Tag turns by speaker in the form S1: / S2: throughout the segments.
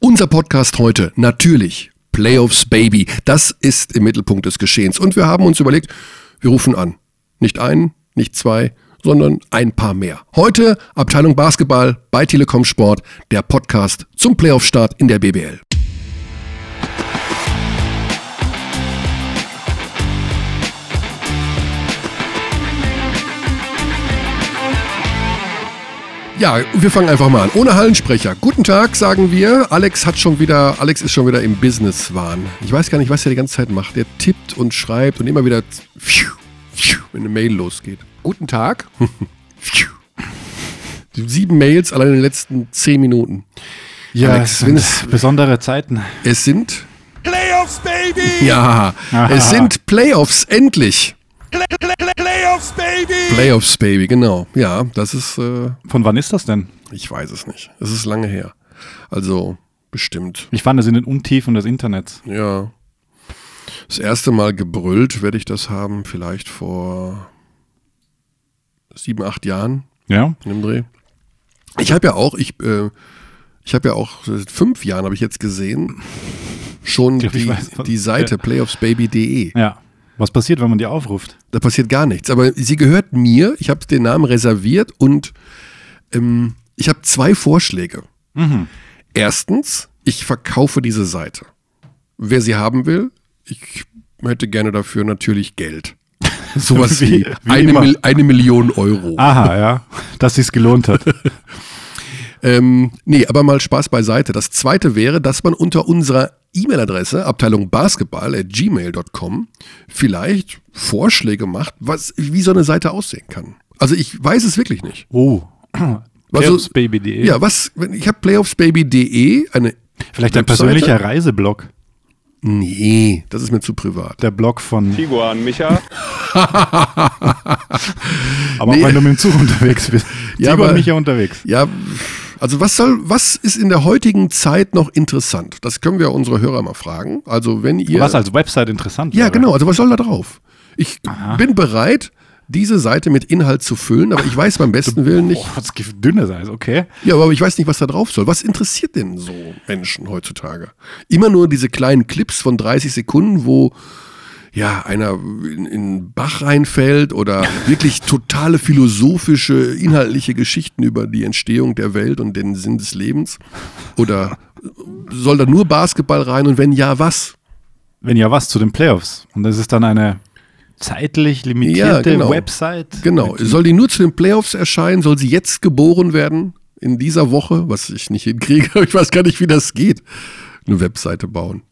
S1: Unser Podcast heute natürlich Playoffs Baby. Das ist im Mittelpunkt des Geschehens. Und wir haben uns überlegt, wir rufen an. Nicht einen, nicht zwei, sondern ein paar mehr. Heute Abteilung Basketball bei Telekom Sport, der Podcast zum Playoff-Start in der BBL. Ja, wir fangen einfach mal an. Ohne Hallensprecher. Guten Tag, sagen wir. Alex hat schon wieder, Alex ist schon wieder im Business-Wahn. Ich weiß gar nicht, was er die ganze Zeit macht. Er tippt und schreibt und immer wieder, pfiuh, pfiuh, wenn eine Mail losgeht. Guten Tag. Pfiuh. Sieben Mails allein in den letzten zehn Minuten.
S2: Ja,
S1: Alex,
S2: es sind
S1: wenn es,
S2: besondere Zeiten.
S1: es sind,
S3: Playoffs, baby!
S1: ja,
S2: Aha.
S1: es sind Playoffs, endlich.
S3: Play- play- play- Playoffs, baby!
S1: Playoffs, Baby, genau. Ja, das ist, äh,
S2: Von wann ist das denn?
S1: ich weiß es nicht. Es ist lange her. Also, bestimmt.
S2: Ich fand es in den Untiefen des Internets.
S1: Ja. Das erste Mal gebrüllt werde ich das haben, vielleicht vor sieben, acht Jahren
S2: Ja?
S1: in dem Dreh. Ich habe ja auch, ich, äh, ich habe ja auch seit fünf Jahren, habe ich jetzt gesehen, schon
S2: glaub, ich
S1: die,
S2: weiß, was-
S1: die Seite
S2: ja.
S1: playoffsbaby.de.
S2: Ja. Was passiert, wenn man die aufruft?
S1: Da passiert gar nichts. Aber sie gehört mir, ich habe den Namen reserviert und ähm, ich habe zwei Vorschläge.
S2: Mhm.
S1: Erstens, ich verkaufe diese Seite. Wer sie haben will, ich hätte gerne dafür natürlich Geld. Sowas wie,
S2: Wie- wie
S1: eine,
S2: immer. Ah,
S1: Mil eine Million Euro.
S2: Aha, ja. Dass sich's gelohnt hat.
S1: Ähm, nee, aber mal Spaß beiseite. Das zweite wäre, dass man unter unserer E-Mail-Adresse Abteilung Basketball at gmail.com vielleicht Vorschläge macht, was, wie so eine Seite aussehen kann. Also ich weiß es wirklich nicht.
S2: Oh.
S1: Also-
S2: Playoffsbaby.de.
S1: Ja, was, wenn- ich habe playoffsbaby.de, eine
S2: Vielleicht ein
S1: Webseite.
S2: persönlicher Reiseblog.
S1: Nee, das ist mir zu privat.
S2: Der Blog von.
S3: Iguan, Micha.
S2: Aber auch wenn du mit dem Zug unterwegs bist.
S1: Ja,
S2: Simon
S1: aber-
S2: mich ja unterwegs.
S1: Ja, also was soll, was ist in der heutigen Zeit noch interessant? Das können wir unsere Hörer mal fragen. Also wenn ihr.
S2: Was als Website interessant
S1: ja,
S2: wäre.
S1: genau, also was soll da drauf? Ich bin bereit, diese Seite mit Inhalt zu füllen, aber ich weiß beim besten Willen
S2: Oh,
S1: nicht.
S2: das gibt dünnes Eis, okay.
S1: Ja, aber ich weiß nicht, was da drauf soll. Was interessiert denn so Menschen heutzutage? Immer nur diese kleinen Clips von 30 Sekunden, wo ja einer in, in den Bach reinfällt oder wirklich totale philosophische, inhaltliche Geschichten über die Entstehung der Welt und den Sinn des Lebens. Oder soll da nur Basketball rein und wenn ja, was?
S2: Wenn ja, was zu den Playoffs. Und das ist dann eine zeitlich limitierte
S1: Ja, genau.
S2: Website.
S1: Genau. Soll die nur zu den Playoffs erscheinen? Soll sie jetzt geboren werden? In dieser Woche? Was ich nicht hinkriege. Ich weiß gar nicht, wie das geht. Eine Webseite bauen.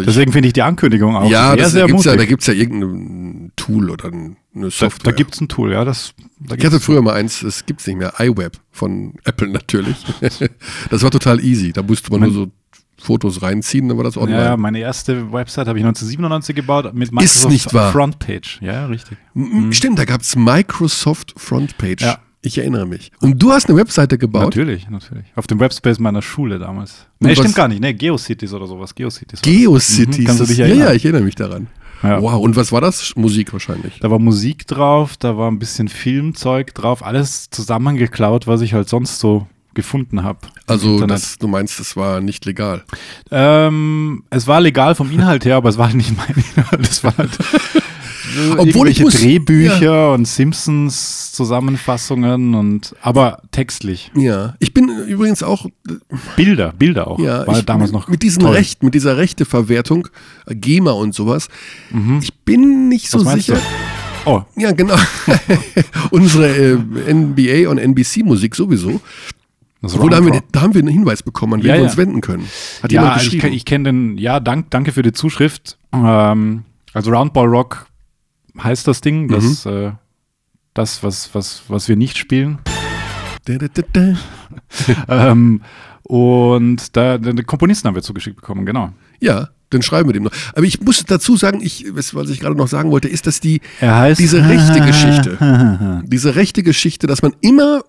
S1: ich,
S2: Deswegen finde ich die Ankündigung auch
S1: ja,
S2: sehr,
S1: das, da
S2: sehr
S1: gibt's ja,
S2: mutig.
S1: da gibt es ja irgendein Tool oder ein- eine
S2: Da, da
S1: Software.
S2: gibt es ein Tool, ja. Das, da
S1: ich hatte
S2: gibt's-
S1: früher mal eins, das gibt's nicht mehr, iWeb von Apple natürlich. das war total easy. Da musste man nur so Fotos reinziehen, dann war das online.
S2: ja, ja, meine erste Website habe ich 1997 gebaut mit
S1: nicht wahr.
S2: Frontpage. Ja, ja, richtig.
S1: M- Stimmt, da gab's Microsoft Frontpage.
S2: Mhm. Ja.
S1: Ich erinnere mich. Und du hast eine Webseite gebaut?
S2: Natürlich, natürlich. Auf dem Webspace meiner Schule damals. Nee,
S1: was-
S2: stimmt gar nicht. Nee, Geocities oder sowas. Geocities. war das.
S1: GeoCities.
S2: Mhm, kannst du dich
S1: ja,
S2: erinnern?
S1: ja, ich erinnere mich daran.
S2: Ja.
S1: Wow, und was war das? Musik wahrscheinlich.
S2: Da war Musik drauf, da war ein bisschen Filmzeug drauf. Alles zusammengeklaut, was ich halt sonst so gefunden habe.
S1: Also, das, du meinst, das war nicht legal.
S2: Ähm, es war legal vom Inhalt her, aber es war halt nicht mein Inhalt. Es war halt
S1: Obwohl ich
S2: irgendwelche
S1: muss-
S2: Drehbücher und Simpsons Zusammenfassungen und aber textlich
S1: Ja, ich bin übrigens auch
S2: Bilder, Bilder auch.
S1: Ja,
S2: war
S1: ich,
S2: damals
S1: mit-
S2: noch
S1: mit diesen
S2: toll.
S1: Rechten, mit dieser Rechteverwertung, äh, GEMA und sowas. Ich bin nicht so
S2: Mhm. Was meinst
S1: sicher.
S2: du? Oh,
S1: Ja, genau. Unsere äh, NBA und NBC Musik sowieso.
S2: das
S1: Wo, da, haben wir,
S2: Roundtop.
S1: da haben wir einen Hinweis bekommen, an wen
S2: Ja,
S1: wir
S2: ja.
S1: uns wenden können. Hat
S2: ja, also
S1: jemand
S2: ich,
S1: geschrieben.
S2: kenn- ich kenne den. Ja, dank, danke für die Zuschrift. Ähm, also Roundball Rock heißt das Ding, das
S1: Mhm.
S2: äh, das was was was wir nicht spielen.
S1: Da, da, da, da.
S2: ähm, und da den Komponisten haben wir zugeschickt bekommen, genau.
S1: Ja, dann schreiben wir dem noch. Aber ich muss dazu sagen, ich, was was ich gerade noch sagen wollte, ist, dass die,
S2: Er heißt Ah.
S1: diese rechte Geschichte, diese rechte Geschichte, dass man immer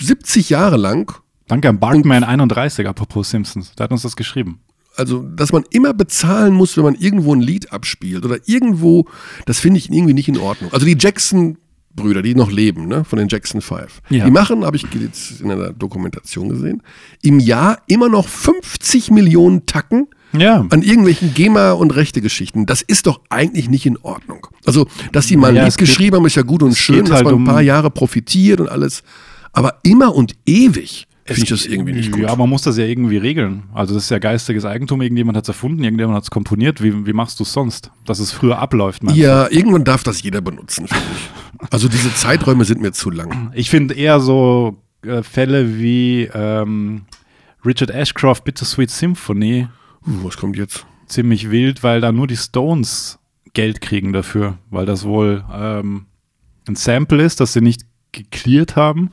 S1: 70 Jahre lang
S2: Danke an Barkman31, apropos Simpsons. Der hat uns das geschrieben.
S1: also dass man immer bezahlen muss, wenn man irgendwo ein Lied abspielt oder irgendwo, das finde ich irgendwie nicht in Ordnung. Also die Jackson Brüder, die noch leben, ne? von den Jackson Five.
S2: Ja.
S1: Die machen, habe ich jetzt in einer Dokumentation gesehen, im Jahr immer noch 50 Millionen Tacken
S2: Ja.
S1: an irgendwelchen GEMA- und Rechte-Geschichten. Das ist doch eigentlich nicht in Ordnung. Also, dass die mal ein
S2: Ja,
S1: Lied
S2: es geht-
S1: geschrieben haben, ist ja gut und schön,
S2: geht
S1: dass
S2: halt
S1: man ein
S2: um-
S1: paar Jahre profitiert und alles. Aber immer und ewig finde ich das irgendwie nicht gut.
S2: Ja, man muss das ja irgendwie regeln. Also das ist ja geistiges Eigentum, irgendjemand hat es erfunden, irgendjemand hat es komponiert. Wie, wie machst du es sonst? Dass es früher abläuft, meinst du?
S1: Ja, irgendwann darf das jeder benutzen, finde ich. Also diese Zeiträume sind mir zu lang.
S2: Ich finde eher so äh, Fälle wie ähm, Richard Ashcroft, Bittersweet Symphony,
S1: Uh, was kommt jetzt?
S2: ziemlich wild, weil da nur die Stones Geld kriegen dafür, weil das wohl ähm, ein Sample ist, das sie nicht gecleared haben.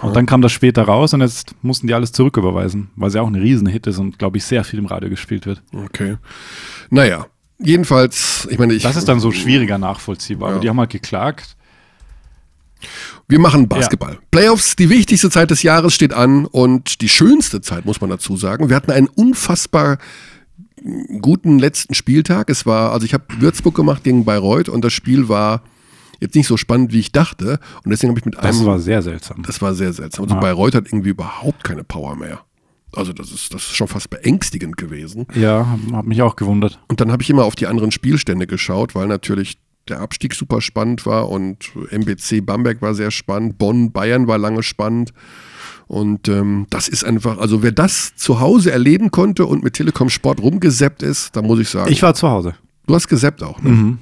S2: Und dann kam das später raus und jetzt mussten die alles zurücküberweisen, weil sie auch ein Riesenhit ist und, glaube ich, sehr viel im Radio gespielt wird.
S1: Okay. Naja, jedenfalls, ich meine, ich,
S2: Das ist dann so schwieriger nachvollziehbar.
S1: Ja.
S2: Aber die haben halt geklagt.
S1: wir machen Basketball. Playoffs, die wichtigste Zeit des Jahres steht an und die schönste Zeit, muss man dazu sagen. Wir hatten einen unfassbar guten letzten Spieltag. Es war, also ich habe Würzburg gemacht gegen Bayreuth und das Spiel war jetzt nicht so spannend, wie ich dachte. Und deswegen habe ich mit einem
S2: Das war sehr seltsam.
S1: Das war sehr seltsam. Also
S2: Ja.
S1: Bayreuth hat irgendwie überhaupt keine Power mehr. Also das ist, das ist schon fast beängstigend gewesen.
S2: ja, hab- hab mich auch gewundert.
S1: Und dann habe ich immer auf die anderen Spielstände geschaut, weil natürlich der Abstieg super spannend war und MBC Bamberg war sehr spannend, Bonn, Bayern war lange spannend. Und ähm, das ist einfach, also wer das zu Hause erleben konnte und mit Telekom Sport rumgeseppt ist, da muss ich sagen,
S2: Ich Mhm. war zu Hause
S1: du hast geseppt auch. Ne?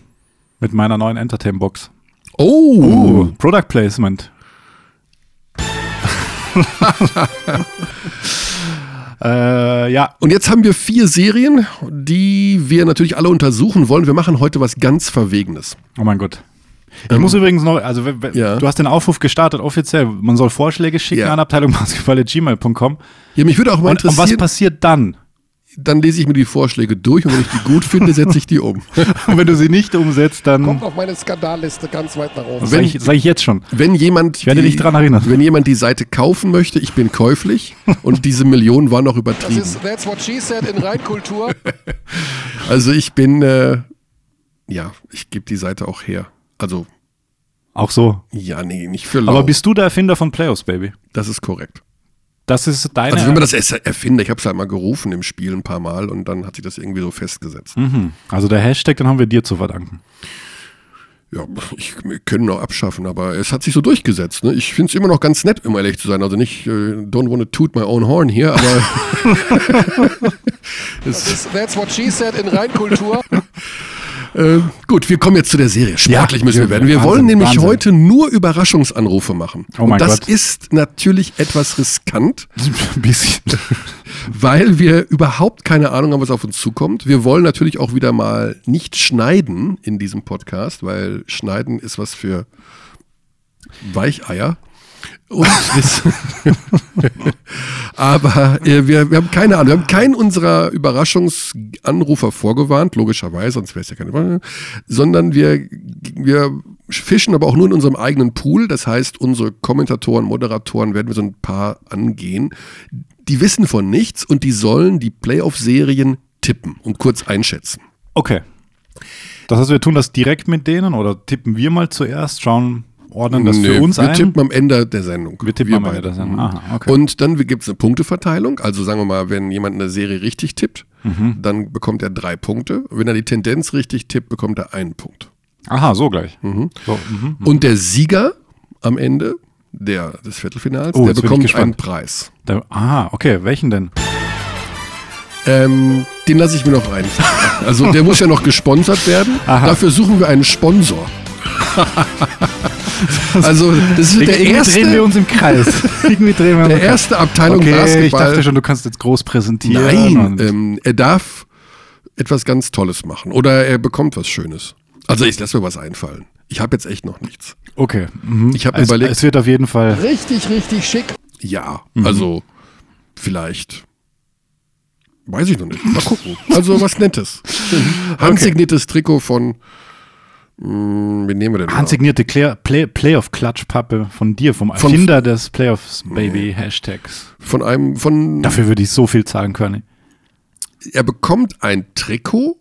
S2: mit meiner neuen Entertain-Box.
S1: Oh,
S2: Product Placement. äh, ja,
S1: Und jetzt haben wir vier Serien, die wir natürlich alle untersuchen wollen. Wir machen heute was ganz Verwegenes.
S2: oh mein Gott. Ich muss übrigens noch, also we- we-
S1: Ja.
S2: du hast den Aufruf gestartet, offiziell. Man soll Vorschläge schicken
S1: Ja.
S2: an abteilungbasketball.gmail.com.
S1: Ja, mich würde auch mal
S2: Und, und
S1: interessieren.
S2: was passiert dann?
S1: dann lese ich mir die Vorschläge durch und wenn ich die gut finde, setze ich die um.
S2: Und wenn du sie nicht umsetzt, dann
S4: Kommt auf meine Skandalliste ganz weit nach oben.
S2: sage ich, sag ich jetzt schon.
S1: Wenn jemand
S2: werde
S1: die,
S2: dich dran erinnern.
S1: Wenn jemand die Seite kaufen möchte, ich bin käuflich und diese Millionen waren noch
S4: Das
S1: übertrieben.
S4: ist That's What She Said in Reinkultur.
S1: Also ich bin äh, ja, ich gebe die Seite auch her. Also
S2: Auch so.
S1: ja, nee, nicht für lau.
S2: Aber bist du der Erfinder von Playoffs, Baby?
S1: das ist korrekt.
S2: Das ist deine.
S1: Also wenn man das erst erfindet, ich habe es halt mal gerufen im Spiel ein paar Mal und dann hat sich das irgendwie so festgesetzt.
S2: Mhm. also der Hashtag, den haben wir dir zu verdanken.
S1: Ja, ich, wir können noch abschaffen, aber es hat sich so durchgesetzt. Ne? Ich finde es immer noch ganz nett, um ehrlich zu sein. Also nicht, äh, don't want to toot my own horn hier, aber
S4: Das ist That's What She Said in Reinkultur.
S1: Äh, gut, wir kommen jetzt zu der Serie. Sportlich
S2: Ja,
S1: müssen wir
S2: wir-
S1: werden. Wir
S2: Wahnsinn,
S1: wollen nämlich
S2: Wahnsinn.
S1: heute nur Überraschungsanrufe machen.
S2: Oh
S1: Und
S2: mein
S1: das
S2: Gott.
S1: ist natürlich etwas riskant,
S2: Ein bisschen.
S1: weil wir überhaupt keine Ahnung haben, was auf uns zukommt. Wir wollen natürlich auch wieder mal nicht schneiden in diesem Podcast, weil schneiden ist was für Weicheier. Und das- Aber äh, wir, wir haben keine Ahnung. Wir haben keinen unserer Überraschungsanrufer vorgewarnt, logischerweise, sonst wäre es ja keine. Sondern wir, wir fischen aber auch nur in unserem eigenen Pool. Das heißt, unsere Kommentatoren, Moderatoren werden wir so ein paar angehen. Die wissen von nichts und die sollen die Playoff-Serien tippen und kurz einschätzen.
S2: Okay. Das heißt, wir tun das direkt mit denen oder tippen wir mal zuerst, schauen, ordnen das
S1: Nö,
S2: für uns
S1: wir
S2: ein.
S1: tippen am Ende der Sendung.
S2: wir tippen am Ende
S1: beide.
S2: das an. Aha, okay.
S1: Und dann gibt es eine Punkteverteilung. Also sagen wir mal, wenn jemand eine Serie richtig tippt,
S2: Mhm.
S1: dann bekommt er drei Punkte. Wenn er die Tendenz richtig tippt, bekommt er einen Punkt.
S2: Aha, so gleich. So, mhm.
S1: Und der Sieger am Ende der, des Viertelfinals,
S2: Oh,
S1: der
S2: jetzt bin ich
S1: bekommt
S2: gespannt.
S1: einen Preis.
S2: Da, aha, okay, welchen denn?
S1: Ähm, den lasse ich mir noch einfallen. Also der muss ja noch gesponsert werden.
S2: Aha.
S1: Dafür suchen wir einen Sponsor. also das ist der
S2: drehen wir
S1: erste,
S2: uns im Kreis. Irgendwie drehen wir uns im
S1: der
S2: Kreis.
S1: erste Abteilung
S2: okay,
S1: Basketball.
S2: ich dachte schon, du kannst jetzt groß präsentieren.
S1: Nein,
S2: und-
S1: ähm, er darf etwas ganz Tolles machen oder er bekommt was Schönes. Also ich lasse mir was einfallen. Ich habe jetzt echt noch nichts.
S2: okay. mhm.
S1: ich hab
S2: es,
S1: überlegt-
S2: Es wird auf jeden Fall.
S4: Richtig, richtig schick.
S1: Ja, also vielleicht. Weiß ich noch nicht. Mal gucken. Also was Nettes. Handsigniertes Trikot von. Mh, wen nehmen wir denn? da?
S2: Handsignierte Clear- Play Playoff-Klatschpappe von dir, vom
S1: Von-
S2: Erfinder des Playoffs-Baby-Hashtags.
S1: Von einem. Von,
S2: Dafür würde ich so viel zahlen können.
S1: er bekommt ein Trikot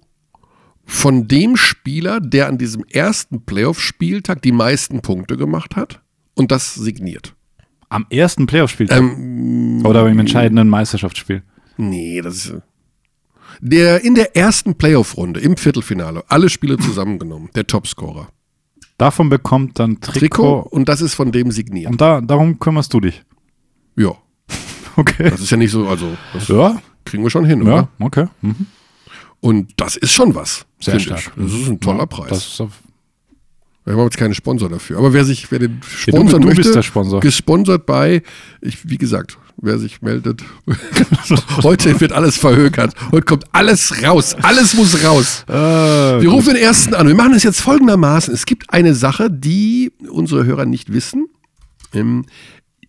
S1: von dem Spieler, der an diesem ersten Playoff-Spieltag die meisten Punkte gemacht hat und das signiert. Ähm,
S2: Am ersten Playoff-Spieltag? Oder im entscheidenden Meisterschaftsspiel?
S1: Nee, das ist. Der in der ersten Playoff-Runde im Viertelfinale, alle Spiele zusammengenommen, der Topscorer.
S2: Davon bekommt dann
S1: Trikot
S2: Trikot.
S1: und das ist von dem signiert.
S2: Und da, darum kümmerst du dich.
S1: Ja,
S2: Okay.
S1: das ist ja nicht so, also das
S2: Ja,
S1: kriegen wir schon hin,
S2: ja,
S1: oder?
S2: okay. Mhm.
S1: Und das ist schon was.
S2: Sehr
S1: find
S2: stark. Mhm.
S1: Ich. Das ist ein toller Preis.
S2: Das ist auf,
S1: Wir haben jetzt keinen Sponsor dafür. Aber wer sich, wer den sponsern
S2: du
S1: möchte,
S2: bist der Sponsor.
S1: gesponsert bei, ich, wie gesagt, wer sich meldet, heute wird alles verhökert. Heute kommt alles raus. Alles muss raus.
S2: Äh,
S1: wir rufen den ersten an. Wir machen es jetzt folgendermaßen. Es gibt eine Sache, die unsere Hörer nicht wissen. Ähm,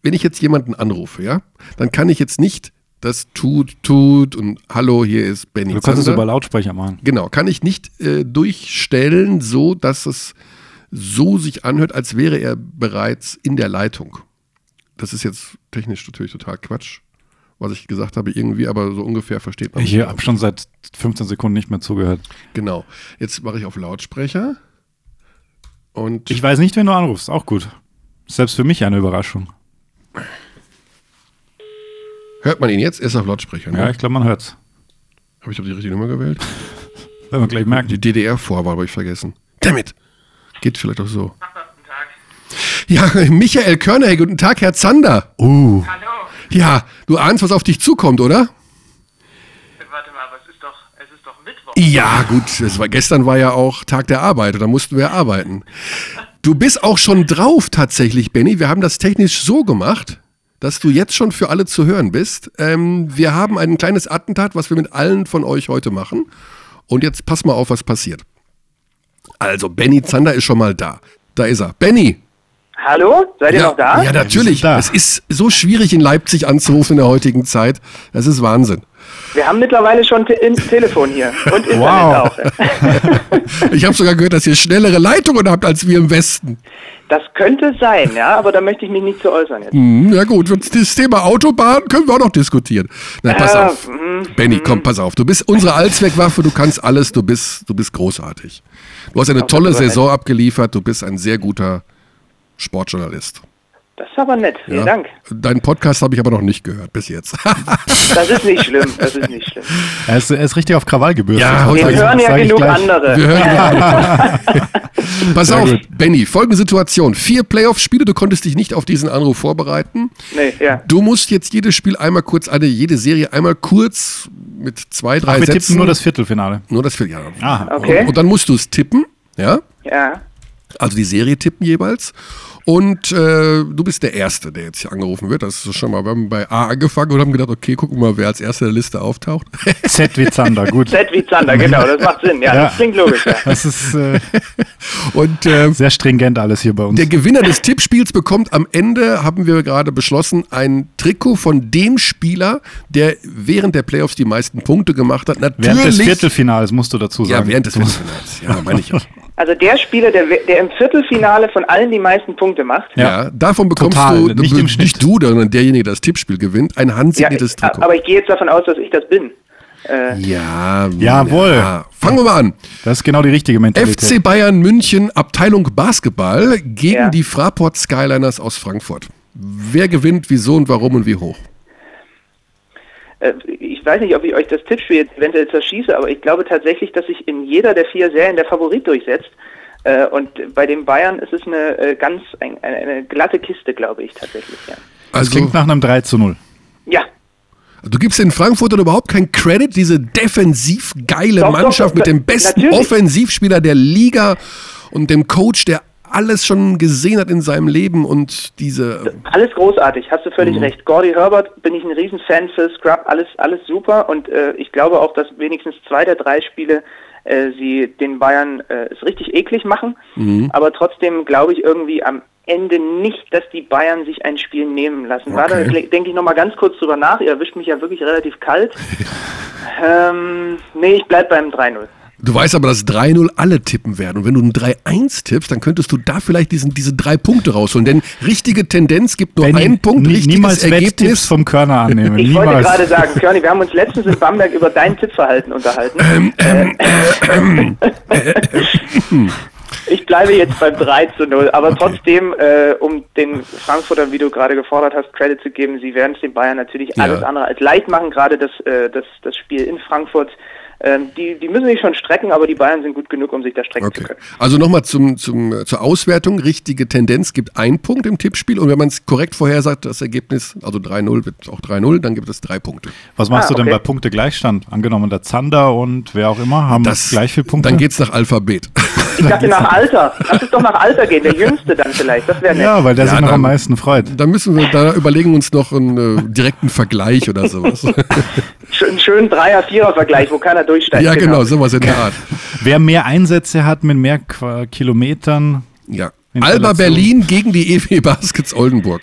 S1: wenn ich jetzt jemanden anrufe, ja, dann kann ich jetzt nicht das tut, tut und hallo, hier ist Benny.
S2: du kannst es
S1: Zander.
S2: über Lautsprecher machen.
S1: Genau, kann ich nicht äh, durchstellen, so dass es so sich anhört, als wäre er bereits in der Leitung. Das ist jetzt technisch natürlich total Quatsch, was ich gesagt habe irgendwie, aber so ungefähr versteht man.
S2: Ich
S1: mich.
S2: habe schon seit 15 Sekunden nicht mehr zugehört.
S1: Genau. Jetzt mache ich auf Lautsprecher und
S2: Ich weiß nicht, wen du anrufst. Auch gut. Selbst für mich eine Überraschung.
S1: hört man ihn jetzt? Er ist auf Lautsprecher. Ne?
S2: Ja, ich glaube, man hört's.
S1: Habe ich doch die richtige Nummer gewählt?
S2: Wenn wir gleich merken.
S1: Die DDR-Vorwahl habe ich vergessen. Damit. Geht vielleicht auch so. Ja, Michael Körner, guten Tag, Herr Zander.
S2: Uh,
S5: Hallo.
S1: Ja, du ahnst, was auf dich zukommt, oder?
S5: Warte mal, aber es ist doch, es ist doch Mittwoch.
S1: Ja, gut, es war, gestern war ja auch Tag der Arbeit und da mussten wir arbeiten. Du bist auch schon drauf tatsächlich, Benny. Wir haben das technisch so gemacht, dass du jetzt schon für alle zu hören bist. Ähm, wir haben ein kleines Attentat, was wir mit allen von euch heute machen. Und jetzt pass mal auf, was passiert. Also, Benny Zander ist schon mal da. Da ist er. Benny!
S5: Hallo? Seid ihr
S1: ja,
S5: noch da?
S1: Ja, natürlich.
S2: da.
S1: Es ist so schwierig, in Leipzig anzurufen in der heutigen Zeit. Das ist Wahnsinn.
S5: Wir haben mittlerweile schon te in Telefon hier. Und Internet
S2: Wow.
S5: auch.
S1: Ich habe sogar gehört, dass ihr schnellere Leitungen habt als wir im Westen.
S5: Das könnte sein, ja, aber da möchte ich mich nicht zu äußern jetzt.
S1: Ja gut, und das Thema Autobahn können wir auch noch diskutieren. Na, pass
S5: Ja,
S1: auf. Benny, komm, pass auf. Du bist unsere Allzweckwaffe, du kannst alles, du bist, du bist großartig. Du hast eine tolle
S5: das war nett.
S1: Saison abgeliefert, du bist ein sehr guter Sportjournalist.
S5: Das ist aber nett. Vielen
S1: Ja?
S5: Dank.
S1: Deinen Podcast habe ich aber noch nicht gehört bis jetzt.
S5: Das ist nicht schlimm. Das ist nicht schlimm.
S2: er ist, er ist richtig auf Krawall gebürstet.
S1: Ja,
S2: Das
S1: wir
S2: sag
S5: Wir
S2: ich-
S5: hören ja
S2: sag ich
S5: genug
S2: gleich.
S5: andere.
S1: Wir hören gerade. Pass
S2: Sehr
S1: auf,
S2: gut.
S1: Benny, folgende Situation. Vier Playoff-Spiele, du konntest dich nicht auf diesen Anruf vorbereiten.
S5: Nee, ja.
S1: Du musst jetzt jedes Spiel einmal kurz, eine, jede Serie einmal kurz mit zwei, drei
S2: Ach, wir
S1: Sätzen.
S2: tippen nur das Ah. Viertelfinale.
S1: Nur das Viertel, ja.
S2: Aha.
S5: Okay.
S1: Und dann musst du es tippen, ja?
S5: Ja.
S1: Also die Serie tippen jeweils. Und äh, du bist der Erste, der jetzt hier angerufen wird. Das ist schon mal, wir haben bei A angefangen und haben gedacht, okay, gucken wir mal, wer als Erster der Liste auftaucht.
S2: Z wie Zander, gut.
S5: Z wie Zander, genau. Das macht Sinn. Ja,
S2: Ja.
S5: das klingt logisch. Ja.
S2: Das ist äh,
S1: Und äh,
S2: sehr stringent alles hier bei uns.
S1: der Gewinner des Tippspiels bekommt am Ende, haben wir gerade beschlossen, ein Trikot von dem Spieler, der während der Playoffs die meisten Punkte gemacht hat. Natürlich.
S2: Während des Viertelfinals musst du dazu sagen.
S1: ja, während des Viertelfinals. Ja, meine ich auch.
S5: Also der Spieler, der, der im Viertelfinale von allen die meisten Punkte macht.
S1: Ja, davon bekommst
S2: Total,
S1: du,
S2: nicht im Schnitt.
S1: nicht du, sondern derjenige, der das Tippspiel gewinnt, ein handsigniertes
S5: Ja, äh,
S1: Trikot.
S5: aber ich gehe jetzt davon aus, dass ich das bin.
S1: Ja,
S2: Jawohl.
S1: ja. Fangen wir mal an.
S2: Das ist genau die richtige Mentalität.
S1: FC Bayern München, Abteilung Basketball gegen
S5: Ja.
S1: die Fraport Skyliners aus Frankfurt. Wer gewinnt, wieso und warum und wie hoch?
S5: Äh, ich weiß nicht, ob ich euch das Tippspiel jetzt eventuell zerschieße, aber ich glaube tatsächlich, dass sich in jeder der vier Serien der Favorit durchsetzt. Äh, Und bei den Bayern ist es eine äh, ganz ein- eine, eine glatte Kiste, glaube ich tatsächlich. Ja,
S2: Das
S1: Also,
S2: klingt nach einem 3 zu 0.
S5: ja
S1: du gibst den Frankfurtern überhaupt keinen Credit, diese defensiv geile
S5: Doch, doch,
S1: Mannschaft
S5: doch,
S1: mit dem
S5: na-
S1: besten
S5: natürlich.
S1: Offensivspieler der Liga und dem Coach, der alles schon gesehen hat in seinem Leben und diese
S5: alles großartig, hast du völlig recht. Gordy Herbert bin ich ein Riesenfan für Scrub, alles alles super und äh, ich glaube auch, dass wenigstens zwei der drei Spiele äh, sie den Bayern äh, es richtig eklig machen, aber trotzdem glaube ich irgendwie am Ende nicht, dass die Bayern sich ein Spiel nehmen lassen. Warte,
S1: Okay.
S5: jetzt le- denke ich nochmal ganz kurz drüber nach. Ihr erwischt mich ja wirklich relativ kalt. ähm, nee, ich bleib beim 3-0.
S1: Du weißt aber, dass 3-0 alle tippen werden. Und wenn du ein 3-1 tippst, dann könntest du da vielleicht diesen, diese drei Punkte rausholen. Denn richtige Tendenz gibt nur
S2: Benny,
S1: einen Punkt,
S2: nie-
S1: richtiges
S2: niemals Wetttipps
S1: Ergebnis.
S2: vom Körner annehmen.
S5: Ich wollte
S2: niemals.
S5: gerade sagen, Körni, wir haben uns letztens in Bamberg über dein Tippverhalten unterhalten.
S1: Ähm,
S5: Äh,
S1: äh,
S5: ich bleibe jetzt beim 3 zu 0, aber trotzdem, äh, um den Frankfurtern, wie du gerade gefordert hast, Credit zu geben, sie werden es den Bayern natürlich
S1: Ja.
S5: alles andere als leicht machen, gerade das, äh, das, das Spiel in Frankfurt. Ähm, die, die müssen sich schon strecken, aber die Bayern sind gut genug, um sich da strecken zu
S1: Okay.
S5: können.
S1: Also nochmal zum, zum, äh, zur Auswertung. Richtige Tendenz gibt einen Punkt im Tippspiel. Und wenn man es korrekt vorhersagt, das Ergebnis, also 3-0 wird auch 3-0, dann gibt es drei Punkte.
S2: Was machst
S5: Ah,
S2: du denn
S5: okay.
S2: bei Punktegleichstand? Angenommen, der Zander und wer auch immer haben
S1: Das,
S2: gleich viele Punkte.
S1: Dann geht's nach Alphabet.
S5: Ich dachte nach Alter. Lass es doch nach Alter gehen, der Jüngste dann vielleicht. Das wäre nett.
S2: ja, weil der
S1: Ja,
S2: sich noch
S1: dann-
S2: am meisten freut.
S1: dann müssen wir, da überlegen wir uns noch einen äh, direkten Vergleich oder sowas.
S5: Sch- Einen schönen Dreier-Vierer-Vergleich, wo keiner durchsteigt.
S1: ja, genau, sowas in der Art.
S2: Wer mehr Einsätze hat mit mehr Qua- Kilometern,
S1: Ja.
S2: In
S1: Alba
S2: Relation.
S1: Berlin gegen die EW Baskets Oldenburg.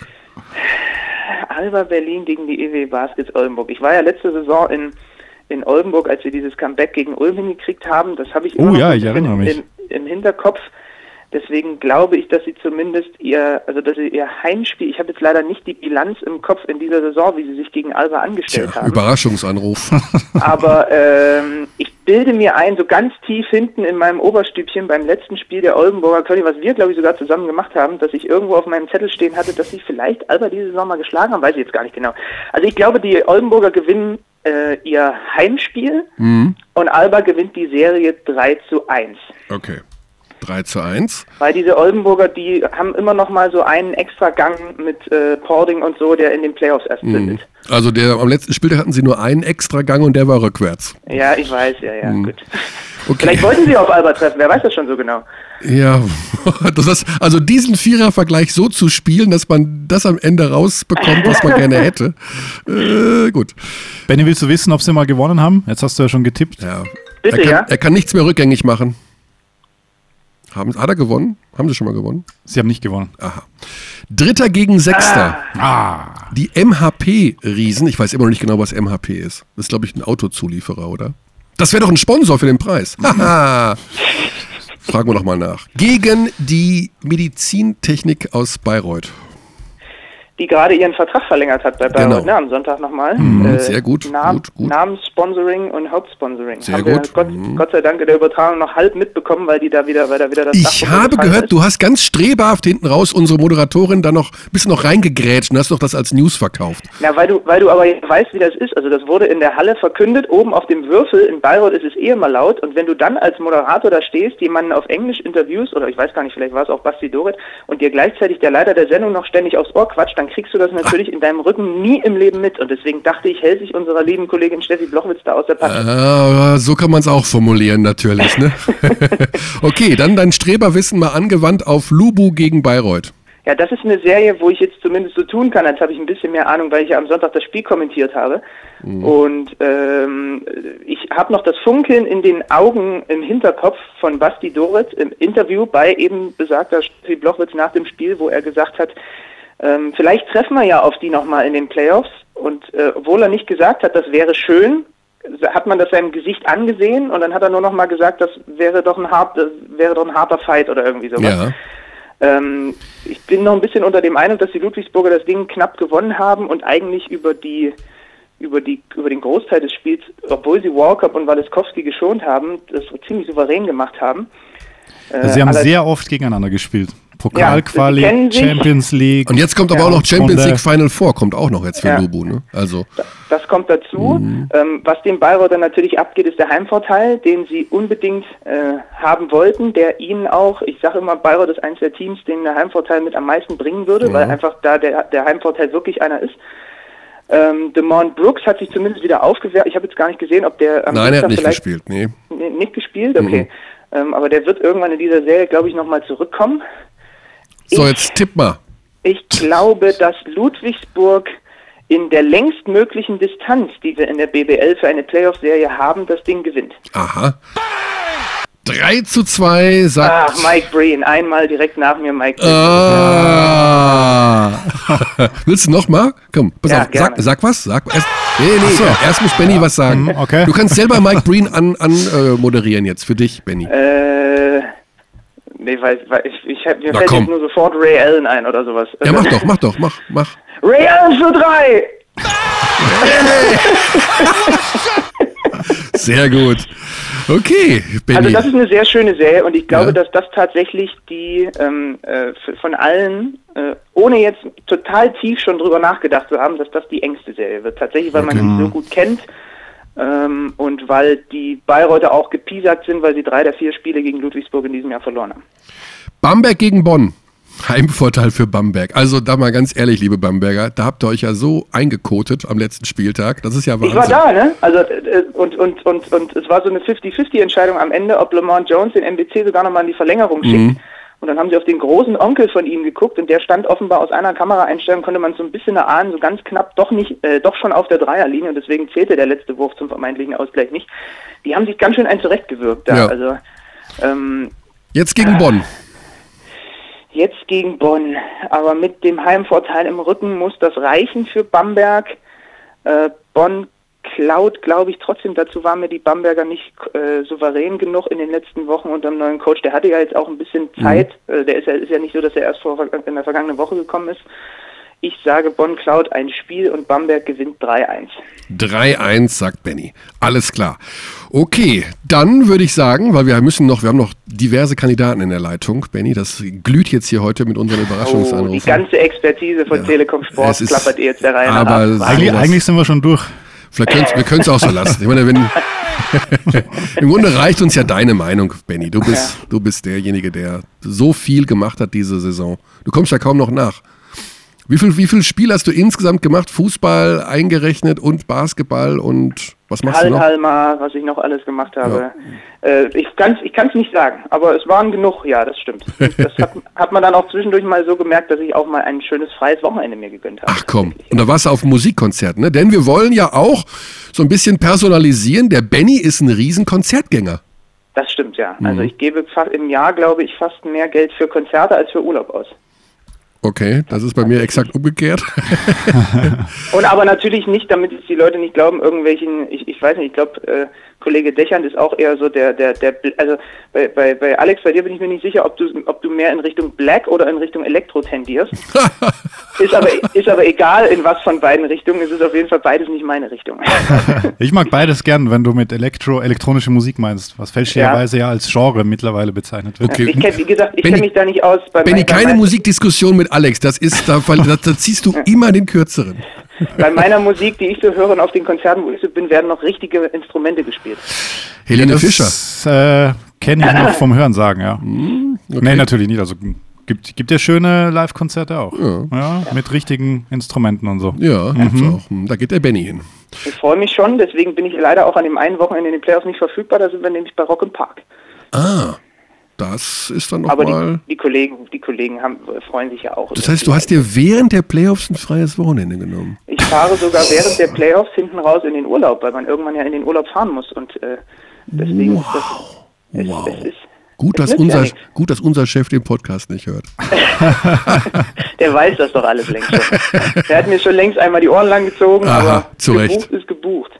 S5: Alba Berlin gegen die EW Baskets Oldenburg. Ich war ja letzte Saison in, in Oldenburg, als wir dieses Comeback gegen Ulm hingekriegt haben. Das habe ich
S2: Oh
S5: immer
S2: ja,
S5: noch ein
S2: ich
S5: bisschen
S2: erinnere mich.
S5: Im, im Hinterkopf. Deswegen glaube ich, dass sie zumindest ihr, also dass sie ihr Heimspiel, ich habe jetzt leider nicht die Bilanz im Kopf in dieser Saison, wie sie sich gegen Alba angestellt haben.
S1: Überraschungsanruf.
S5: Aber ähm, ich bilde mir ein, so ganz tief hinten in meinem Oberstübchen beim letzten Spiel der Oldenburger Köln, was wir, glaube ich, sogar zusammen gemacht haben, dass ich irgendwo auf meinem Zettel stehen hatte, dass sie vielleicht Alba diese Saison mal geschlagen haben, weiß ich jetzt gar nicht genau. Also ich glaube, die Oldenburger gewinnen äh, ihr Heimspiel und Alba gewinnt die Serie 3 zu 1.
S1: Okay. 3 zu 1.
S5: Weil diese Oldenburger, die haben immer noch mal so einen extra Gang mit äh, Pording und so, der in den Playoffs erst sitzt.
S1: Also der, am letzten Spieltag hatten sie nur einen extra Gang und der war rückwärts.
S5: Ja, ich weiß, ja, ja, gut. Vielleicht
S1: Okay.
S5: wollten sie auf Alba treffen, wer weiß das schon so genau.
S1: Ja, das ist, also diesen Vierer-Vergleich so zu spielen, dass man das am Ende rausbekommt, was man gerne hätte. Äh, gut.
S2: Benny, willst du wissen, ob sie mal gewonnen haben? Jetzt hast du ja schon getippt.
S1: Ja.
S5: Bitte,
S1: er, kann,
S5: ja?
S1: er kann nichts mehr rückgängig machen. Haben, hat er gewonnen? Haben sie schon mal gewonnen?
S2: Sie haben nicht gewonnen.
S1: Dritter gegen Sechster.
S2: Ah,
S1: Die MHP-Riesen, ich weiß immer noch nicht genau, was MHP ist. Das ist, glaube ich, ein Autozulieferer, oder? Das wäre doch ein Sponsor für den Preis. Haha. Fragen wir nochmal nach. Gegen die Medizintechnik aus Bayreuth.
S5: die gerade ihren Vertrag verlängert hat bei Bayreuth
S1: Genau. Mhm,
S5: ne, am Sonntag nochmal.
S1: sehr gut,
S5: Nam
S1: gut, gut.
S5: Namenssponsoring und Hauptsponsoring.
S1: Sehr
S5: Haben wir
S1: gut. Mhm.
S5: Gott, Gott sei Dank in der Übertragung noch halb mitbekommen, weil die da wieder, weil da wieder das
S1: Ich
S5: Dach
S1: habe
S5: runtergefallen
S1: gehört, du hast ganz streberhaft hinten raus unsere Moderatorin da noch, bist noch reingegrätscht und hast noch das als News verkauft.
S5: Na, weil du, weil du aber jetzt weißt, wie das ist. Also das wurde in der Halle verkündet, oben auf dem Würfel, in Bayreuth ist es eh immer laut. Und wenn du dann als Moderator da stehst, jemanden auf Englisch interviewst, oder ich weiß gar nicht, vielleicht war es auch Basti Dorit, und dir gleichzeitig der Leiter der Sendung noch ständig aufs Ohr quatscht, dann kriegst du das natürlich in deinem Rücken nie im Leben mit. Und deswegen dachte ich, hält sich unserer lieben Kollegin Steffi Blochwitz da aus der Patsche.
S1: Ah, so kann man es auch formulieren, natürlich. Ne? okay, dann dein Streberwissen mal angewandt auf Lubu gegen Bayreuth.
S5: Ja, das ist eine Serie, wo ich jetzt zumindest so tun kann, als habe ich ein bisschen mehr Ahnung, weil ich ja am Sonntag das Spiel kommentiert habe. Und ähm, ich habe noch das Funkeln in den Augen im Hinterkopf von Basti Doritz im Interview bei eben besagter Steffi Blochwitz nach dem Spiel, wo er gesagt hat, ähm, vielleicht treffen wir ja auf die nochmal in den Playoffs. Und äh, obwohl er nicht gesagt hat, das wäre schön, hat man das seinem Gesicht angesehen und dann hat er nur nochmal gesagt, das wäre doch ein, hart, das wäre doch ein harter Fight oder irgendwie sowas.
S1: Ja.
S5: Ähm, ich bin noch ein bisschen unter dem Eindruck, dass die Ludwigsburger das Ding knapp gewonnen haben und eigentlich über die über die über den Großteil des Spiels, obwohl sie Walkup und Waleskowski geschont haben, das so ziemlich souverän gemacht haben. Äh,
S2: sie haben
S5: aller-
S2: sehr oft gegeneinander gespielt.
S5: Ja, sie
S2: Pokalquali,
S5: kennen sich.
S2: Champions League.
S1: Und jetzt kommt aber
S5: Ja,
S1: auch noch
S2: und
S1: Champions
S2: von der-
S1: League Final Four, kommt auch noch jetzt für
S5: Ja.
S1: Lubu, ne? Also,
S5: Das kommt dazu.
S1: Mhm.
S5: Ähm, was dem Bayreuther natürlich abgeht, ist der Heimvorteil, den sie unbedingt äh, haben wollten, der ihnen auch, ich sage immer, Bayreuth ist eins der Teams, denen der Heimvorteil mit am meisten bringen würde, weil einfach da der, der Heimvorteil wirklich einer ist. Ähm, DeMond Brooks hat sich zumindest wieder aufgewehrt. Ich habe jetzt gar nicht gesehen, ob der am
S1: nein, er hat nicht
S5: Dienstag vielleicht
S1: gespielt, Mhm. nee.
S5: n- nicht gespielt. Okay. Ähm, aber der wird irgendwann in dieser Serie, glaube ich, nochmal zurückkommen.
S1: So, jetzt tipp mal.
S5: Ich glaube, dass Ludwigsburg in der längstmöglichen Distanz, die wir in der BBL für eine Playoff-Serie haben, das Ding gewinnt.
S1: Aha. 3 zu 2 sagt.
S5: Ach, Mike Breen, einmal direkt nach mir Mike Breen.
S1: Ah. Willst du nochmal? Komm, pass
S5: Ja,
S1: auf, sag,
S5: gerne.
S1: sag was, sag erst, Nee, nee, erst muss Benny was sagen.
S2: Mhm, okay.
S1: Du kannst selber Mike Breen an, an äh, moderieren jetzt für dich, Benny.
S5: Äh, nee, weil, weil ich, ich hab, mir
S1: Na,
S5: fällt
S1: komm.
S5: jetzt nur sofort Ray Allen ein oder sowas.
S1: ja, mach doch, mach doch, mach, mach.
S5: Ray Allen für drei!
S1: Sehr gut. Okay, Benny.
S5: Also das ist eine sehr schöne Serie und ich glaube,
S1: Ja.
S5: dass das tatsächlich die ähm, äh, f- von allen, äh, ohne jetzt total tief schon drüber nachgedacht zu haben, dass das die engste Serie wird. Tatsächlich, weil man sie so gut kennt ähm, und weil die Bayreuther auch gepiesackt sind, weil sie drei der vier Spiele gegen Ludwigsburg in diesem Jahr verloren haben.
S1: Bamberg gegen Bonn. Heimvorteil für Bamberg. Also da mal ganz ehrlich, liebe Bamberger, da habt ihr euch ja so eingekotet am letzten Spieltag. Das ist ja
S5: Ich
S1: Wahnsinn.
S5: war da, ne? Also äh, und, und, und, und es war so eine 50-50-Entscheidung am Ende, ob Lamont Jones den MBC sogar nochmal in die Verlängerung schickt. Und dann haben sie auf den großen Onkel von ihm geguckt und der stand offenbar aus einer Kameraeinstellung, konnte man so ein bisschen erahnen, so ganz knapp doch nicht, äh, doch schon auf der Dreierlinie und deswegen zählte der letzte Wurf zum vermeintlichen Ausgleich nicht. Die haben sich ganz schön ein zurechtgewirkt da.
S1: Ja.
S5: Also ähm,
S1: Jetzt gegen Bonn.
S5: jetzt gegen Bonn, aber mit dem Heimvorteil im Rücken muss das reichen für Bamberg. Äh, Bonn klaut, glaube ich, trotzdem. Dazu waren mir die Bamberger nicht äh, souverän genug in den letzten Wochen unter dem neuen Coach. Der hatte ja jetzt auch ein bisschen
S1: Mhm.
S5: Zeit. Äh, der ist ja, ist ja nicht so, dass er erst vor, in der vergangenen Woche gekommen ist. Ich sage, Bonn klaut ein Spiel und Bamberg gewinnt 3-1.
S1: 3-1, sagt Benny. Alles klar. Okay, dann würde ich sagen, weil wir müssen noch, wir haben noch diverse Kandidaten in der Leitung, Benny. Das glüht jetzt hier heute mit unseren
S5: Oh, die
S1: Überraschungsanrufen.
S5: ganze Expertise von Telekom Sport
S1: es ist-
S5: klappert ihr jetzt der Reihe nach
S1: aber
S5: ab.
S2: Eigentlich,
S1: sowas.
S2: eigentlich sind wir schon durch.
S1: Vielleicht können's- wir können es auch so lassen. Ich meine, wenn, Im Grunde reicht uns ja deine Meinung, Benny. Du bist, du bist derjenige, der so viel gemacht hat diese Saison. Du kommst ja kaum noch nach. Wie viel, wie viel Spiel hast du insgesamt gemacht? Fußball eingerechnet und Basketball und was machst du noch?
S5: Halhalma, was ich noch alles gemacht habe. Äh, ich kann es ich kann's nicht sagen, aber es waren genug, ja, das stimmt. Das hat, hat man dann auch zwischendurch mal so gemerkt, dass ich auch mal ein schönes freies Wochenende mir gegönnt habe.
S1: Ach komm, und da warst du auf dem Musikkonzert, ne? Denn wir wollen ja auch so ein bisschen personalisieren. Der Benny ist ein riesen Konzertgänger.
S5: Das stimmt, ja.
S1: Mhm.
S5: Also ich gebe fa- im Jahr, glaube ich, fast mehr Geld für Konzerte als für Urlaub aus.
S1: Okay, das ist bei mir exakt umgekehrt.
S5: Und aber natürlich nicht, damit jetzt die Leute nicht glauben, irgendwelchen, ich, ich weiß nicht, ich glaube, äh, Kollege Dächern ist auch eher so der, der, der, also bei, bei, bei Alex, bei dir bin ich mir nicht sicher, ob du, ob du mehr in Richtung Black oder in Richtung Elektro tendierst. ist, aber, ist aber egal, in was von beiden Richtungen, es ist auf jeden Fall beides nicht meine Richtung.
S2: Ich mag beides gern, wenn du mit Elektro elektronische Musik meinst, was fälschlicherweise ja, als Genre mittlerweile bezeichnet wird.
S1: Okay.
S5: Ich kenn, wie gesagt, ich
S1: Benny-
S5: kenne mich da nicht aus. Bei,
S1: Benny,
S5: bei,
S1: keine
S5: bei,
S1: Musikdiskussion mit Alex. Das ist, da, ver- da, da ziehst du immer den Kürzeren.
S5: bei meiner Musik, die ich so höre und auf den Konzerten, wo ich so bin, werden noch richtige Instrumente gespielt.
S1: Helene Fischer.
S2: Das äh, kenne ich noch vom Hören sagen, ja.
S1: Hm,
S2: Nee, natürlich nicht. Also gibt, gibt ja schöne Live-Konzerte auch. Ja. Mit richtigen Instrumenten und so.
S1: Ja,
S5: Mhm.
S1: gibt's auch. Hm, Da geht der Benny hin.
S5: Ich freue mich schon, deswegen bin ich leider auch an dem einen Wochenende in den Playoffs nicht verfügbar, da sind wir nämlich bei Rock im Park.
S1: Das ist dann
S5: Aber
S1: nochmal.
S5: die, die Kollegen, die Kollegen haben, freuen sich ja auch.
S1: Das heißt, du hast dir während der Playoffs ein freies Wochenende genommen.
S5: ich fahre sogar während der Playoffs hinten raus in den Urlaub, weil man irgendwann ja in den Urlaub fahren muss und äh, deswegen wow. ist das,
S1: Wow.
S5: es, es ist,
S1: Gut dass,
S5: es nützt ja
S1: unser,
S5: nichts.
S1: gut, dass unser Chef den Podcast nicht hört.
S5: Der weiß das doch alles längst schon. Der hat mir schon längst einmal die Ohren lang gezogen,
S1: Aha,
S5: aber
S1: zu Recht.
S5: gebucht ist gebucht.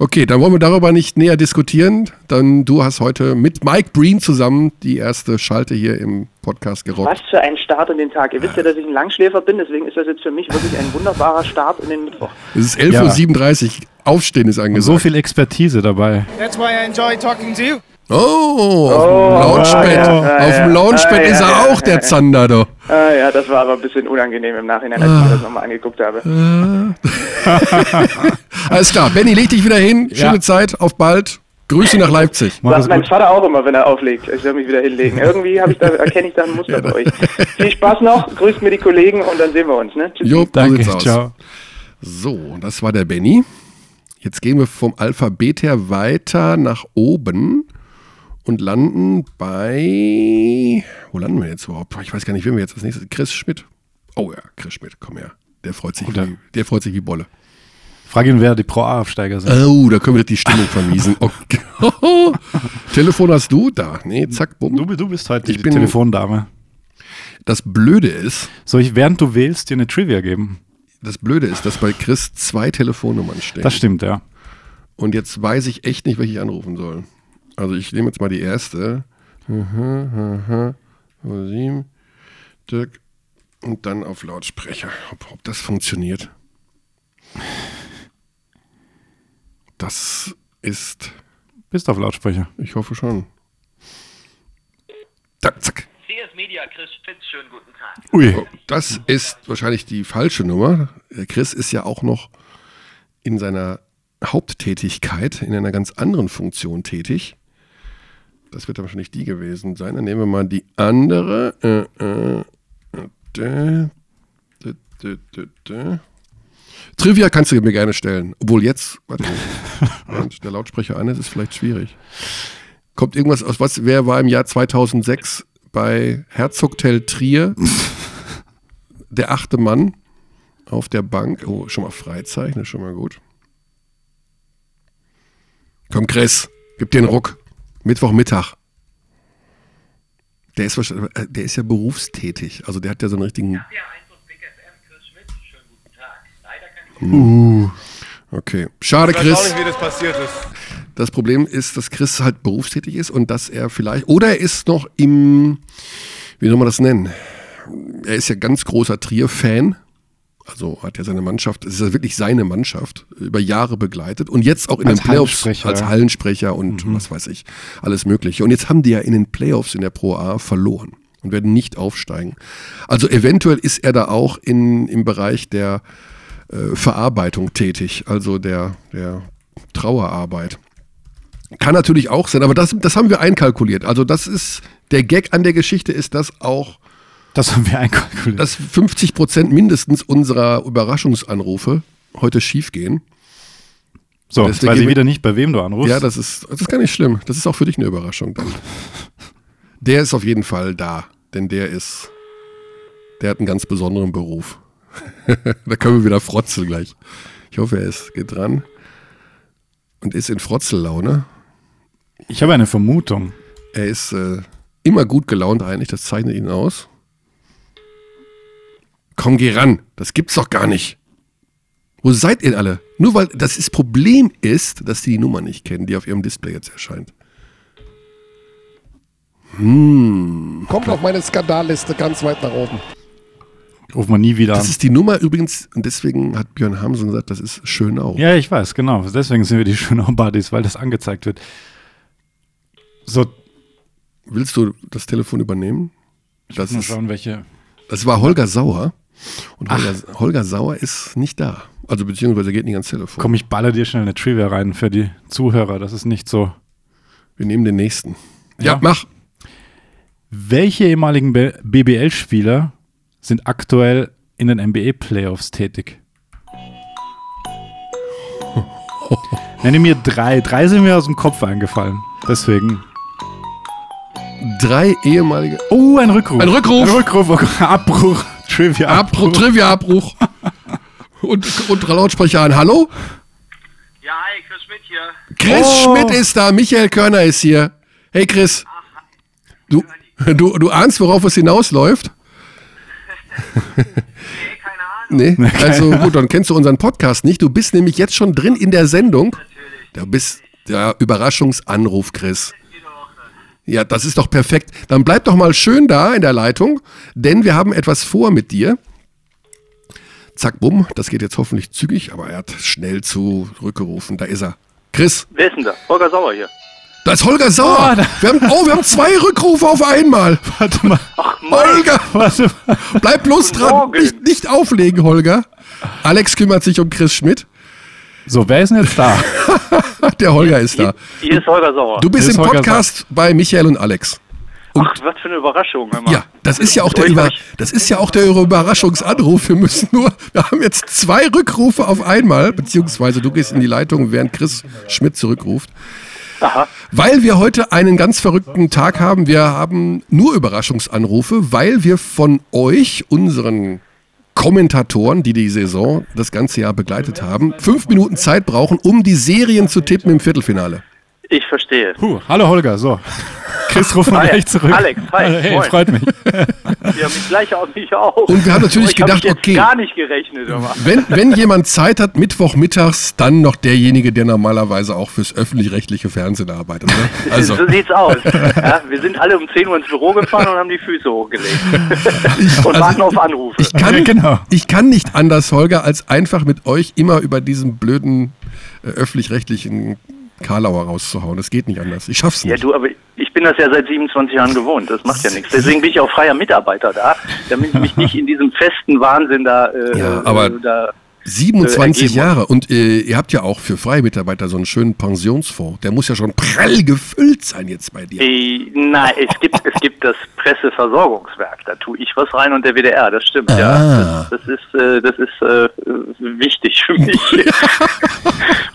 S1: Okay, dann wollen wir darüber nicht näher diskutieren. Dann du hast heute mit Mike Breen zusammen die erste Schalte hier im Podcast gerockt.
S5: Was für ein Start in den Tag. Ihr wisst ja, dass ich ein Langschläfer bin, deswegen ist das jetzt für mich wirklich ein wunderbarer Start in den Mittwoch.
S1: Es ist 11.37 Uhr. Aufstehen ist angesagt.
S2: So viel Expertise dabei.
S6: That's why I enjoy talking to you.
S1: oh, auf dem Launchpad.
S5: Oh, ja, ja,
S1: auf dem
S5: ja.
S1: Launchpad
S5: Ah, ja,
S1: ist er
S5: ja,
S1: auch, der Zander, du.
S5: Ah, ja, das war aber ein bisschen unangenehm im Nachhinein, als ich mir
S1: Ah.
S5: das nochmal angeguckt habe.
S1: Alles klar, Benny, leg dich wieder hin. Schöne
S2: Ja.
S1: Zeit, auf bald. Grüße nach Leipzig.
S2: Mach
S5: Sagt
S2: es
S5: mein
S2: gut.
S5: Vater auch immer, wenn er auflegt. Ich soll mich wieder hinlegen. Irgendwie hab ich da, erkenne ich da ein Muster bei euch. Viel Spaß noch, grüßt mir die Kollegen und dann sehen wir uns. Ne? Tschüss.
S1: Jo, so
S2: Danke,
S1: sieht's aus.
S2: ciao.
S1: So, das war der Benny. Jetzt gehen wir vom Alphabet her weiter nach oben und landen bei. Wo landen wir jetzt überhaupt? Ich weiß gar nicht, wen wir jetzt als nächstes. Chris Schmidt. Oh ja, Chris Schmidt, komm her. Der freut sich,
S2: Guter.
S1: wie, der freut sich wie Bolle.
S2: Frag ihn, wer die Pro-A-Absteiger sind.
S1: Oh, da können wir die Stimmung vermiesen. Okay. Telefon hast du? Da. Nee, zack,
S2: Du,
S1: bumm.
S2: bi- du bist heute
S1: Ich
S2: die
S1: bin-
S2: Telefondame.
S1: Das Blöde ist,
S2: Soll ich, während du wählst, dir eine Trivia geben?
S1: das Blöde ist, dass bei Chris zwei Telefonnummern stehen.
S2: Das stimmt, ja.
S1: Und jetzt weiß ich echt nicht, welche ich anrufen soll. Also ich nehme jetzt mal die erste. Mhm, mhm. Sieben, Dirk. Und dann auf Lautsprecher. Ob, ob das funktioniert. Das ist,
S2: Bist auf Lautsprecher.
S1: ich hoffe schon. Zack, zack.
S7: CS Media, Chris Fitz, schönen guten Tag.
S2: Ui.
S1: Oh, Das ist wahrscheinlich die falsche Nummer. Äh, Chris ist ja auch noch in seiner Haupttätigkeit, in einer ganz anderen Funktion tätig. Das wird dann wahrscheinlich die gewesen sein. Dann nehmen wir mal die andere. Äh, äh, äh, dä, dä, dä, dä. Trivia kannst du mir gerne stellen. Obwohl jetzt, warte, während der Lautsprecher an ist, ist vielleicht schwierig. Kommt irgendwas aus, was, wer war im Jahr 2006 bei Herzogtel Trier? der achte Mann auf der Bank. Oh, schon mal Freizeichen, ist schon mal gut. Komm, Chris, gib dir einen Ruck. Mittwochmittag. Der ist, wahrscheinlich- äh, der ist ja berufstätig. Also der hat ja so einen richtigen.
S7: Der Einfluss Big FM, Chris Schmidt, schönen guten Tag. Leider kann ich
S1: Okay. Schade,
S3: Ich weiß auch
S1: Chris.
S3: nicht, wie das passiert ist.
S1: Das Problem ist, dass Chris halt berufstätig ist und dass er vielleicht, oder er ist noch im, wie soll man das nennen? Er ist ja ganz großer Trier-Fan. Also hat er seine Mannschaft, es ist ja wirklich seine Mannschaft, über Jahre begleitet und jetzt auch in
S2: Als
S1: den Playoffs
S2: Hallensprecher. Mhm.
S1: als Hallensprecher und was weiß ich, alles Mögliche. Und jetzt haben die ja in den Playoffs in der Pro A verloren und werden nicht aufsteigen. Also eventuell ist er da auch in, im Bereich der äh, Verarbeitung tätig, also der, der Trauerarbeit. Kann natürlich auch sein, aber das, das haben wir einkalkuliert. Also das ist, der Gag an der Geschichte ist, dass auch
S2: Das haben wir einkalkuliert.
S1: dass 50 Prozent mindestens unserer Überraschungsanrufe heute schief gehen.
S2: so, jetzt
S1: deswegen
S2: weiß ich
S1: gehen wir-
S2: wieder nicht, bei wem du anrufst.
S1: Ja, das ist, das ist gar nicht schlimm. Das ist auch für dich eine Überraschung dann. Der ist auf jeden Fall da, denn der ist, der hat einen ganz besonderen Beruf. da können wir wieder Frotzel gleich. Ich hoffe, er ist, geht dran und ist in Frotzellaune.
S2: ich habe eine Vermutung.
S1: Er ist äh, immer gut gelaunt eigentlich, das zeichnet ihn aus. Komm, geh ran, das gibt's doch gar nicht. Wo seid ihr alle? Nur weil das ist Problem ist, dass die die Nummer nicht kennen, die auf ihrem Display jetzt erscheint.
S4: Kommt auf meine Skandalliste ganz weit nach oben.
S2: Ruf man nie wieder an.
S1: Das ist die Nummer übrigens, und deswegen hat Björn Hamsen gesagt, das ist schön auch.
S2: Ja, ich weiß, genau. Deswegen sind wir die schönen Buddies, weil das angezeigt wird. So,
S1: Willst du das Telefon übernehmen? Das,
S2: mal
S1: ist,
S2: schauen, welche.
S1: das war Holger Sauer. Und Holger, Holger Sauer ist nicht da. Also beziehungsweise er geht nicht ans Telefon.
S2: Komm, ich baller dir schnell eine Trivia rein für die Zuhörer. Das ist nicht so.
S1: Wir nehmen den nächsten.
S2: Ja.
S1: ja mach.
S2: Welche ehemaligen B- BBL-Spieler sind aktuell in den NBA-Playoffs tätig? Nenne mir drei. Drei sind mir aus dem Kopf eingefallen. Deswegen.
S1: Drei ehemalige
S2: Oh, ein Rückruf.
S1: Ein Rückruf.
S2: Ein Rückruf. Oh Gott, Abbruch. Trivia.
S1: Abbruch, Trivia-Abbruch. Und, und Lautsprecher an. Hallo?
S7: Ja, hi, Chris Schmidt hier.
S1: Chris
S2: Oh.
S1: Schmidt ist da. Michael Körner ist hier. Hey, Chris. Du, du, du ahnst, worauf es hinausläuft?
S7: Nee, keine Ahnung,
S1: Nee. Also gut, dann kennst du unseren Podcast nicht. Du bist nämlich jetzt schon drin in der Sendung. Du bist der Überraschungsanruf, Chris. Ja, das ist doch perfekt. Dann bleib doch mal schön da in der Leitung, denn wir haben etwas vor mit dir. Zack, bumm, das geht jetzt hoffentlich zügig, aber er hat schnell zurückgerufen. Da ist er. Chris,
S7: Wer ist denn da? Holger Sauer hier.
S1: da ist Holger Sauer.
S2: Oh, da-
S1: wir haben, oh, wir haben zwei Rückrufe auf einmal.
S2: Warte mal.
S1: Holger,
S2: Warte mal.
S1: bleib bloß dran.
S7: Morgen.
S1: Nicht, nicht auflegen, Holger. Alex kümmert sich um Chris Schmidt.
S2: So, wer ist denn jetzt da?
S1: Der Holger ist da.
S7: Hier ist Holger Sauer.
S1: Du bist
S2: Hier ist
S1: im
S2: Holger
S1: Podcast bei Michael und Alex.
S7: Ach, was für eine Überraschung, hör mal.
S1: Ja, das ist ja auch der, Über das ist ja auch der Überraschungsanruf. Wir müssen nur, wir haben jetzt zwei Rückrufe auf einmal, beziehungsweise du gehst in die Leitung, während Chris Schmidt zurückruft. Weil wir heute einen ganz verrückten Tag haben. Wir haben nur Überraschungsanrufe, weil wir von euch, unseren Kommentatoren, die die Saison das ganze Jahr begleitet haben, fünf Minuten Zeit brauchen, um die Serien zu tippen im Viertelfinale.
S8: Ich verstehe.
S2: Puh, Uh, hallo Holger, so. Chris ruft mal
S8: Hi,
S2: gleich zurück.
S8: Alex, hi,
S2: hey,
S8: moin.
S2: freut mich.
S8: Ja, mich gleich auch, mich auch.
S1: Und wir haben natürlich
S8: ich hab
S1: gedacht,
S8: mich jetzt
S1: okay.
S8: gar nicht gerechnet, aber.
S1: Wenn, wenn jemand Zeit hat, Mittwochmittags, dann noch derjenige, der normalerweise auch fürs öffentlich-rechtliche Fernsehen arbeitet. Ne? Also,
S8: So sieht's aus. Ja, wir sind alle um 10 Uhr ins Büro gefahren und haben die Füße hochgelegt. und
S1: Also
S8: warten auf Anrufe.
S1: ich kann,
S2: Ja, genau.
S1: ich kann nicht anders, Holger, als einfach mit euch immer über diesen blöden äh, öffentlich-rechtlichen Karlauer rauszuhauen. Das geht nicht anders. Ich schaff's
S8: ja,
S1: nicht.
S8: du, aber ich bin das ja seit 27 Jahren gewohnt. Das macht ja nichts. Deswegen bin ich auch freier Mitarbeiter da, damit ich mich nicht in diesem festen Wahnsinn da. Äh,
S1: Ja,
S8: äh,
S1: aber-
S8: da
S1: 27
S8: Ergebung.
S1: Jahre und äh, ihr habt ja auch für freie Mitarbeiter so einen schönen Pensionsfonds. Der muss ja schon prall gefüllt sein jetzt bei dir.
S8: äh, nein, es gibt, es gibt das Presseversorgungswerk. Da tue ich was rein und der WDR. Das stimmt,
S1: Ah.
S8: ja. Das, das ist, äh, das ist äh, wichtig für mich.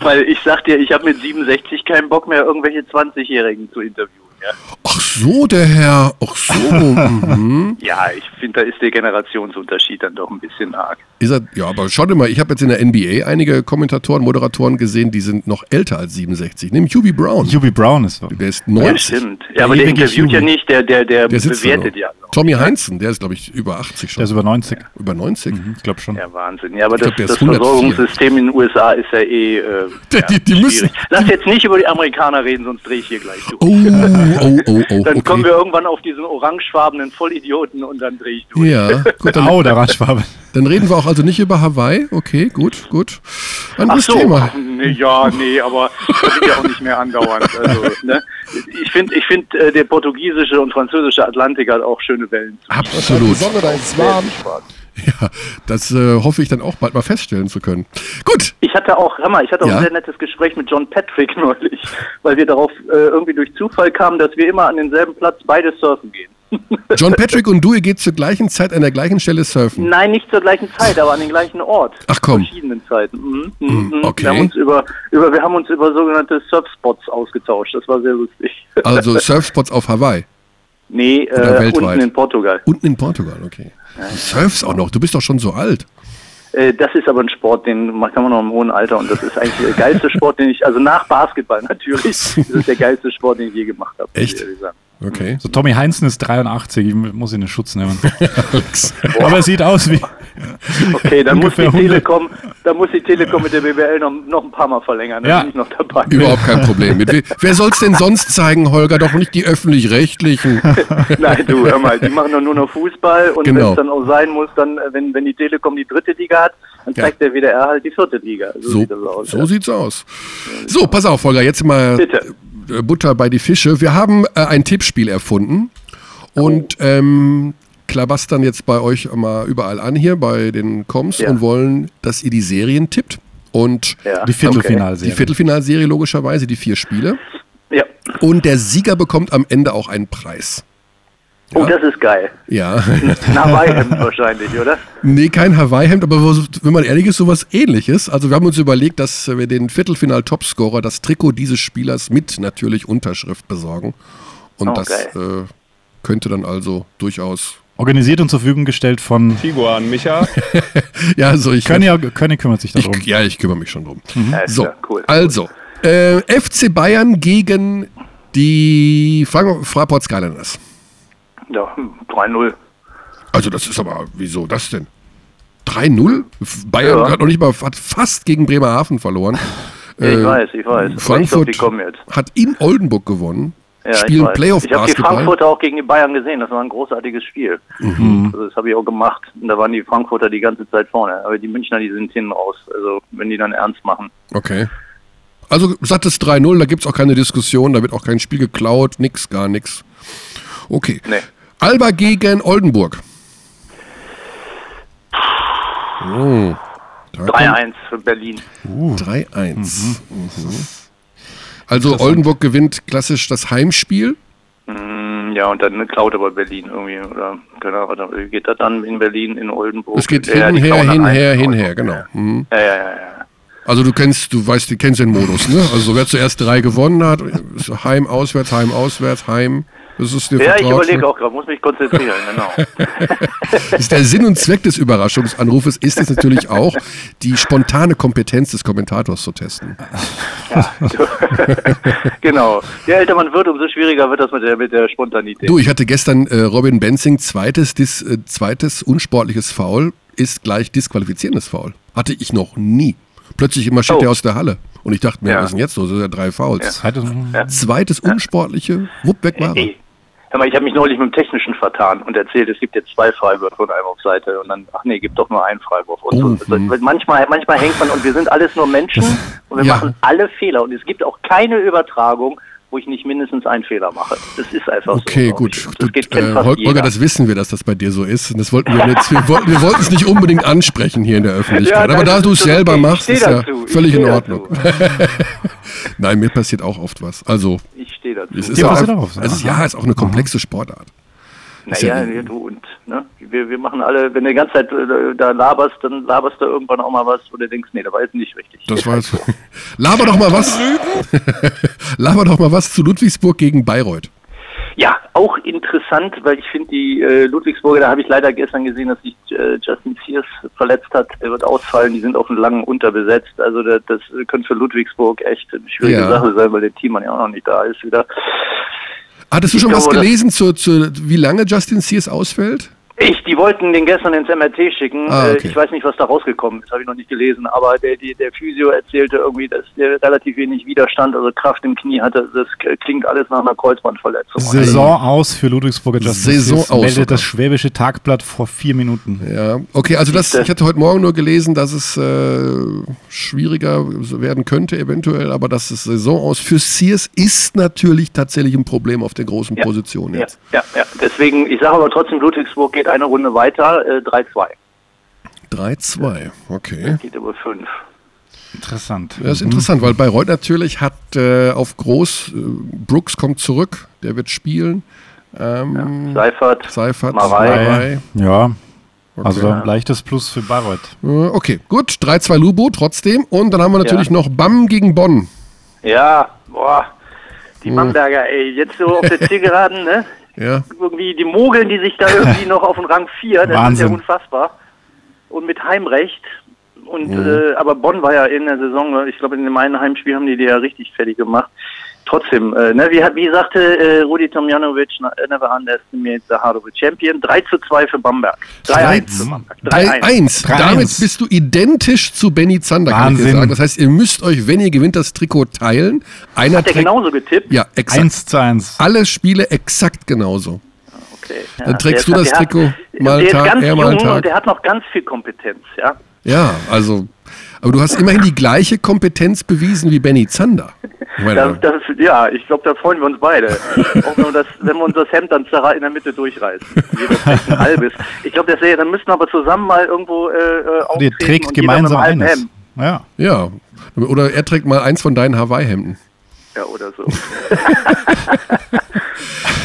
S8: Weil ich sag dir, ich habe mit 67 keinen Bock mehr, irgendwelche 20-Jährigen zu interviewen. Ja.
S1: Ach so, der Herr. Ach so. mhm.
S8: Ja, ich finde, da ist der Generationsunterschied dann doch ein bisschen arg.
S1: Ist er, ja, aber schaut mal, ich habe jetzt in der NBA einige Kommentatoren, Moderatoren gesehen, die sind noch älter als 67. Nimm Hubie Brown.
S2: Jubi Brown ist
S1: Der ist
S8: Ja,
S1: 90.
S8: stimmt. Ja, aber der
S2: ewige
S8: interviewt ja
S2: Jugend.
S8: nicht, der, der, der,
S1: der sitzt da noch.
S8: bewertet ja. noch.
S1: Tommy Heinzen, der ist, glaube ich, über 80 schon.
S2: Der ist über 90.
S1: über 90?
S2: Ich glaube schon.
S8: Ja, Wahnsinn. Ja, aber das,
S1: glaub, der
S8: das
S1: ist 104.
S8: Versorgungssystem in den USA ist ja eh. Äh,
S1: Die-
S8: ja,
S1: die- die müssen-
S8: schwierig. Lass jetzt nicht über die Amerikaner reden, sonst drehe ich hier gleich durch.
S1: Oh, oh, oh, oh.
S8: Dann kommen
S1: Okay.
S8: wir irgendwann auf diesen orangefarbenen Vollidioten und dann drehe ich durch.
S1: Ja, gut, dann,
S2: Au, der Raschwabe.
S1: dann reden wir auch also nicht über Hawaii. Okay, gut, gut.
S8: Ach
S1: Anderes
S8: so,
S1: Thema.
S8: Ach, nee, ja, nee, aber das wird ja auch nicht mehr andauernd. Also, ne? Ich finde, ich find, äh, der portugiesische und französische Atlantik hat auch schöne Wellen.
S9: Die
S1: Absolut.
S9: Sonne da ist warm.
S1: Ja, das äh, hoffe ich dann auch bald mal feststellen zu können. Gut,
S8: Ich hatte auch, hör mal, ich hatte auch
S1: Ja?
S8: ein sehr nettes Gespräch mit John Patrick neulich, weil wir darauf äh, irgendwie durch Zufall kamen, dass wir immer an denselben Platz beide surfen gehen.
S1: John Patrick und du, ihr geht zur gleichen Zeit an der gleichen Stelle surfen.
S8: Nein, nicht zur gleichen Zeit, aber an den gleichen Ort.
S1: Hm. Ach komm. Hm,
S8: Zu verschiedenen Zeiten. Mhm, mhm, mhm.
S1: okay.
S8: Wir haben, uns über, über, wir haben uns über sogenannte Surfspots ausgetauscht. Das war sehr lustig.
S1: Also Surfspots auf Hawaii.
S8: Nee,
S1: Oder
S8: äh,
S1: weltweit.
S8: unten in Portugal.
S1: Unten in Portugal, okay. Du surfst auch noch, du bist doch schon so alt.
S8: Äh, das ist aber ein Sport, den macht- kann man noch im hohen Alter und das ist eigentlich der geilste Sport, den ich, also nach Basketball natürlich, das ist der geilste Sport, den ich je gemacht habe. muss ich
S1: Echt?
S8: ehrlich sagen.
S1: Okay.
S2: So, Tommy Heinzen ist 83, ich muss ihn in Schutz nehmen. Aber er sieht aus wie.
S8: Okay, dann muss, die
S2: Ungefähr 100.
S8: Telekom, dann muss die Telekom mit der BBL noch, noch ein paar Mal verlängern, dann
S2: Ja.
S8: bin ich noch dabei.
S1: Überhaupt kein Problem. Mit, we- wer soll's denn sonst zeigen, Holger? Doch nicht die öffentlich-rechtlichen.
S8: Nein, du, hör mal, die machen doch nur noch Fußball und
S1: Genau.
S8: wenn es dann auch sein muss, dann, äh, wenn, wenn die Telekom die dritte Liga hat, dann
S1: Ja.
S8: zeigt der WDR halt die vierte Liga.
S1: So,
S8: So, sieht das aus.
S1: so
S8: ja.
S1: sieht's aus. So, pass auf, Holger, jetzt mal
S8: Bitte.
S1: äh, Butter bei die Fische. Wir haben äh, ein Tippspiel erfunden
S8: Oh.
S1: und ähm, klabastern jetzt bei euch mal überall an hier bei den Coms
S8: Ja.
S1: und wollen, dass ihr die Serien tippt. Und
S8: Ja.
S2: Die Viertelfinalserie.
S1: die Viertelfinalserie logischerweise, die vier Spiele.
S8: Ja.
S1: Und der Sieger bekommt am Ende auch einen Preis.
S8: Oh, das ist geil.
S1: Ja.
S8: Ein Hawaii-Hemd wahrscheinlich, oder?
S1: Nee, kein Hawaii-Hemd, aber was- wenn man ehrlich ist, sowas ähnliches. Also wir haben uns überlegt, dass wir den Viertelfinal-Topscorer das Trikot dieses Spielers mit natürlich Unterschrift besorgen. Und
S8: Oh,
S1: das äh, könnte dann also durchaus.
S2: Organisiert und zur Verfügung gestellt von.
S10: Tiguan, Micha.
S1: Ja, so ich.
S2: Könny, Könny kümmert sich darum.
S1: ich ja, ich kümmere mich schon drum.
S8: Ja, ist
S1: Hm, So,
S8: Mhm. ja cool.
S1: also äh, FC Bayern gegen die Fra- Fraport Skyliners.
S8: Ja, hm, 3-0.
S1: Also das ist aber, wieso das denn? 3-0? F- Bayern
S8: Ja.
S1: hat noch nicht mal hat fast gegen Bremerhaven verloren.
S8: Ja, ich weiß, ich weiß. Aber ich glaub,
S1: Äh, Frankfurt
S8: die kommen jetzt.
S1: hat in Oldenburg gewonnen,
S8: Ja, ich
S1: spielen
S8: weiß. Ich habe die
S1: Playoff-Basketball.
S8: Frankfurter auch gegen die Bayern gesehen. Das war ein großartiges Spiel.
S1: Mhm.
S8: Also das habe ich auch gemacht. Und da waren die Frankfurter die ganze Zeit vorne. Aber die Münchner, die sind hinten raus. Also wenn die dann ernst machen.
S1: Okay. Also sattes 3-0, da gibt es auch keine Diskussion, da wird auch kein Spiel geklaut, nix, gar nix. Okay.
S8: Nee.
S1: Alba gegen Oldenburg. Oh. Da kommt
S8: 3-1 für Berlin.
S1: 3-1. Mhm. Also Oldenburg gewinnt klassisch das Heimspiel.
S8: Hm, Ja, und dann klaut aber Berlin irgendwie. Oder keine Ahnung, was- wie geht das dann in Berlin, in Oldenburg?
S1: Es geht
S8: die
S1: hin, her,
S8: klauen dann
S1: hin,
S8: ein.
S1: her, hin, her, genau. Mhm.
S8: Ja, ja, ja, ja.
S1: Also du kennst, du weißt, du kennst den Modus, ne? Also wer zuerst drei gewonnen hat, ist heim, auswärts, heim, auswärts, heim. Das ist eine
S8: Ja, ich
S1: Vertrags-
S8: überlege auch gerade, muss mich konzentrieren, genau.
S1: Das ist der Sinn und Zweck des Überraschungsanrufes ist es natürlich auch, die spontane Kompetenz des Kommentators zu testen.
S8: genau. Je älter man wird, umso schwieriger wird das mit der, mit der Spontanität.
S1: Du, ich hatte gestern äh, Robin Benzing zweites, dis, äh, zweites unsportliches Foul ist gleich disqualifizierendes Foul. Hatte ich noch nie. Plötzlich immer schiebt
S8: Oh.
S1: er aus der Halle. Und ich dachte mir,
S8: Ja.
S1: was ist denn jetzt los? Das sind ja drei Fouls.
S2: Zeit ist-
S1: Zweites unsportliche, wupp, weg war er.
S8: Ey, hör mal, ich habe mich neulich mit dem Technischen vertan und erzählt, es gibt jetzt zwei Freiwürfe und einem auf Seite. Und dann, ach nee, gibt doch nur einen Freiwurf. Und
S1: Mhm.
S8: so, also, manchmal, manchmal hängt man und wir sind alles nur Menschen und wir
S1: Ja.
S8: machen alle Fehler. Und es gibt auch keine Übertragung, wo ich nicht mindestens einen Fehler mache. Das ist einfach so.
S1: Okay,
S8: glaub ich.
S1: gut. Du,
S8: Das geht, kennt
S1: äh,
S8: fast
S1: Hol- Holger,
S8: jeder.
S1: das wissen wir, dass das bei dir so ist. Und das wollten wir jetzt, wir wollten wir wollten es nicht unbedingt ansprechen hier in der Öffentlichkeit. Aber
S8: nein,
S1: da
S8: das
S1: du es
S8: ist
S1: selber
S8: okay. Ich
S1: machst,
S8: steh
S1: ist ja
S8: dazu. Ich
S1: völlig in
S8: steh
S1: Ordnung.
S8: dazu.
S1: Nein, mir passiert auch oft was. Also,
S8: Ich stehe dazu.
S1: es ist,
S2: Dir
S1: auch,
S2: passiert auch was,
S1: es ist
S2: ja.
S1: ja, es ist auch eine komplexe Sportart. Ist ja-
S8: Naja, ja, du und ne? wir, wir machen alle, wenn du die ganze Zeit äh, da laberst, dann laberst du irgendwann auch mal was, wo du denkst, nee, da war jetzt nicht richtig.
S1: Das war jetzt. Laber doch mal was. Laber doch mal was zu Ludwigsburg gegen Bayreuth.
S8: Ja, auch interessant, weil ich finde, die äh, Ludwigsburger, da habe ich leider gestern gesehen, dass sich äh, Justin Sears verletzt hat. Er wird ausfallen, die sind auf einen langen unterbesetzt. Also das, das könnte für Ludwigsburg echt eine schwierige
S1: Ja.
S8: Sache sein, weil der Teammann ja auch noch nicht da ist wieder.
S1: Hattest du schon
S8: Ich
S1: was
S8: glaube, das-
S1: gelesen, zu, zu, wie lange Justin Sears ausfällt?
S8: Ich, die wollten den gestern ins MRT schicken.
S1: Ah,
S8: Äh,
S1: okay.
S8: Ich weiß nicht, was da rausgekommen ist, habe ich noch nicht gelesen. Aber der, die, der Physio erzählte irgendwie, dass der relativ wenig Widerstand, also Kraft im Knie hatte. Das klingt alles nach einer Kreuzbandverletzung.
S2: Saison aus für Ludwigsburger Justin
S1: Saison
S2: Sears,
S1: aus sogar.
S2: meldet das Schwäbische Tagblatt vor vier Minuten.
S1: Ja, okay, also das, ich hatte heute Morgen nur gelesen, dass es äh, schwieriger werden könnte eventuell, aber dass es Saison aus für Sears ist natürlich tatsächlich ein Problem auf der großen Position
S8: Ja,
S1: jetzt.
S8: ja, ja. Deswegen, ich sage aber trotzdem, Ludwigsburg geht eine Runde weiter, äh, 3-2.
S1: 3-2, okay.
S8: Geht über 5.
S2: Interessant.
S1: Das ist interessant, weil Bayreuth natürlich hat äh, auf groß, äh, Brooks kommt zurück, der wird spielen. Ähm,
S8: Seifert,
S1: Seifert,
S8: Marei.
S1: Marei.
S2: Ja. Also da ein leichtes Plus für Bayreuth.
S1: Äh, Okay, gut. 3-2 Lubo trotzdem. Und dann haben wir natürlich
S8: Ja.
S1: noch Bam gegen Bonn.
S8: Ja, boah. Die
S1: Mhm.
S8: Bamberger, ey, jetzt so auf der Zielgeraden, ne?
S1: Ja.
S8: Irgendwie die Mogeln, die sich da irgendwie noch auf den Rang 4, das ist ja
S2: Wahnsinn.
S8: unfassbar. Und mit Heimrecht. Und äh, aber Bonn war ja in der Saison, ne, ich glaube in dem einen Heimspiel haben die die ja richtig fertig gemacht. Trotzdem, äh, ne, wie, hat- wie sagte äh, Rudi Tomjanovic, na- äh, never underestimate the heart of a champion, 3 zu 2 für Bamberg. 3-1 für Bamberg. 3-1.
S1: 3-1.
S2: 3-1.
S1: Damit bist du identisch zu Benny Zander, kann ich dir
S2: Wahnsinn.
S1: sagen. Das heißt, ihr müsst euch, wenn ihr gewinnt, das Trikot teilen. Einer
S8: Hat der genau
S1: trägt-
S8: genauso getippt?
S1: Ja, exakt.
S2: 1 zu 1.
S1: Alle Spiele exakt genauso.
S8: Okay. Ja,
S1: Dann trägst
S8: der
S1: du
S8: ist-
S1: das
S8: der hat-
S1: Trikot mal
S8: der ist
S1: einen Tag,
S8: ganz
S1: er mal einen
S8: jung
S1: Tag.
S8: Und der hat noch ganz viel Kompetenz, ja.
S1: Ja, also. Aber du hast immerhin die gleiche Kompetenz bewiesen wie Benny Zander. Ich meine,
S8: Da, das, ja, ich glaube, da freuen wir uns beide. Auch nur das, wenn wir uns das Hemd dann zerra- in der Mitte durchreißen. Jeder trägt ein halbes. Ich glaube, das wäre, dann müssten wir aber zusammen mal irgendwo äh, äh,
S2: Ihr
S8: auftreten
S2: trägt
S8: und jeder mit einem
S2: gemeinsam
S8: halben
S2: eines.
S8: Hemd.
S2: Ja.
S1: ja. Oder er trägt mal eins von deinen Hawaii-Hemden.
S8: Ja, oder so.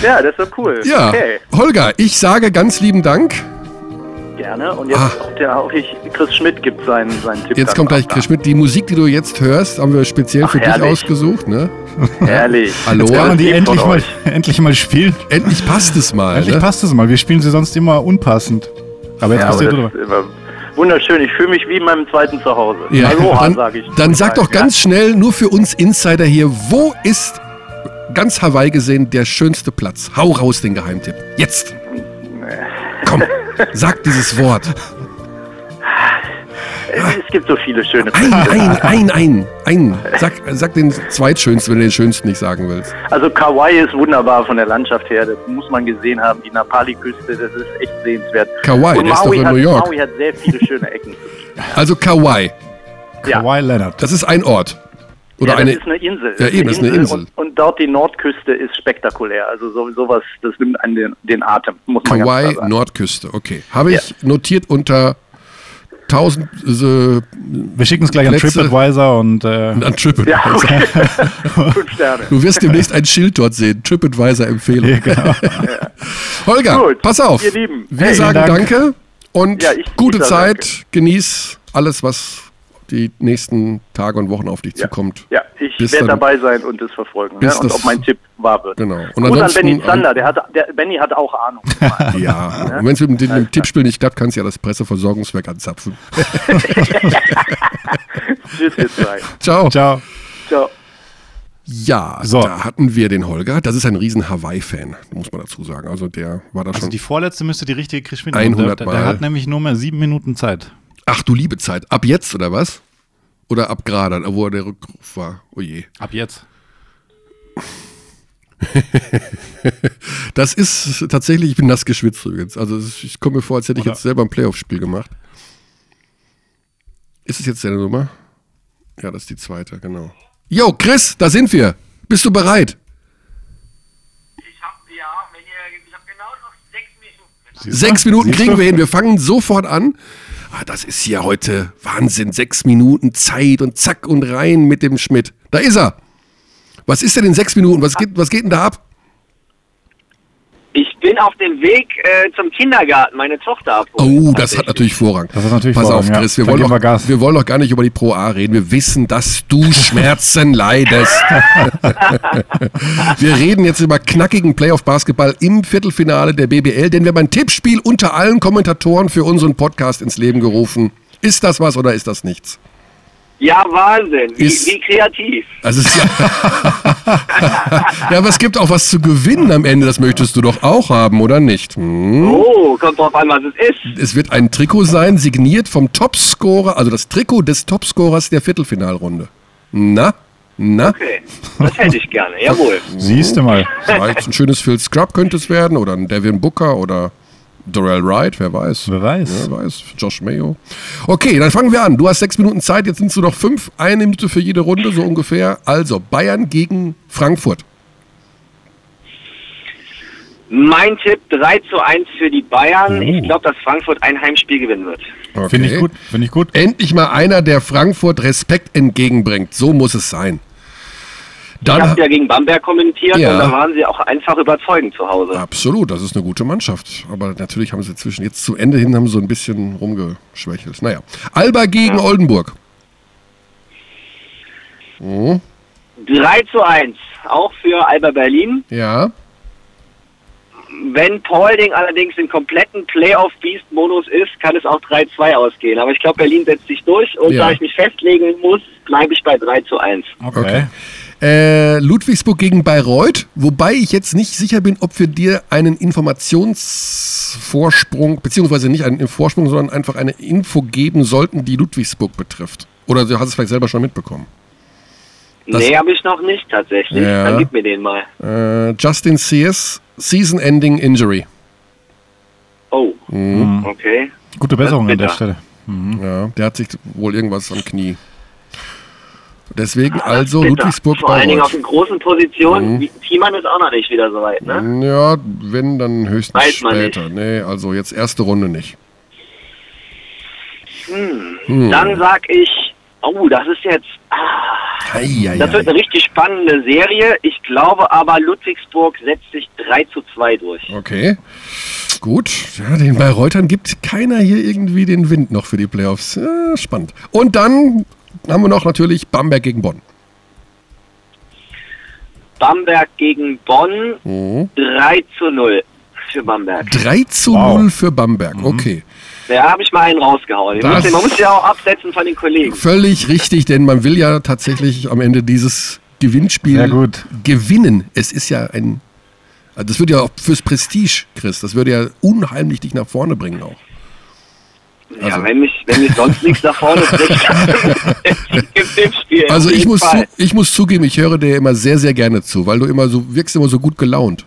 S8: ja, das ist cool.
S1: Ja.
S8: Okay,
S1: Holger, ich sage ganz lieben Dank.
S8: gerne. Und jetzt
S1: Ah.
S8: auch der, auch ich, Chris Schmidt gibt seinen, seinen Tipp.
S1: Jetzt
S8: dann
S1: kommt gleich
S8: auch da.
S1: Chris Schmidt. Die Musik, die du jetzt hörst, haben wir speziell für dich
S8: herrlich.
S1: ausgesucht. Ne?
S8: Herrlich.
S1: Hallo?
S2: Jetzt kann man die
S8: Lieb von
S2: endlich mal,
S8: euch.
S2: endlich mal spielen.
S1: Endlich passt es mal.
S2: Endlich
S1: ne?
S2: passt es mal. Wir spielen sie sonst immer unpassend. Aber jetzt
S8: Ja,
S2: passt ihr
S8: aber
S2: drüber.
S8: das ist immer wunderschön. Ich fühle mich wie in meinem zweiten Zuhause.
S1: ja.
S8: Aloha,
S1: dann,
S8: sage ich.
S1: dann sag doch ganz schnell, nur für uns Insider hier, wo ist ganz Hawaii gesehen der schönste Platz? Hau raus den Geheimtipp. Jetzt. Komm, sag dieses Wort.
S8: Ja, es gibt so viele schöne
S1: Ein,
S8: Plätze.
S1: ein, ein, ein, ein. Sag, sag den zweitschönsten, wenn du den schönsten nicht sagen willst.
S8: Also Kauai ist wunderbar von der Landschaft her. Das muss man gesehen haben. Die Napali-Küste, das ist echt sehenswert.
S1: Kauai,
S8: Und
S1: der ist doch
S8: Maui
S1: in
S8: hat,
S1: New York.
S8: Maui hat sehr viele schöne Ecken.
S1: Also Kauai,
S8: Ja.
S2: Kawhi Leonard.
S1: das ist ein Ort. Oder
S8: ja,
S1: eine.
S8: das ist eine Insel.
S1: Ja, eben, das ist eine Insel.
S8: Und, und dort die Nordküste ist spektakulär. Also so, sowas, das nimmt an den, den Atem, muss man ganz
S1: Kauai,
S8: klar sagen.
S1: Nordküste, okay. Habe ich notiert unter 1000 äh,
S2: Wir schicken es gleich an
S1: Plätze-
S2: TripAdvisor und äh,
S1: an Triple.
S8: Ja, okay. Fünf Sterne.
S1: Du wirst demnächst ein Schild dort sehen. TripAdvisor-Empfehlung.
S2: genau.
S1: Holger,
S8: Gut,
S1: pass auf.
S8: ihr Lieben.
S1: Wir
S8: Hey,
S1: sagen
S2: vielen Dank.
S1: Danke und
S8: Ja, ich- ich
S1: gute
S8: sag
S1: Zeit. Genieß alles, was die nächsten Tage und Wochen auf dich zukommt.
S8: Ja, ich
S1: Bis
S8: werde
S1: dann-
S8: dabei sein und es verfolgen.
S1: Bis
S8: Ja, und
S1: das-
S8: ob mein Tipp wahr wird.
S1: Genau. Und
S8: Und Gut an
S1: ansonsten-
S8: Benny Zander, der hat, der, Benny hat auch Ahnung.
S1: Ja, und wenn es mit dem, dem Tippspiel nicht klappt, kannst du ja das Presseversorgungswerk anzapfen.
S8: Tschüss, ihr zwei.
S1: Ciao.
S2: Ciao.
S8: Ciao.
S1: Ja,
S2: So.
S1: da hatten wir den Holger. Das ist ein riesen Hawaii-Fan, muss man dazu sagen. Also der war da
S2: Also
S1: schon.
S2: die vorletzte müsste die richtige Krischwin
S1: 100
S2: der,
S1: Mal.
S2: der hat nämlich nur mehr sieben Minuten Zeit.
S1: Ach du liebe Zeit, ab jetzt oder was? Oder ab gerade, wo der Rückruf war. Oh je.
S2: Ab jetzt.
S1: Das ist tatsächlich, ich bin nass geschwitzt übrigens. Also es ist- ich komme mir vor, als hätte ich
S2: Oder-
S1: jetzt selber ein Playoff-Spiel gemacht. Ist es jetzt deine Nummer? Ja, das ist die zweite, genau. Jo, Chris, da sind wir. Bist du bereit?
S7: Ich hab, ja, wenn ihr, ich hab genau noch sechs Minuten.
S2: Siehst du?
S1: Sechs Minuten
S2: Siehst du?
S1: kriegen wir hin. Wir fangen sofort an. Ah, das ist hier heute Wahnsinn. Sechs Minuten Zeit und zack und rein mit dem Schmidt. Da ist er. Was ist denn in sechs Minuten? Was geht, was geht denn da ab?
S7: Ich bin auf dem Weg äh, zum Kindergarten, meine Tochter abholen.
S1: Oh, das hat natürlich Vorrang.
S2: also Das hat natürlich
S1: Pass
S2: Vorrang,
S1: auf,
S2: ja.
S1: Chris, wir,
S2: Dann
S1: wollen
S2: geben wir
S1: noch,
S2: Gas.
S1: wir wollen noch gar nicht über die Pro A reden. Wir wissen, dass du Schmerzen leidest. wir reden jetzt über knackigen Playoff-Basketball im Viertelfinale der BBL, denn wir haben ein Tippspiel unter allen Kommentatoren für unseren Podcast ins Leben gerufen. Ist das was oder ist das nichts?
S7: Ja, Wahnsinn. Wie,
S1: Ist-
S7: wie kreativ.
S1: Also es ist ja, ja, aber es gibt auch was zu gewinnen am Ende. Das möchtest du doch auch haben, oder nicht? Hm?
S7: Oh, kommt drauf an, was es ist.
S1: Es wird ein Trikot sein, signiert vom Topscorer, also das Trikot des Topscorers der Viertelfinalrunde. Na? Na?
S7: Okay, das hätte ich gerne, jawohl.
S2: Siehst du mal.
S1: Vielleicht ein schönes Phil Scrub könnte es werden oder ein Devin Booker oder Darrell Wright, wer weiß.
S2: Wer weiß.
S1: Wer weiß. Josh Mayo. Okay, dann fangen wir an. Du hast sechs Minuten Zeit, jetzt sind es nur noch fünf. Eine Minute für jede Runde, so ungefähr. Also Bayern gegen Frankfurt.
S7: Mein Tipp 3 zu 1 für die Bayern.
S1: Oh.
S7: Ich glaube, dass Frankfurt ein Heimspiel gewinnen wird.
S1: Okay.
S2: Finde ich gut. Finde ich gut.
S1: Endlich mal einer, der Frankfurt Respekt entgegenbringt. So muss es sein.
S7: Ich
S1: Dann,
S7: habe ja gegen Bamberg kommentiert
S1: Ja.
S7: und da waren sie auch einfach überzeugend zu Hause.
S1: Absolut, das ist eine gute Mannschaft. Aber natürlich haben sie zwischen jetzt zu Ende hin haben sie so ein bisschen rumgeschwächelt. Naja. Alba gegen Oldenburg.
S7: 3 zu 1, auch für Alba Berlin.
S1: Ja.
S7: Wenn Paulding allerdings im kompletten Playoff-Beast-Modus ist, kann es auch 3-2 ausgehen. Aber ich glaube, Berlin setzt sich durch und
S1: Ja.
S7: da ich mich festlegen muss, bleibe ich bei 3 zu 1.
S2: Okay.
S1: Okay. Äh, Ludwigsburg gegen Bayreuth, wobei ich jetzt nicht sicher bin, ob wir dir einen Informationsvorsprung, beziehungsweise nicht einen Vorsprung, sondern einfach eine Info geben sollten, die Ludwigsburg betrifft. Oder du hast es vielleicht selber schon mitbekommen. Das-
S7: nee, habe ich noch nicht tatsächlich.
S1: Ja.
S7: Dann gib mir den mal.
S1: Äh, Justin Sears, Season-Ending Injury.
S7: Oh,
S1: Mhm.
S7: okay.
S2: Gute Besserung an der
S7: Bitter.
S2: Stelle.
S1: Ja, der hat sich wohl irgendwas am Knie. Deswegen also
S7: Bitter.
S1: Ludwigsburg
S7: Ah, Vor allen Dingen auf
S1: Bayreuth.
S7: den großen Positionen. Mhm. Thiemann ist auch noch nicht wieder so weit, ne?
S1: Ja, wenn dann höchstens
S7: Weiß man
S1: später. Nee, also jetzt erste Runde nicht. Mhm.
S7: Dann sag ich, oh, das ist jetzt, ah, das wird eine richtig spannende Serie. Ich glaube aber, Ludwigsburg setzt sich 3 zu 2 durch.
S1: Okay. Gut. Ja, den Bayreutern gibt keiner hier irgendwie den Wind noch für die Playoffs. Ja, spannend. Und dann haben wir noch natürlich Bamberg gegen Bonn.
S7: Bamberg gegen Bonn,
S1: Mhm.
S7: 3 zu 0 für Bamberg.
S1: 3 zu 0
S2: Wow.
S1: für Bamberg. Okay.
S7: Da habe ich mal einen rausgehauen. Ich
S1: Das-
S7: muss den- Man muss ja auch absetzen von den Kollegen.
S1: Völlig richtig, denn man will ja tatsächlich am Ende dieses Gewinnspiel
S2: Sehr gut.
S1: gewinnen. Es ist ja ein. also Das würde ja auch fürs Prestige, Chris, das würde ja unheimlich dich nach vorne bringen auch. also-
S7: ja, wenn mich, wenn mich sonst nichts nach vorne bricht, im Tippspiel. auf
S1: Also ich
S7: jeden
S1: muss, zu,
S7: Fall.
S1: ich muss zugeben, ich höre dir immer sehr, sehr gerne zu, weil du immer so wirkst immer so gut gelaunt.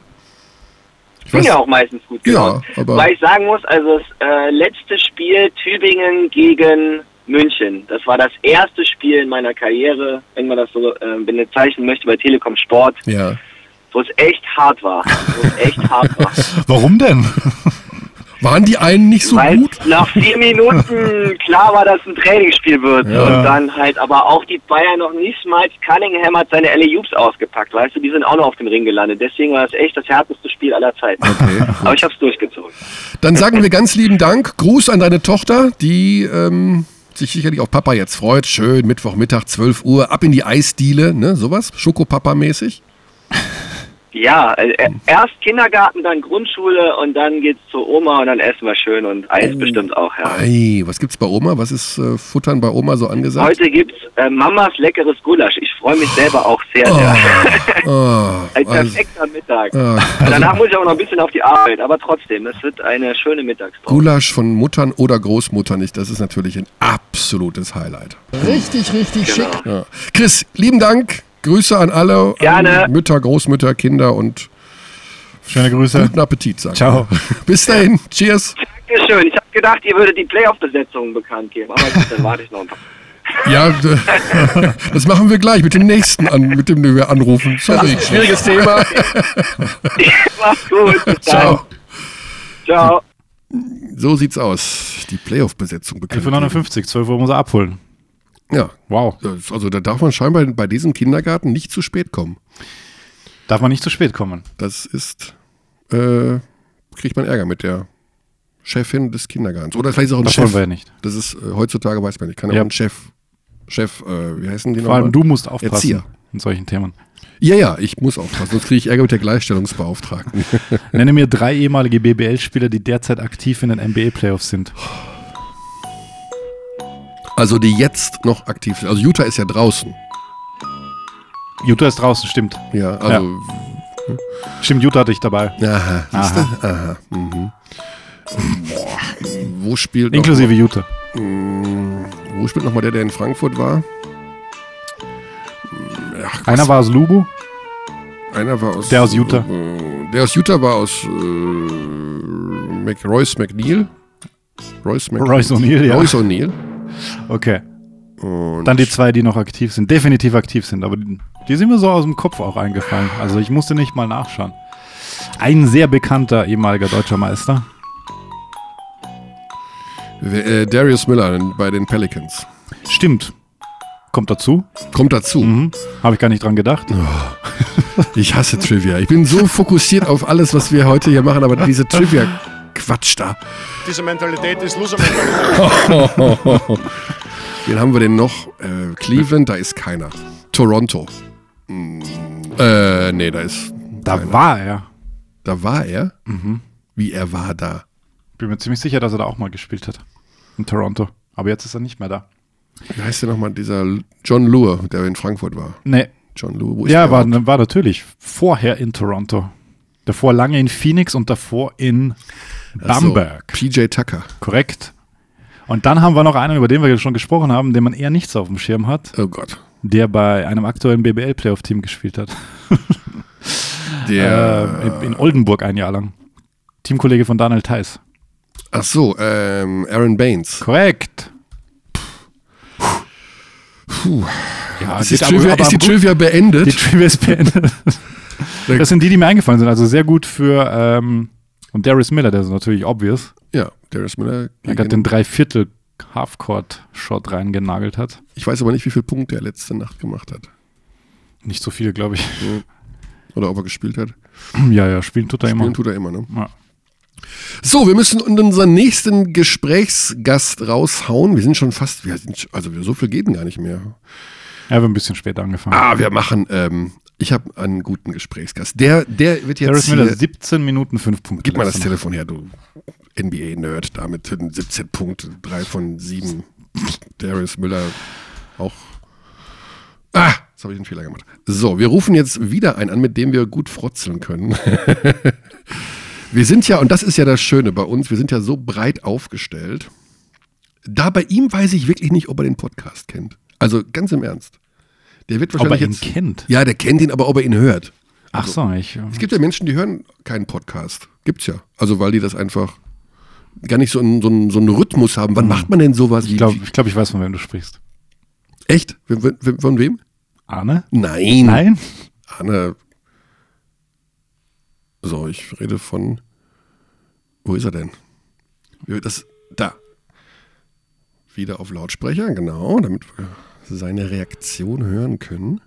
S7: Ich bin
S1: weiß-
S7: ja auch meistens gut
S1: Ja,
S7: gelaunt.
S1: aber-
S7: Weil ich sagen muss, also das äh, letzte Spiel Tübingen gegen München, das war das erste Spiel in meiner Karriere, wenn man das so äh, bezeichnen möchte, bei Telekom Sport,
S1: Ja.
S7: wo es echt hart war. Wo es echt hart war.
S2: Warum denn?
S1: Waren die einen nicht so
S7: Weil
S1: gut?
S7: nach vier Minuten klar war, dass es ein Trainingsspiel wird. Und dann halt aber auch die Bayern noch nicht mal. Cunningham hat seine LEUs ausgepackt, weißt du, die sind auch noch auf dem Ring gelandet. Deswegen war das echt das härteste Spiel aller Zeiten. aber ich hab's durchgezogen.
S1: Dann sagen wir ganz lieben Dank. Gruß an deine Tochter, die ähm, sich sicherlich auch Papa jetzt freut. Schön, Mittwochmittag, 12 Uhr, ab in die Eisdiele, ne? Sowas, Schokopapa-mäßig.
S7: Ja, äh, erst Kindergarten, dann Grundschule und dann geht's zur Oma und dann essen wir schön und Eis
S1: Äh,
S7: bestimmt auch, ja.
S1: Ei, was gibt's bei Oma? Was ist äh, Futtern bei Oma so angesagt?
S7: Heute gibt's äh, Mamas leckeres Gulasch. Ich freue mich selber auch sehr, sehr.
S1: Ah,
S7: Ein
S1: Oh, also,
S7: perfekter Mittag.
S1: ah,
S7: Danach muss ich auch noch ein bisschen auf die Arbeit, aber trotzdem, es wird eine schöne Mittagspause.
S1: Gulasch von Muttern oder Großmuttern nicht, das ist natürlich ein absolutes Highlight.
S4: Richtig, richtig schick.
S1: Ja. Chris, lieben Dank. Grüße an alle.
S7: Gerne.
S1: An Mütter, Großmütter, Kinder und
S2: Schöne Grüße.
S1: guten Appetit, sagen
S2: Ciao.
S1: wir. Bis dahin. Cheers.
S7: Dankeschön. Ich habe gedacht, ihr würdet die Playoff-Besetzung bekannt geben, aber gut, dann warte ich noch ein paar.
S1: Ja, d- das machen wir gleich mit dem nächsten, an, mit dem wir anrufen. Sorry.
S4: Schwieriges Thema.
S7: Macht's gut. Bis dann.
S1: Ciao.
S7: Ciao.
S1: So sieht's aus. Die Playoff-Besetzung bekannt.
S2: 11.59 12 Uhr muss er abholen.
S1: Ja.
S2: Wow.
S1: Das- Also da darf man scheinbar bei diesem Kindergarten nicht zu spät kommen.
S2: Darf man nicht zu spät kommen.
S1: Das ist, äh, kriegt man Ärger mit der Chefin des Kindergartens. Oder vielleicht ist auch ein
S2: Das
S1: Chef.
S2: wollen wir ja nicht.
S1: Das ist äh, heutzutage weiß man nicht. Kann ja
S2: Ja.
S1: auch ein Chef, Chef, äh, wie heißen die
S2: Vor allem
S1: nochmal?
S2: du musst aufpassen
S1: Erzieher.
S2: in solchen Themen.
S1: Ja, ja, ich muss aufpassen, sonst kriege ich Ärger mit der Gleichstellungsbeauftragten.
S2: Nenne mir drei ehemalige BBL-Spieler, die derzeit aktiv in den NBA-Playoffs sind.
S1: Also die jetzt noch aktiv sind. Also Utah ist ja draußen.
S2: Utah ist draußen, stimmt.
S1: Ja, also
S2: Stimmt, Utah hatte ich dabei.
S1: Aha, siehst du? Aha. Mhm. Boah, wo spielt noch-
S2: Inklusive Utah.
S1: wo spielt nochmal der, der in Frankfurt war? Ach,
S2: Einer war aus Lubu.
S1: Einer war aus.
S2: Der aus Utah.
S1: Äh, der aus Utah war aus äh, Mac, Royce McNeil. Royce McNeil.
S2: Royce O'Neal, ja.
S1: Royce O'Neal.
S2: Okay.
S1: Und
S2: Dann die zwei, die noch aktiv sind, definitiv aktiv sind. Aber die, die sind mir so aus dem Kopf auch eingefallen. Also ich musste nicht mal nachschauen. Ein sehr bekannter ehemaliger deutscher Meister.
S1: äh, Darius Miller bei den Pelicans.
S2: Stimmt. Kommt dazu.
S1: Kommt dazu.
S2: Mhm. Habe ich gar nicht dran gedacht.
S1: Ich hasse Trivia. Ich bin so fokussiert auf alles, was wir heute hier machen, aber diese Trivia-Quatsch da.
S3: Diese Mentalität ist Loser-Mentalität.
S1: Wen haben wir denn noch? Äh, Cleveland, da ist keiner. Toronto. Hm, Äh, nee, da ist.
S2: Da war er.
S1: Da war er. Wie er war da.
S2: Bin mir ziemlich sicher, dass er da auch mal gespielt hat. In Toronto. Aber jetzt ist er nicht mehr da.
S1: Wie heißt der nochmal? Dieser John Lure, der in Frankfurt war.
S2: Nee.
S1: John Lure, wo ist
S2: Ja,
S1: der?
S2: war, war natürlich vorher in Toronto. Davor lange in Phoenix und davor in
S1: Ach so,
S2: Bamberg.
S1: PJ Tucker.
S2: Korrekt. Und dann haben wir noch einen, über den wir schon gesprochen haben, den man eher nichts auf dem Schirm hat,
S1: Oh Gott.
S2: der bei einem aktuellen BBL-Playoff-Team gespielt hat.
S1: Der.
S2: Äh, in in Oldenburg ein Jahr lang. Teamkollege von Daniel Theiss. Äh.
S1: Ach so, ähm, Aaron Baines.
S2: Korrekt. Puh. Ja,
S1: Ist die
S2: geht aber-
S1: Trivia,
S2: aber
S1: ist die
S2: am gut-
S1: Trivia beendet?
S2: die Trivia ist beendet. Das sind die, die mir eingefallen sind. Also sehr gut für ähm, und Darius Miller, der ist natürlich obvious.
S1: ja, Darius Miller.
S2: Er
S1: gegen-
S2: hat den Dreiviertel Halfcourt-Shot reingenagelt hat.
S1: ich weiß aber nicht, wie viele Punkte er letzte Nacht gemacht hat.
S2: Nicht so viele, glaube ich.
S1: Oder ob er gespielt hat.
S2: Ja, ja, spielen tut er immer.
S1: Spielen tut er immer, ne?
S2: Ja.
S1: So, wir müssen unseren nächsten Gesprächsgast raushauen. Wir sind schon fast, wir sind, also wir- so viel geht denn gar nicht mehr.
S2: Er wird ein bisschen später angefangen.
S1: Ah, wir machen, ähm, ich habe einen guten Gesprächsgast. Der, der wird jetzt
S2: Darius
S1: hier,
S2: Miller, 17 Minuten, 5 Punkte.
S1: gib mal das
S2: letzte Nacht.
S1: Telefon her, du NBA-Nerd, da mit 17 Punkten, 3 von 7. Darius Müller auch. Ah, jetzt habe ich einen Fehler gemacht. So, wir rufen jetzt wieder einen an, mit dem wir gut frotzeln können. wir sind ja, und das ist ja das Schöne bei uns, wir sind ja so breit aufgestellt. Da bei ihm weiß ich wirklich nicht, ob er den Podcast kennt. Also ganz im Ernst. Der wird
S2: Ob er
S1: wahrscheinlich
S2: ihn
S1: jetzt.
S2: kennt.
S1: Ja, der kennt ihn, aber ob er ihn hört.
S2: Ach so, ich. äh,
S1: Es gibt ja Menschen, die hören keinen Podcast. Gibt's ja. Also weil die das einfach gar nicht so einen, so einen, so einen Rhythmus haben. Wann macht man denn sowas?
S2: Hm. Ich glaube, ich, glaub, ich weiß, von wem du sprichst.
S1: Echt? Von, von, von wem?
S2: Arne?
S1: Nein.
S2: Nein?
S1: Anne. So, ich rede von. Wo ist er denn? Ja, Das, da. Wieder auf Lautsprecher, genau, damit wir seine Reaktion hören können.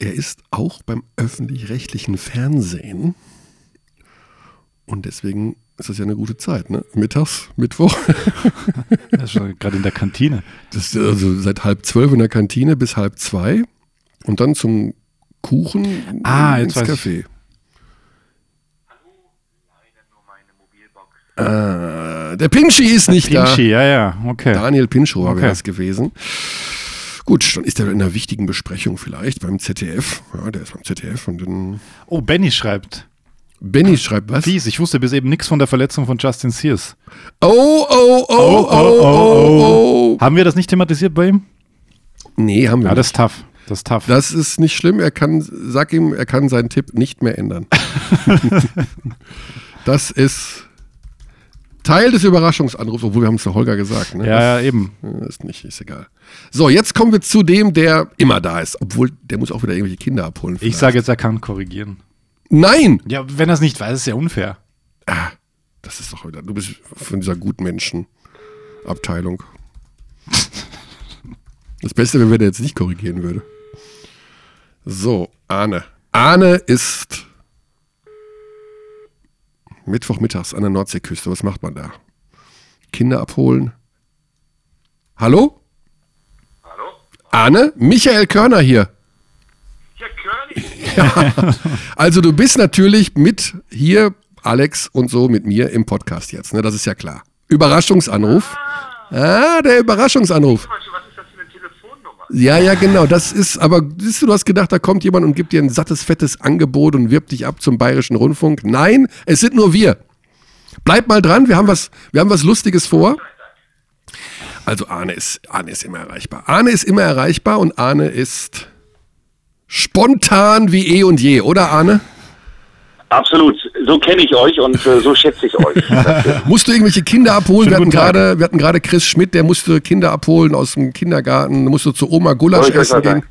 S1: Er ist auch beim öffentlich-rechtlichen Fernsehen. Und deswegen ist das ja eine gute Zeit, ne? Mittags, Mittwoch.
S2: Das ist schon gerade in der Kantine.
S1: Das ist also seit halb zwölf in der Kantine bis halb zwei und dann zum Kuchen
S2: Ah,
S1: ins
S2: jetzt weiß
S1: Café. Ah, der Pinschi ist nicht
S2: Pinschi, ja, ja, okay.
S1: da. Daniel Pinschow wäre
S2: Okay.
S1: das gewesen. Gut, dann ist er in einer wichtigen Besprechung vielleicht beim ZDF. Ja, der ist beim ZDF und dann.
S2: Oh, Benny schreibt.
S1: Benny schreibt was?
S2: Fies, ich wusste bis eben nichts von der Verletzung von Justin Sears.
S1: Oh, oh, oh, oh, oh, oh, oh.
S2: Haben wir das nicht thematisiert bei ihm?
S1: Nee, haben wir
S2: Ja,
S1: nicht.
S2: das ist tough. Das ist tough.
S1: Das ist nicht schlimm. Er kann, sag ihm, er kann seinen Tipp nicht mehr ändern. das ist Teil des Überraschungsanrufs, obwohl wir haben es zu Holger gesagt. Ne?
S2: ja, ja, eben.
S1: Das ist nicht, ist egal. So, jetzt kommen wir zu dem, der immer da ist. Obwohl, der muss auch wieder irgendwelche Kinder abholen.
S2: Ich
S1: vielleicht.
S2: sage jetzt, er kann korrigieren.
S1: Nein!
S2: Ja, wenn er es nicht weiß, ist ja unfair.
S1: Das ist doch wieder, du bist von dieser Gutmenschen-Abteilung. Das Beste wäre, wenn er jetzt nicht korrigieren würde. So, Arne. Arne ist Mittwochmittags an der Nordseeküste. Was macht man da? Kinder abholen. Hallo? Hallo? Arne? Michael Körner hier. Also du bist natürlich mit hier, Alex und so, mit mir im Podcast jetzt, ne? Das ist ja klar. Überraschungsanruf. Ah, der Überraschungsanruf. Ja, ja, genau. Das ist, aber siehst du, du hast gedacht, da kommt jemand und gibt dir ein sattes, fettes Angebot und wirbt dich ab zum Bayerischen Rundfunk. Nein, es sind nur wir. Bleib mal dran, wir haben was, wir haben was Lustiges vor. Also Arne ist, Arne ist immer erreichbar. Arne ist immer erreichbar und Arne ist spontan wie eh und je, oder Arne?
S11: Absolut. So kenne ich euch und äh, so schätze ich euch.
S1: Musst du irgendwelche Kinder abholen? Wir hatten,
S2: Schönen guten Tag.
S1: gerade, wir hatten gerade Chris Schmidt, der musste Kinder abholen aus dem Kindergarten, musste zu Oma Gulasch
S11: Soll ich euch
S1: essen
S11: was
S1: gehen.
S11: sagen?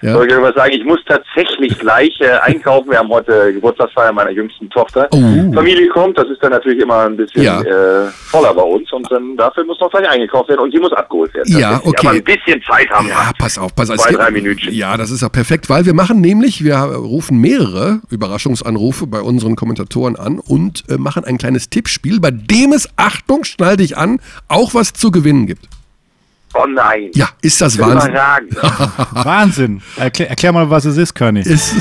S1: Ja.
S11: Soll ich euch was sagen? Ich muss tatsächlich gleich äh, einkaufen. Wir haben heute Geburtstagsfeier meiner jüngsten Tochter.
S1: Oh.
S11: Familie kommt, das ist dann natürlich immer ein bisschen
S1: Ja.
S11: äh, voller bei uns und dann dafür muss noch gleich eingekauft werden und die muss abgeholt werden.
S1: Ja,
S11: tatsächlich.
S1: okay.
S11: Aber ein bisschen Zeit haben
S1: Ja,
S11: wir.
S1: pass auf, pass auf.
S11: Zwei,
S1: Es gibt-
S11: drei Minütchen.
S1: Ja, das ist ja perfekt, weil wir machen nämlich, wir rufen mehrere Überraschungsanrufe bei unseren Kommentatoren an und äh, machen ein kleines Tippspiel, bei dem es, Achtung, schnall dich an, auch was zu gewinnen gibt.
S11: Oh nein.
S1: Ja, ist das Wahnsinn.
S11: Überragend.
S2: Wahnsinn. Erklär, erklär mal, was es ist, Körny.
S1: Es,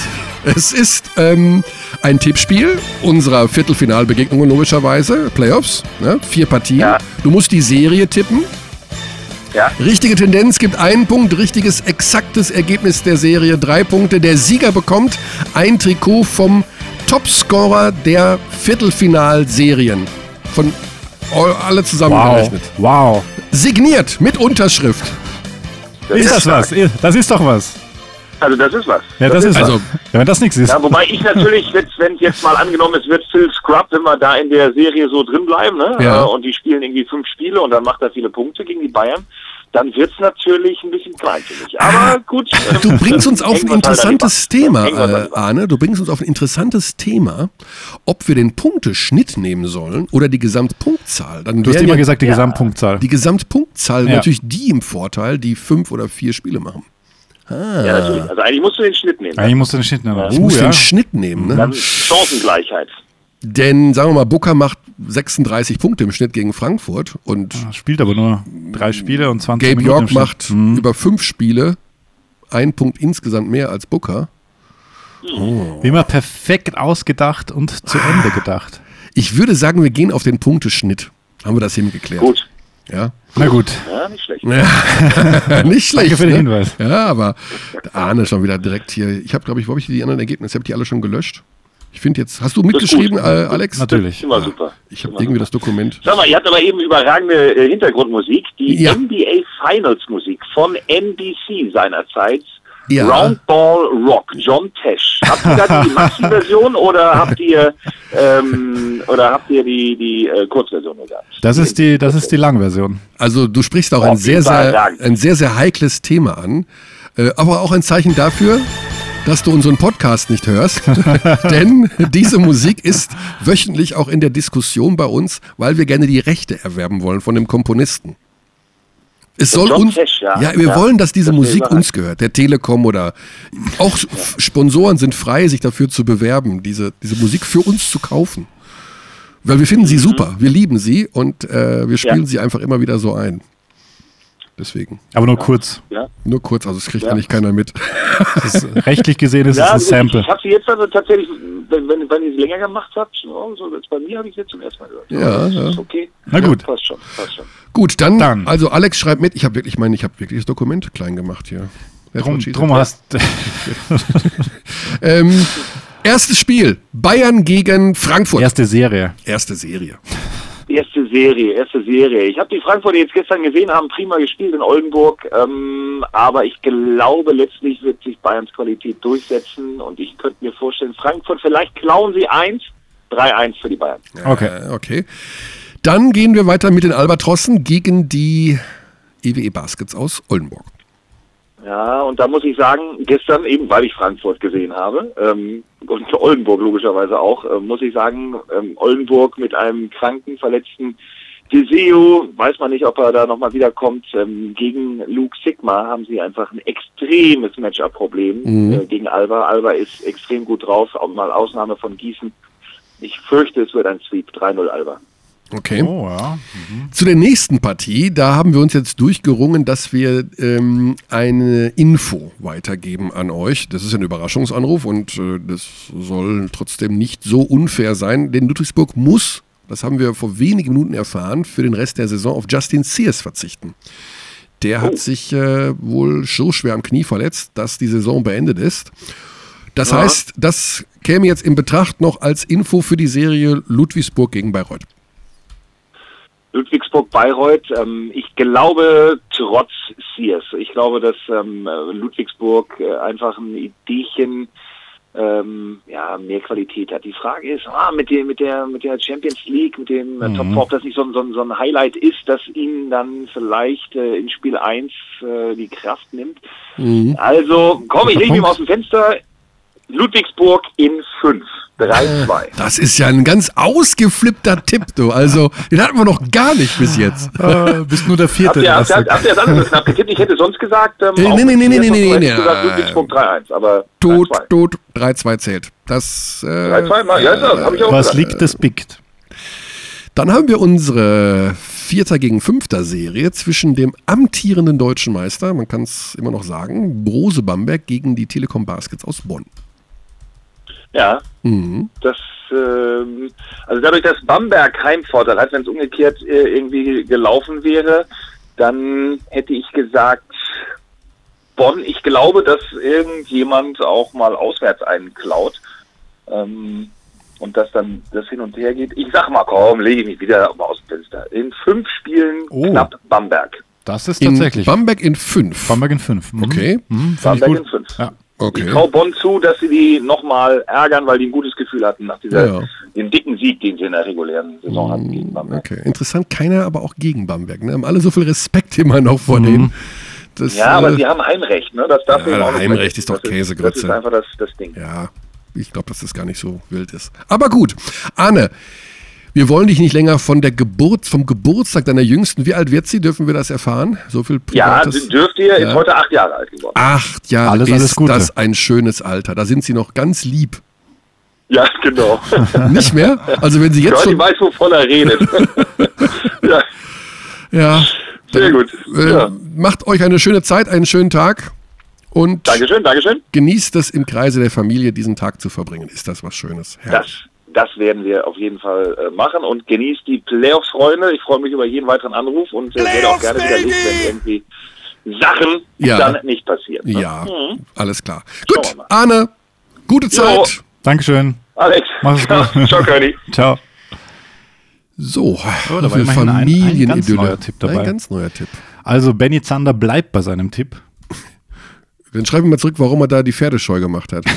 S1: es ist ähm, ein Tippspiel unserer Viertelfinalbegegnungen logischerweise, Playoffs, ne? vier Partien.
S11: Ja.
S1: Du musst die Serie tippen.
S11: Ja.
S1: Richtige Tendenz gibt einen Punkt, richtiges exaktes Ergebnis der Serie drei Punkte. Der Sieger bekommt ein Trikot vom Topscorer der Viertelfinalserien. Von all, alle
S2: Wow.
S1: zusammengerechnet.
S2: Wow.
S1: Signiert mit Unterschrift.
S2: Ist das was? Das ist doch was.
S11: Also das ist was.
S2: Ja, das, ist
S1: also-
S2: was. Ja, wenn das nichts ist.
S11: Ja, wobei ich natürlich, jetzt, wenn jetzt mal angenommen es wird Phil Scrub, wenn wir da in der Serie so drin bleiben, ne?
S1: Ja.
S11: Äh, und die spielen irgendwie fünf Spiele und dann macht er viele Punkte gegen die Bayern, dann wird's natürlich ein bisschen klein für mich. Aber gut. ähm,
S1: Ah, Du bringst uns
S11: dann
S1: auf ein
S11: hängen wir's halt
S1: interessantes
S11: an die Wand.
S1: Thema,
S11: Dann hängen wir's an
S1: äh,
S11: die Wand.
S1: Arne. Du bringst uns auf ein interessantes Thema, ob wir den Punkteschnitt nehmen sollen oder die Gesamtpunktzahl. Dann
S2: Du hast
S1: wären
S2: immer
S1: ja
S2: gesagt, die Gesamtpunktzahl.
S1: die Gesamtpunktzahl
S2: Ja.
S1: natürlich die im Vorteil, die fünf oder vier Spiele machen. Ah.
S11: Ja, natürlich. Also eigentlich musst du den Schnitt nehmen.
S2: Eigentlich Ah, musst du den Schnitt nehmen.
S1: Ich muss den Schnitt nehmen, ne?
S11: Dann Chancengleichheit.
S1: Denn, sagen wir mal, Booker macht 36 Punkte im Schnitt gegen Frankfurt und
S2: Spielt aber nur drei Spiele und 20
S1: Gabe
S2: Minuten. im
S1: York
S2: Schnitt. Mhm.
S1: macht über fünf Spiele einen Punkt insgesamt mehr als Booker.
S2: Wie immer perfekt ausgedacht und zu Ende gedacht.
S1: Ich würde sagen, wir gehen auf den Punkteschnitt. Haben wir das hingeklärt?
S11: Gut.
S1: Ja.
S2: Na gut.
S11: Ja, nicht schlecht.
S1: Nicht schlecht.
S2: Danke für den
S1: ne?
S2: Hinweis.
S1: Ja, aber der Arne schon wieder direkt hier. Ich habe, glaube ich, wo habe ich die anderen Ergebnisse? Ich habe die alle schon gelöscht. Ich finde jetzt, hast du mitgeschrieben, äh, Alex?
S2: Natürlich.
S11: Immer super.
S1: Ich habe
S11: Immer
S1: irgendwie
S11: super.
S1: das Dokument.
S11: Sag mal, ihr habt aber eben überragende äh, Hintergrundmusik, die
S1: Ja.
S11: NBA Finals Musik von NBC seinerzeit.
S1: Ja.
S11: Roundball Rock, John Tesh. Habt ihr da die Maxi-Version oder habt ihr ähm, oder habt ihr die, die äh, Kurzversion gehabt?
S2: Das ist die, das ist die Langversion.
S1: Also du sprichst auch
S11: Boah,
S1: ein, sehr, sehr,
S11: überragend.
S1: ein sehr, sehr heikles Thema an. Äh, aber auch ein Zeichen dafür, dass du unseren Podcast nicht hörst. Denn diese Musik ist wöchentlich auch in der Diskussion bei uns, weil wir gerne die Rechte erwerben wollen von dem Komponisten. Es soll
S11: John
S1: uns,
S11: Tesh, ja.
S1: ja, wir
S11: Ja,
S1: wollen, dass diese
S11: das ist
S1: Musik
S11: überall.
S1: uns gehört. Der Telekom oder auch F- Sponsoren sind frei, sich dafür zu bewerben, diese, diese Musik für uns zu kaufen. Weil wir finden sie super, wir lieben sie und äh, wir spielen sie einfach immer wieder so ein. Deswegen.
S2: Aber nur kurz.
S1: Nur kurz, also es kriegt eigentlich keiner mit.
S2: Das ist, äh, rechtlich gesehen ist es
S11: Ja,
S2: ein
S11: also
S2: Sample.
S11: Ich, ich habe sie jetzt also tatsächlich, wenn, wenn, wenn ihr es länger gemacht habt, schon morgen so, jetzt bei mir habe ich sie zum ersten Mal gehört.
S1: Ja,
S11: Aber das
S1: ja.
S11: Ist okay.
S2: Na gut.
S11: Ja, passt schon, passt schon.
S1: Gut, dann,
S2: Dann.
S1: also Alex schreibt mit, ich habe wirklich, ich meine, ich habe wirklich das Dokument klein gemacht hier. That's
S2: Drum,
S1: what she said.
S2: drum hast
S1: Ähm, erstes Spiel, Bayern gegen Frankfurt.
S2: erste Serie.
S1: Erste Serie.
S11: Die Erste Serie, erste Serie. Ich habe die Frankfurter jetzt gestern gesehen, haben prima gespielt in Oldenburg, ähm, aber ich glaube, letztlich wird sich Bayerns Qualität durchsetzen und ich könnte mir vorstellen, Frankfurt, vielleicht klauen sie eins, 3-1 für die Bayern.
S2: Okay.
S1: Äh, okay. Dann gehen wir weiter mit den Albatrossen gegen die EWE Baskets aus Oldenburg.
S11: Ja, und da muss ich sagen, gestern eben, weil ich Frankfurt gesehen habe, ähm, und Oldenburg logischerweise auch, äh, muss ich sagen, ähm, Oldenburg mit einem kranken, verletzten Deseo, weiß man nicht, ob er da nochmal wiederkommt, ähm, gegen Luke Sigma haben sie einfach ein extremes Matchup-Problem äh, gegen Alba. Alba ist extrem gut drauf, auch mal Ausnahme von Gießen. Ich fürchte, es wird ein Sweep, 3-0 Alba.
S1: Okay.
S2: Oh, ja.
S1: Zu der nächsten Partie, da haben wir uns jetzt durchgerungen, dass wir ähm, eine Info weitergeben an euch. Das ist ein Überraschungsanruf und äh, das soll trotzdem nicht so unfair sein, denn Ludwigsburg muss, das haben wir vor wenigen Minuten erfahren, für den Rest der Saison auf Justin Sears verzichten. Der hat sich äh, wohl so schwer am Knie verletzt, dass die Saison beendet ist. Das heißt, das käme jetzt in Betracht noch als Info für die Serie Ludwigsburg gegen Bayreuth.
S11: Ludwigsburg-Bayreuth. Ähm, ich glaube, trotz Sears. Ich glaube, dass ähm, äh, Ludwigsburg äh, einfach ein Ideechen ähm, ja, mehr Qualität hat. Die Frage ist, ah, mit, dem, mit, der, mit der Champions League, mit dem äh, Top 4, ob das nicht so, ein- so, ein- so ein Highlight ist, das ihnen dann vielleicht äh, in Spiel 1 äh, die Kraft nimmt. Also, komm, ich lege mich mal aus dem Fenster. Ludwigsburg in 5, 3-2.
S1: Das ist ja ein ganz ausgeflippter Tipp, du. Also, den hatten wir noch gar nicht bis jetzt.
S2: Äh, bist nur der vierte.
S11: Habt ihr,
S2: der
S11: habt,
S2: erste.
S11: ihr, habt ihr das andere knapp getippt? Ich hätte sonst gesagt, ähm,
S1: Äh, nee,
S11: auch
S1: nee,
S11: mit
S1: nee,
S11: dir
S1: nee,
S11: sonst
S1: nee,
S11: hätte
S1: nee,
S11: ich gesagt,
S1: nee. äh,
S11: Ludwigsburg 3-1, aber
S1: Tot,
S11: 3-2.
S1: tot, 3-2 zählt. Das, äh,
S11: 3-2, mal, ja, das habe ich auch
S2: Was
S11: gesagt.
S2: liegt, das biegt.
S1: dann haben wir unsere Vierter gegen Fünfter Serie zwischen dem amtierenden deutschen Meister, man kann es immer noch sagen, Brose Bamberg gegen die Telekom Baskets aus Bonn.
S11: Ja,
S1: Mhm.
S11: das, ähm, also dadurch, dass Bamberg Heimvorteil hat, wenn es umgekehrt äh, irgendwie gelaufen wäre, dann hätte ich gesagt, Bonn, ich glaube, dass irgendjemand auch mal auswärts einen klaut. Ähm, und dass dann das hin und her geht. Ich sag mal, komm, lege ich mich wieder aus dem Fenster. In fünf Spielen
S2: Oh.
S11: knapp Bamberg.
S2: Das ist
S1: In
S2: tatsächlich.
S1: Bamberg in 5.
S2: Bamberg in 5.
S1: Okay.
S2: Mhm, Finde
S11: Bamberg
S2: ich
S11: in
S2: gut.
S11: fünf.
S2: Ja.
S11: Ich
S1: Okay.
S11: traue Bonn zu, dass sie die nochmal ärgern, weil die ein gutes Gefühl hatten nach
S1: Ja,
S11: dieser,
S1: ja. Mm.
S11: dem dicken Sieg, den sie in der regulären Saison hatten gegen Bamberg.
S1: Okay. Interessant, keiner aber auch gegen Bamberg. Ne? Haben alle so viel Respekt immer noch
S2: Mhm.
S1: vor denen. Das,
S11: Ja, aber
S1: äh,
S11: sie haben Heimrecht, ne? Das darf
S1: Ja,
S11: eben auch nicht
S1: Heimrecht
S11: vergessen.
S1: ist doch
S11: Das
S1: Käsegrütze.
S11: Das ist einfach das, das Ding.
S1: Ja, ich glaube, dass das gar nicht so wild ist. Aber gut, Arne, wir wollen dich nicht länger von der Geburt, vom Geburtstag deiner Jüngsten. Wie alt wird sie? Dürfen wir das erfahren? So viel
S11: Ja,
S1: Privates.
S11: dürft ihr,
S1: Ja.
S11: ist heute acht Jahre alt geworden.
S1: Acht Jahre
S2: Alles,
S1: ist
S2: alles Gute.
S1: das ein schönes Alter. Da sind sie noch ganz lieb.
S11: Ja, genau.
S1: Nicht mehr? Also wenn sie jetzt
S11: Johnny
S1: schon...
S11: weiß, wovon er redet. ja,
S1: Ja,
S11: sehr gut.
S1: äh,
S11: Ja.
S1: Macht euch eine schöne Zeit, einen schönen Tag und
S11: Dankeschön, Dankeschön.
S1: genießt es im Kreise der Familie, diesen Tag zu verbringen. Ist das was Schönes?
S11: Das, das werden wir auf jeden Fall äh, machen und genießt die Playoffs, Freunde. Ich freue mich über jeden weiteren Anruf und äh, werde auch gerne wieder liest, wenn irgendwie Sachen
S1: Ja.
S11: dann nicht passieren. ne?
S1: Ja, alles klar. Gut,
S11: Mhm. wir mal.
S1: Arne, gute
S11: Jo.
S1: Zeit.
S2: Dankeschön.
S11: Alex,
S2: Mach's gut.
S11: ciao, Curly.
S2: Ciao.
S1: So,
S2: da
S1: so
S2: war immerhin ein-
S1: viel
S2: ein ganz
S1: Familienidylle.
S2: neuer Tipp dabei.
S1: Ein ganz neuer Tipp.
S2: Also, Benny Zander bleibt bei seinem Tipp.
S1: Dann schreiben wir mal zurück, warum er da die Pferdescheu gemacht hat.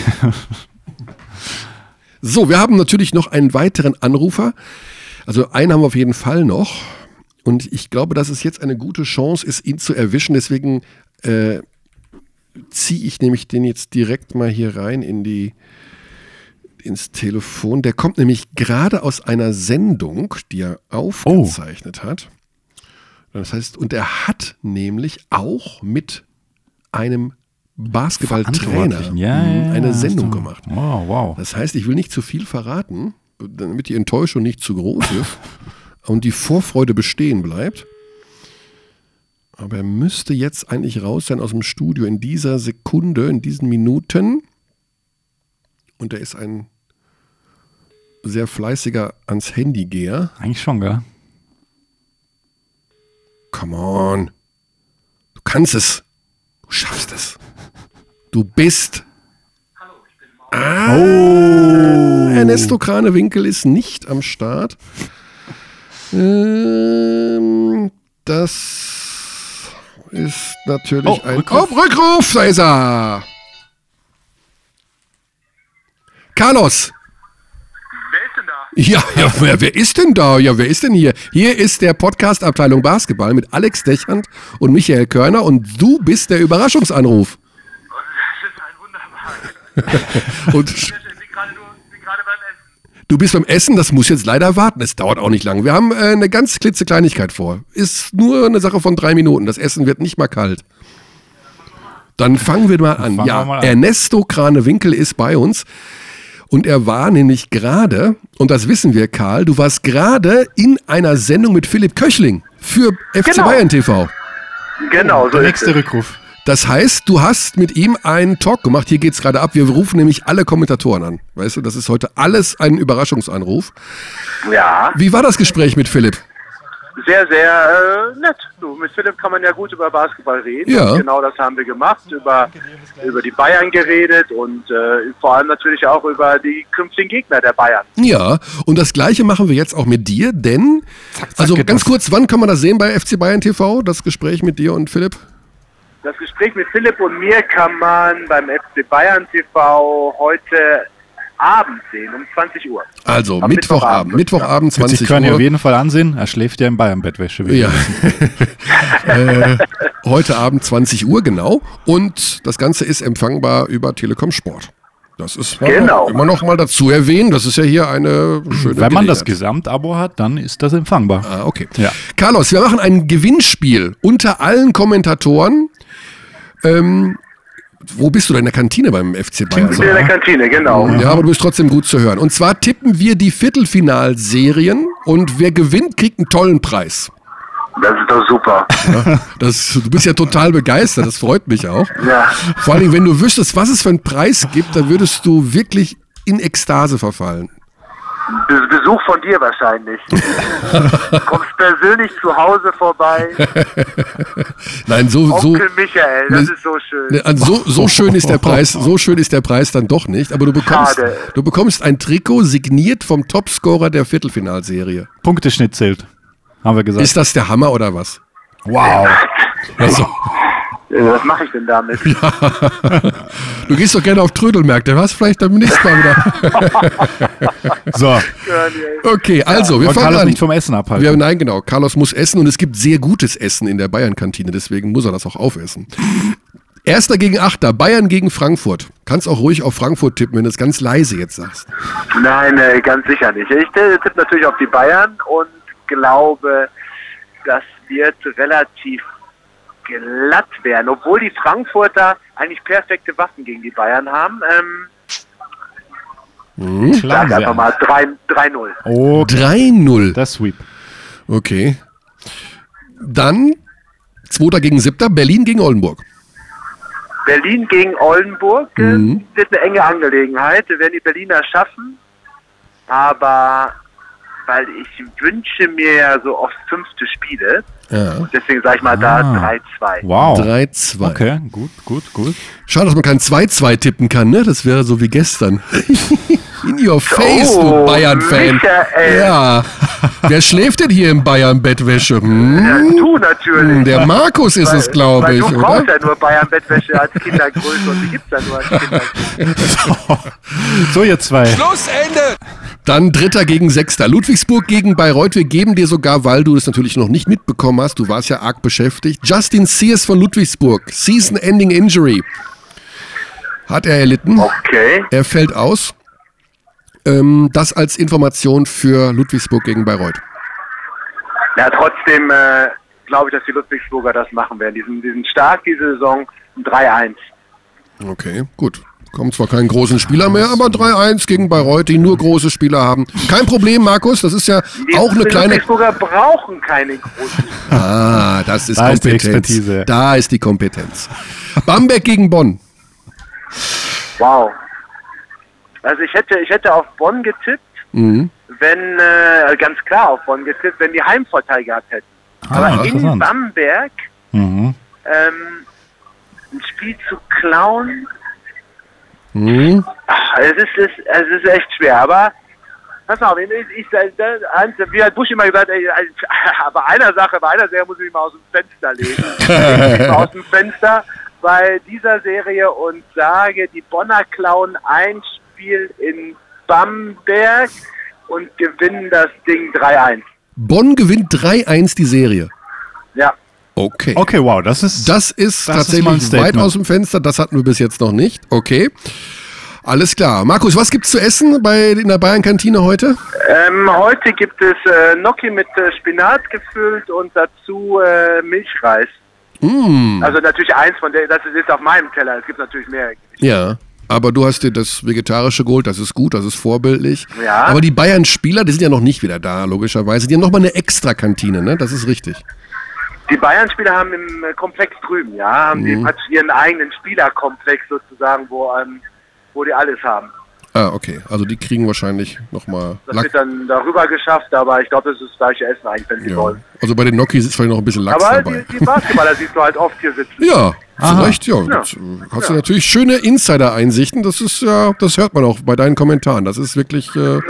S1: so, wir haben natürlich noch einen weiteren Anrufer. Also einen haben wir auf jeden Fall noch. Und ich glaube, dass es jetzt eine gute Chance ist, ihn zu erwischen. Deswegen äh, ziehe ich nämlich den jetzt direkt mal hier rein in die ins Telefon. Der kommt nämlich gerade aus einer Sendung, die er aufgezeichnet hat. Das heißt, und er hat nämlich auch mit einem Basketballtrainer Mhm.
S2: Verantwortlichen. Ja, ja, ja,
S1: eine
S2: ja,
S1: Sendung
S2: stimmt.
S1: gemacht.
S2: Wow, wow.
S1: Das heißt, ich will nicht zu viel verraten, damit die Enttäuschung nicht zu groß ist und die Vorfreude bestehen bleibt. Aber er müsste jetzt eigentlich raus sein aus dem Studio in dieser Sekunde, in diesen Minuten. Und er ist ein sehr fleißiger ans Handy geher.
S2: Eigentlich schon, gell?
S1: Come on. Du kannst es. Du schaffst es. Du bist. Hallo, ich bin
S2: Oh.
S1: Ah, Ernesto Kranewinkel ist nicht am Start. Ähm, das ist natürlich
S2: Oh,
S1: ein
S2: Rückruf.
S1: Oh, Rückruf, da ist er. Carlos. Ja, ja, wer, wer ist denn da? Ja, wer ist denn hier? Hier ist der Podcast-Abteilung Basketball mit Alex Dechand und Michael Körner und du bist der Überraschungsanruf.
S7: Oh,
S1: Und du bist beim Essen, das muss jetzt leider warten. Es dauert auch nicht lange. Wir haben äh, eine ganz klitzekleinigkeit vor. Ist nur eine Sache von drei Minuten. Das Essen wird nicht mal kalt. Dann fangen wir mal an.
S2: Fangen
S1: ja,
S2: wir mal an.
S1: Ernesto Kranewinkel ist bei uns. Und er war nämlich gerade, und das wissen wir, Karl, du warst gerade in einer Sendung mit Philipp Köchling für FC
S12: Genau.
S1: Bayern TV.
S13: Genau, so
S2: Der
S13: ist es.
S2: nächste Rückruf.
S1: Das heißt, du hast mit ihm einen Talk gemacht. Hier geht's gerade ab. Wir rufen nämlich alle Kommentatoren an. Weißt du, das ist heute alles ein Überraschungsanruf.
S13: Ja,
S1: Wie war das Gespräch mit Philipp?
S13: sehr, sehr äh, nett. Du, mit Philipp kann man ja gut über Basketball reden.
S1: Ja.
S13: Und Genau das haben wir gemacht, über, über die Bayern geredet und äh, vor allem natürlich auch über die künftigen Gegner der Bayern.
S1: Ja, und das gleiche machen wir jetzt auch mit dir, denn also
S2: geht
S1: ganz
S2: das.
S1: kurz, wann kann man das sehen bei FC Bayern TV? Das Gespräch mit dir und Philipp?
S13: Das Gespräch mit Philipp und mir kann man beim FC Bayern TV heute Abend sehen, um 20 Uhr.
S1: Also
S13: Am
S1: Mittwochabend, Mittwochabend
S2: Wird sich
S1: 20
S2: Körny
S1: Uhr.
S2: auf jeden Fall ansehen. Er schläft ja in Bayern-Bettwäsche. wie wir
S1: Ja.
S2: wissen.
S1: äh, heute Abend 20 Uhr, genau. Und das Ganze ist empfangbar über Telekom Sport. Das ist mal
S13: Genau.
S1: immer noch mal dazu erwähnen. Das ist ja hier eine schöne
S2: Wenn man das
S1: Gelegenheit.
S2: Gesamtabo hat, dann ist das empfangbar.
S1: Ah, okay.
S2: Ja.
S1: Carlos, wir machen ein Gewinnspiel unter allen Kommentatoren. Ähm, wo bist du denn in der Kantine beim FC Bayern?
S13: In der Kantine, genau.
S1: Ja, aber du bist trotzdem gut zu hören. Und zwar tippen wir die Viertelfinalserien und wer gewinnt, kriegt einen tollen Preis.
S13: Das ist doch super.
S1: Das, du bist ja total begeistert, das freut mich auch.
S13: Ja.
S1: Vor allen Dingen, wenn du wüsstest, was es für einen Preis gibt, dann würdest du wirklich in Ekstase verfallen.
S13: Be- Besuch von dir wahrscheinlich. Kommst persönlich zu Hause vorbei.
S1: Nein, so, so,
S13: Onkel Michael, das
S1: Ne-
S13: ist so schön.
S1: Ne, an So, so schön ist der Preis, so schön ist der Preis dann doch nicht. Aber du bekommst,
S13: Schade.
S1: du bekommst ein Trikot signiert vom Topscorer der Viertelfinalserie.
S2: Punkteschnitt zählt, haben wir gesagt.
S1: Ist das der Hammer oder was?
S2: wow.
S1: Also,
S13: Äh, Was mache ich denn damit?
S1: du gehst doch gerne auf Trödelmärkte. Hast vielleicht beim nächsten Mal wieder.
S2: So,
S1: Okay, also wir
S2: man kann
S1: fangen
S2: das
S1: an.
S2: nicht vom Essen abhalten.
S1: wir, nein, genau. Carlos muss essen und es gibt sehr gutes Essen in der Bayern-Kantine. Deswegen muss er das auch aufessen. Erster gegen Achter, Bayern gegen Frankfurt. Kannst auch ruhig auf Frankfurt tippen, wenn du es ganz leise jetzt sagst.
S13: Nein, äh, ganz sicher nicht. Ich äh, tippe natürlich auf die Bayern und glaube, das wird relativ glatt werden, obwohl die Frankfurter eigentlich perfekte Waffen gegen die Bayern haben. Ähm, sag einfach mal 3 3-0.
S2: Oh,
S1: 3-0.
S2: der Sweep.
S1: Okay. Dann Zweiter gegen Siebter, Berlin gegen Oldenburg.
S13: Berlin gegen Oldenburg äh, wird eine enge Angelegenheit. Wir werden die Berliner schaffen. Aber weil ich wünsche mir ja so oft fünfte Spiele.
S1: Ja.
S13: Deswegen sage ich mal da
S2: Ah.
S13: 3-2.
S2: Wow.
S1: 3-2.
S2: Okay, gut, gut, gut.
S1: Schade, dass man kein 2-2 tippen kann, ne? Das wäre so wie gestern. In your face, du
S13: Oh,
S1: Bayern-Fan.
S13: Michael.
S1: Ja. Wer schläft denn hier im Bayern-Bettwäsche? Hm?
S13: Ja, du natürlich.
S1: Der Markus ist es, glaube
S13: Weil
S1: ich,
S13: du brauchst
S1: oder?
S13: ja nur Bayern-Bettwäsche als Kindergröße und die gibt's ja nur als Kindergröße.
S2: So, ihr zwei.
S1: Dann Dritter gegen Sechster. Ludwigsburg gegen Bayreuth. Wir geben dir sogar, weil du es natürlich noch nicht mitbekommen hast, du warst ja arg beschäftigt. Justin Sears von Ludwigsburg. Season-ending Injury. Hat er erlitten.
S13: Okay.
S1: Er fällt aus. Ähm, das als Information für Ludwigsburg gegen Bayreuth.
S13: Ja, trotzdem äh, glaube ich, dass die Ludwigsburger das machen werden. Die sind, die sind stark diese Saison. Ein 3-1.
S1: Okay, gut. Kommen zwar keinen großen Spieler mehr, aber 3-1 gegen Bayreuth, die nur große Spieler haben. Kein Problem, Markus, das ist ja auch eine kleine.
S13: Sogar brauchen keine großen.
S1: Ah, das ist
S2: Da ist die
S1: Kompetenz.
S2: Expertise.
S1: Da ist die Kompetenz. Bamberg gegen Bonn.
S13: Wow. Also ich hätte, ich hätte auf Bonn getippt,
S1: Mhm.
S13: wenn, äh, ganz klar auf Bonn getippt, wenn die Heimvorteil gehabt hätten.
S2: Ah,
S13: aber in
S2: interessant.
S13: Bamberg
S2: Mhm.
S13: ähm, ein Spiel zu klauen,
S1: Mhm.
S13: ach, es ist, es, es ist echt schwer. Aber pass auf, ich, ich, ich, Hans, wie hat Busch immer gesagt, ey, aber einer Sache, bei einer Serie muss ich mich mal aus dem Fenster legen. aus dem Fenster bei dieser Serie und sage, die Bonner klauen ein Spiel in Bamberg und gewinnen das Ding 3-1.
S1: Bonn gewinnt 3-1 die Serie.
S13: Ja.
S1: Okay.
S2: Okay, wow, das ist.
S1: Das ist
S2: Das ist mal ein
S1: tatsächlich
S2: Statement.
S1: weit aus dem Fenster. Das hatten wir bis jetzt noch nicht. Okay. Alles klar. Markus, was gibt's zu essen bei, in der Bayern-Kantine heute?
S13: Ähm, heute gibt es äh, Gnocchi mit äh, Spinat gefüllt und dazu äh, Milchreis.
S1: Mm.
S13: Also natürlich eins von der, das ist auf meinem Teller, es gibt natürlich mehr.
S1: Ja. Aber du hast dir das Vegetarische geholt, das ist gut, das ist vorbildlich.
S13: Ja.
S1: Aber die Bayern-Spieler, die sind ja noch nicht wieder da, logischerweise. Die haben nochmal eine extra Kantine, ne? Das ist richtig.
S13: Die Bayern-Spieler haben im äh, Komplex drüben, ja, haben
S1: Mhm.
S13: die praktisch ihren eigenen Spielerkomplex sozusagen, wo, ähm, wo die alles haben.
S1: Ah, okay. Also die kriegen wahrscheinlich nochmal
S13: Das
S1: Lack.
S13: wird dann darüber geschafft, aber ich glaube, das ist das gleiche Essen eigentlich, wenn sie
S1: Ja.
S13: wollen.
S1: Also bei den Noki ist vielleicht noch ein bisschen Lachs
S13: Aber
S1: dabei.
S13: die, die Basketballer siehst du halt oft hier sitzen.
S1: Ja, vielleicht, ja. Jetzt, äh, hast du natürlich schöne Insider-Einsichten. Das ist ja, das hört man auch bei deinen Kommentaren. Das ist wirklich äh,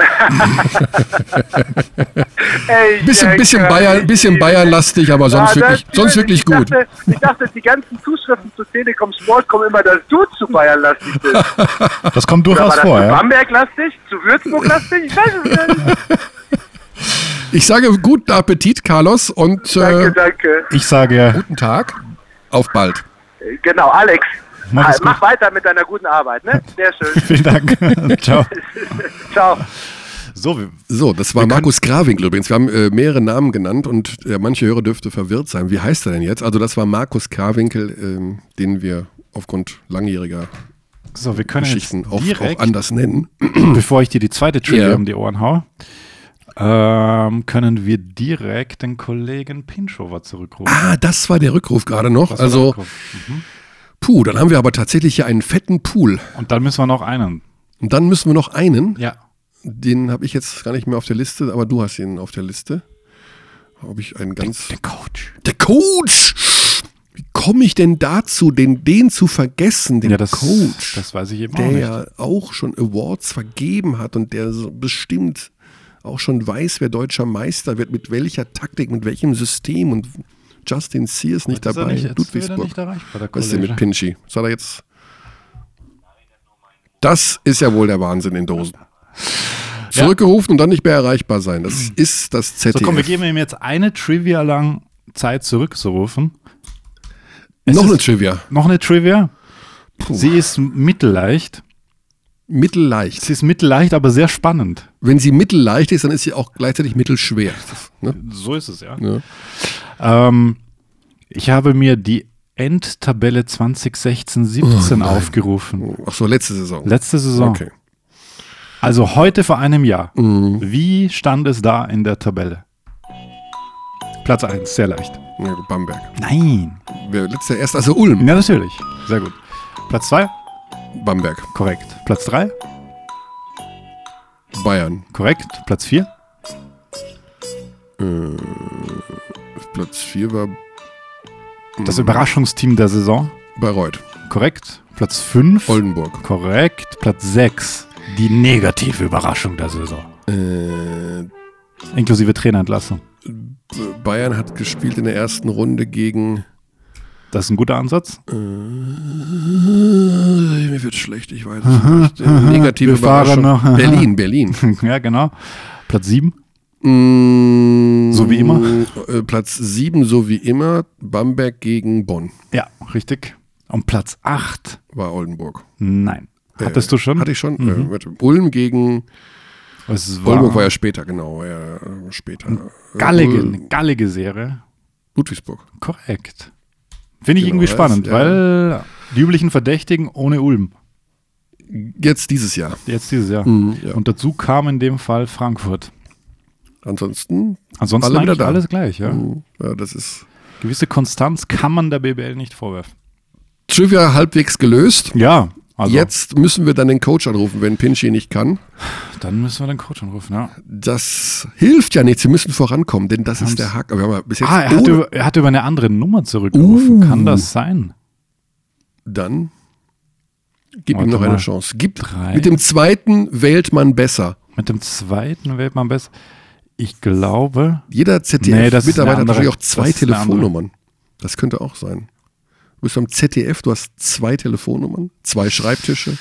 S13: Ey,
S1: bisschen,
S13: Jäger,
S1: bisschen Bayern,
S13: ich-
S1: bisschen Bayern-lastig, aber sonst
S13: Ja, Ah, das-
S1: wirklich, sonst wirklich
S13: ich
S1: gut.
S13: Dachte, ich dachte, die ganzen Zuschriften zu Telekom Sport kommen immer, dass du zu Bayern lastig bist. Oder
S2: Das kommt durchaus
S13: das
S2: vor,
S13: zu
S2: ja.
S13: Bamberg lastig? Zu Würzburg lastig? Ich weiß es nicht.
S1: Ich sage guten Appetit, Carlos, und
S13: Danke,
S1: äh,
S13: danke.
S2: Ich sage,
S1: guten Tag. Auf bald.
S13: Genau, Alex.
S2: Mach
S13: ah,
S2: es gut.
S13: mach weiter mit deiner guten Arbeit, ne? Sehr schön.
S2: vielen Dank. Ciao.
S13: Ciao.
S2: So, wir-
S1: So, das war Markus Graving übrigens. Wir haben äh, mehrere Namen genannt und äh, manche Hörer dürfte verwirrt sein. Wie heißt er denn jetzt? Also das war Markus Krawinkel, ähm, den wir aufgrund langjähriger
S2: so wir können jetzt
S1: Geschichten auch, auch
S2: direkt,
S1: anders nennen.
S2: bevor ich dir die zweite Trivia
S1: Ja.
S2: um die Ohren hau, ähm, können wir direkt den Kollegen Pinschover zurückrufen.
S1: Ah, das war der Rückruf gerade noch. Also, puh, dann haben wir aber tatsächlich hier einen fetten Pool.
S2: Und dann müssen wir noch einen.
S1: Und dann müssen wir noch einen.
S2: Ja.
S1: Den habe ich jetzt gar nicht mehr auf der Liste, aber du hast ihn auf der Liste. Habe ich einen ganz.
S2: Der Coach.
S1: Der Coach! Wie komme ich denn dazu, den, den zu vergessen, den
S2: ja, das,
S1: Coach,
S2: das weiß ich eben
S1: der
S2: auch nicht.
S1: ja auch schon Awards vergeben hat und der so bestimmt auch schon weiß, wer deutscher Meister wird, mit welcher Taktik, mit welchem System und Justin Sears nicht
S2: Ist er
S1: dabei,
S2: nicht- jetzt wieder
S1: Ludwigsburg.
S2: nicht erreichbar, der
S1: Was ist denn mit
S2: Kollege.
S1: Pinchy? Was hat er jetzt? Das ist ja wohl der Wahnsinn in Dosen. Zurückgerufen und dann nicht mehr erreichbar sein. Das ist das ZDF.
S2: Mhm. So, komm, wir geben ihm jetzt eine Trivia lang Zeit zurückzurufen. Es
S1: Noch
S2: ist-
S1: eine Trivia.
S2: Noch eine Trivia. Sie ist mittelleicht.
S1: Mittelleicht.
S2: Sie ist mittelleicht, aber sehr spannend.
S1: Wenn sie mittelleicht ist, dann ist sie auch gleichzeitig mittelschwer. Ne?
S2: So ist es, ja.
S1: Ja.
S2: Ähm, ich habe mir die
S1: Oh,
S2: Endtabelle 2016-17 aufgerufen.
S1: Ach so, letzte Saison.
S2: Letzte Saison.
S1: Oh. Okay. Mhm.
S2: Also heute vor einem Jahr. Wie stand es da in der Tabelle? Platz 1, sehr leicht.
S1: Ja, Bamberg.
S2: Nein.
S1: Wer letzter erst, also Ulm.
S2: Ja, natürlich. Sehr gut. Platz 2,
S1: Bamberg.
S2: korrekt. Platz 3,
S1: Bayern.
S2: korrekt. Platz 4,
S1: Platz 4 war
S2: das
S1: Mhm.
S2: Überraschungsteam der Saison,
S1: Bayreuth.
S2: korrekt. Platz 5,
S1: Oldenburg.
S2: korrekt. Platz 6, die negative Überraschung der Saison.
S1: Äh,
S2: Inklusive Trainerentlassung.
S1: Bayern hat gespielt in der ersten Runde gegen.
S2: Das ist ein guter Ansatz.
S1: Äh, mir wird schlecht, ich weiß es nicht. Äh, Negative
S2: Wir fahren
S1: Überraschung.
S2: noch.
S1: Berlin, Berlin.
S2: ja, genau. Platz 7,
S1: Mm,
S2: So wie immer?
S1: Äh, Platz 7, so wie immer. Bamberg gegen Bonn
S2: ja, richtig. Und Platz 8,
S1: war Oldenburg.
S2: nein. Hattest du
S1: Äh,
S2: schon?
S1: Hatte ich schon.
S2: Mhm.
S1: Äh, warte, Ulm gegen.
S2: Es war
S1: Oldenburg war ja später, genau. Ja, äh, später.
S2: gallige,
S1: Ulm,
S2: eine gallige Serie.
S1: Ludwigsburg.
S2: Korrekt. Finde ich
S1: Genau,
S2: irgendwie
S1: das-
S2: spannend,
S1: ja.
S2: weil die üblichen Verdächtigen ohne Ulm.
S1: Jetzt dieses Jahr.
S2: Jetzt dieses Jahr.
S1: Mhm, ja.
S2: Und dazu kam in dem Fall Frankfurt.
S1: Ansonsten,
S2: Ansonsten
S1: alle wieder
S2: eigentlich
S1: da.
S2: alles gleich, ja.
S1: Mhm, ja, das ist
S2: Gewisse Konstanz kann man der BBL nicht vorwerfen.
S1: Trivia halbwegs gelöst.
S2: Ja, also
S1: Jetzt müssen wir dann den Coach anrufen, wenn Pinchy nicht kann.
S2: dann müssen wir den Coach anrufen, ja.
S1: Das hilft ja nicht. Sie müssen vorankommen, denn das ist der Hack. Wir haben ja bis jetzt
S2: Ah, er hat,
S1: ohne- Uh.
S2: über, er hat über eine andere Nummer zurückgerufen. Kann das sein?
S1: dann gib
S2: Warte
S1: ihm noch
S2: mal.
S1: eine Chance. Gib,
S2: Drei.
S1: mit dem zweiten wählt man besser.
S2: Mit dem zweiten wählt man besser. Ich glaube,
S1: Jeder
S2: Nee, das ist eine
S1: ZDF-Mitarbeiter hat
S2: andere.
S1: natürlich auch zwei
S2: Das ist eine andere.
S1: Telefonnummern. Das könnte auch sein. Du bist am ZDF, du hast zwei Telefonnummern, zwei Schreibtische,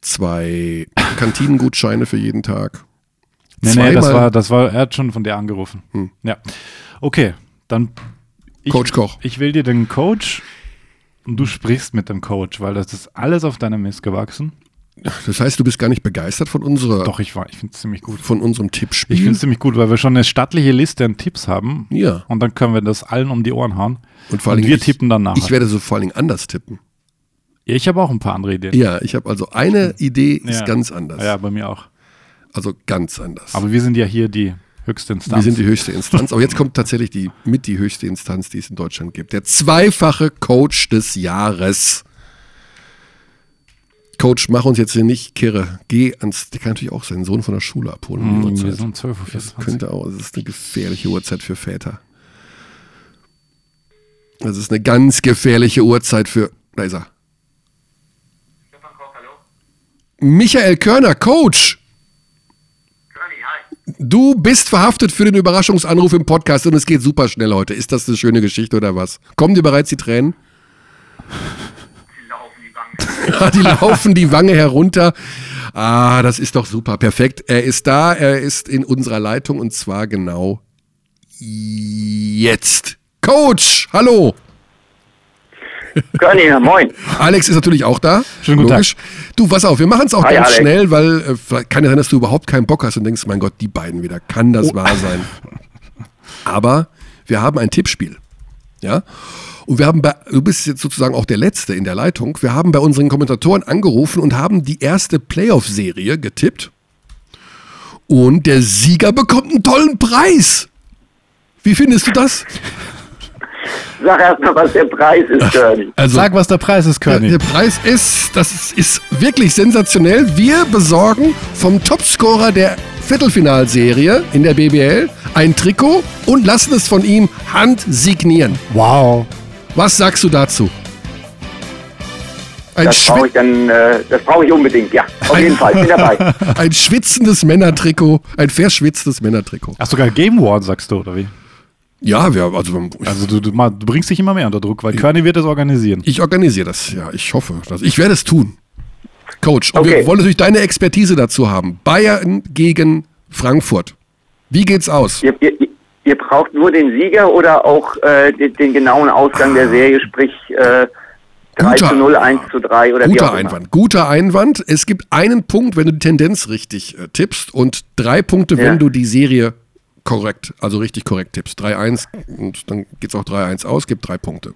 S1: zwei Kantinengutscheine für jeden Tag.
S2: nee, nee, das
S1: Zweimal- Hm.
S2: war, das war, er hat schon von dir angerufen. Ja. Okay, dann. Ich,
S1: Coach Koch.
S2: Ich will dir den Coach und du sprichst mit dem Coach, weil das ist alles auf deinem Mist gewachsen.
S1: Das heißt, du bist gar nicht begeistert von unserer,
S2: Doch, ich war, ich finde es ziemlich gut.
S1: von unserem Tippspiel.
S2: Ich finde es ziemlich gut, weil wir schon eine stattliche Liste an Tipps haben.
S1: Mhm. Ja.
S2: Und dann können wir das allen um die Ohren hauen.
S1: und vor allen Dingen
S2: wir
S1: ich-
S2: tippen danach.
S1: Ich werde so vor allen Dingen anders tippen.
S2: ich habe auch ein paar andere Ideen.
S1: Ja, ich habe also eine Idee ist
S2: Ja.
S1: ganz anders.
S2: Ja, bei mir auch.
S1: Also ganz anders.
S2: Aber wir sind ja hier die höchste Instanz.
S1: Wir sind die höchste Instanz. Aber jetzt kommt tatsächlich die, mit die höchste Instanz, die es in Deutschland gibt. Der zweifache Coach des Jahres. Coach, mach uns jetzt hier nicht kirre. Geh ans, der kann natürlich auch seinen Sohn von der Schule abholen. um die
S2: wir
S1: Uhrzeit.
S2: sind um 12.24
S1: das könnte auch, das ist eine gefährliche Uhrzeit für Väter. Das ist eine ganz gefährliche Uhrzeit für, da ist er. Michael Körner, Coach. Du bist verhaftet für den Überraschungsanruf im Podcast und es geht super schnell heute. Ist das eine schöne Geschichte oder was? Kommen dir bereits die Tränen? Ja, die laufen die Wange herunter. Ah, das ist doch super. Perfekt. Er ist da, er ist in unserer Leitung und zwar genau jetzt. Coach, hallo.
S14: Körni, moin.
S1: Alex ist natürlich auch da.
S2: Schönen guten
S1: Du, pass auf, wir machen es auch
S14: Hi,
S1: ganz
S14: Alex.
S1: schnell, weil äh, vielleicht kann ja sein, dass du überhaupt keinen Bock hast und denkst, mein Gott, die beiden wieder, kann
S2: Oh.
S1: das wahr sein? Aber wir haben ein Tippspiel. Ja? Und wir haben bei, du bist jetzt sozusagen auch der Letzte in der Leitung. Wir haben bei unseren Kommentatoren angerufen und haben die erste Playoff-Serie getippt. Und der Sieger bekommt einen tollen Preis. Wie findest du das?
S14: Sag erstmal, was der Preis ist, Körni.
S1: Also,
S2: Sag, was der Preis ist,
S1: Ja,
S2: König.
S1: Der Preis ist, das ist, ist wirklich sensationell. Wir besorgen vom Topscorer der Viertelfinalserie in der BBL ein Trikot und lassen es von ihm handsignieren.
S2: Wow.
S1: Was sagst du dazu? Ein,
S14: Das brauche
S1: schwi
S14: ich dann, äh, das brauche ich unbedingt, ja. Auf jeden Fall, bin dabei.
S1: ein schwitzendes Männertrikot, ein verschwitztes Männertrikot.
S2: Ach, sogar Game One, sagst du, oder wie?
S1: Ja, wir, also,
S2: Also du, du, ma- du bringst dich immer mehr unter Druck, weil Körny wird das organisieren.
S1: ich organisiere das. Ja, ich hoffe, dass, ich werde es tun. Coach, und wir
S14: Okay.
S1: wollen natürlich deine Expertise dazu haben. Bayern gegen Frankfurt. Wie geht's aus?
S14: Ihr, ihr, ihr braucht nur den Sieger oder auch äh, den, den genauen Ausgang der Serie, sprich äh, 3
S1: Guter-
S14: zu 0, 1 zu 3 oder wie
S1: Guter
S14: auch immer.
S1: Einwand, guter Einwand. Es gibt einen Punkt, wenn du die Tendenz richtig äh, tippst und drei Punkte,
S14: Ja.
S1: wenn du die Serie korrekt, also richtig korrekt tippst. 3-1 und dann geht es auch 3-1 aus, gibt drei Punkte.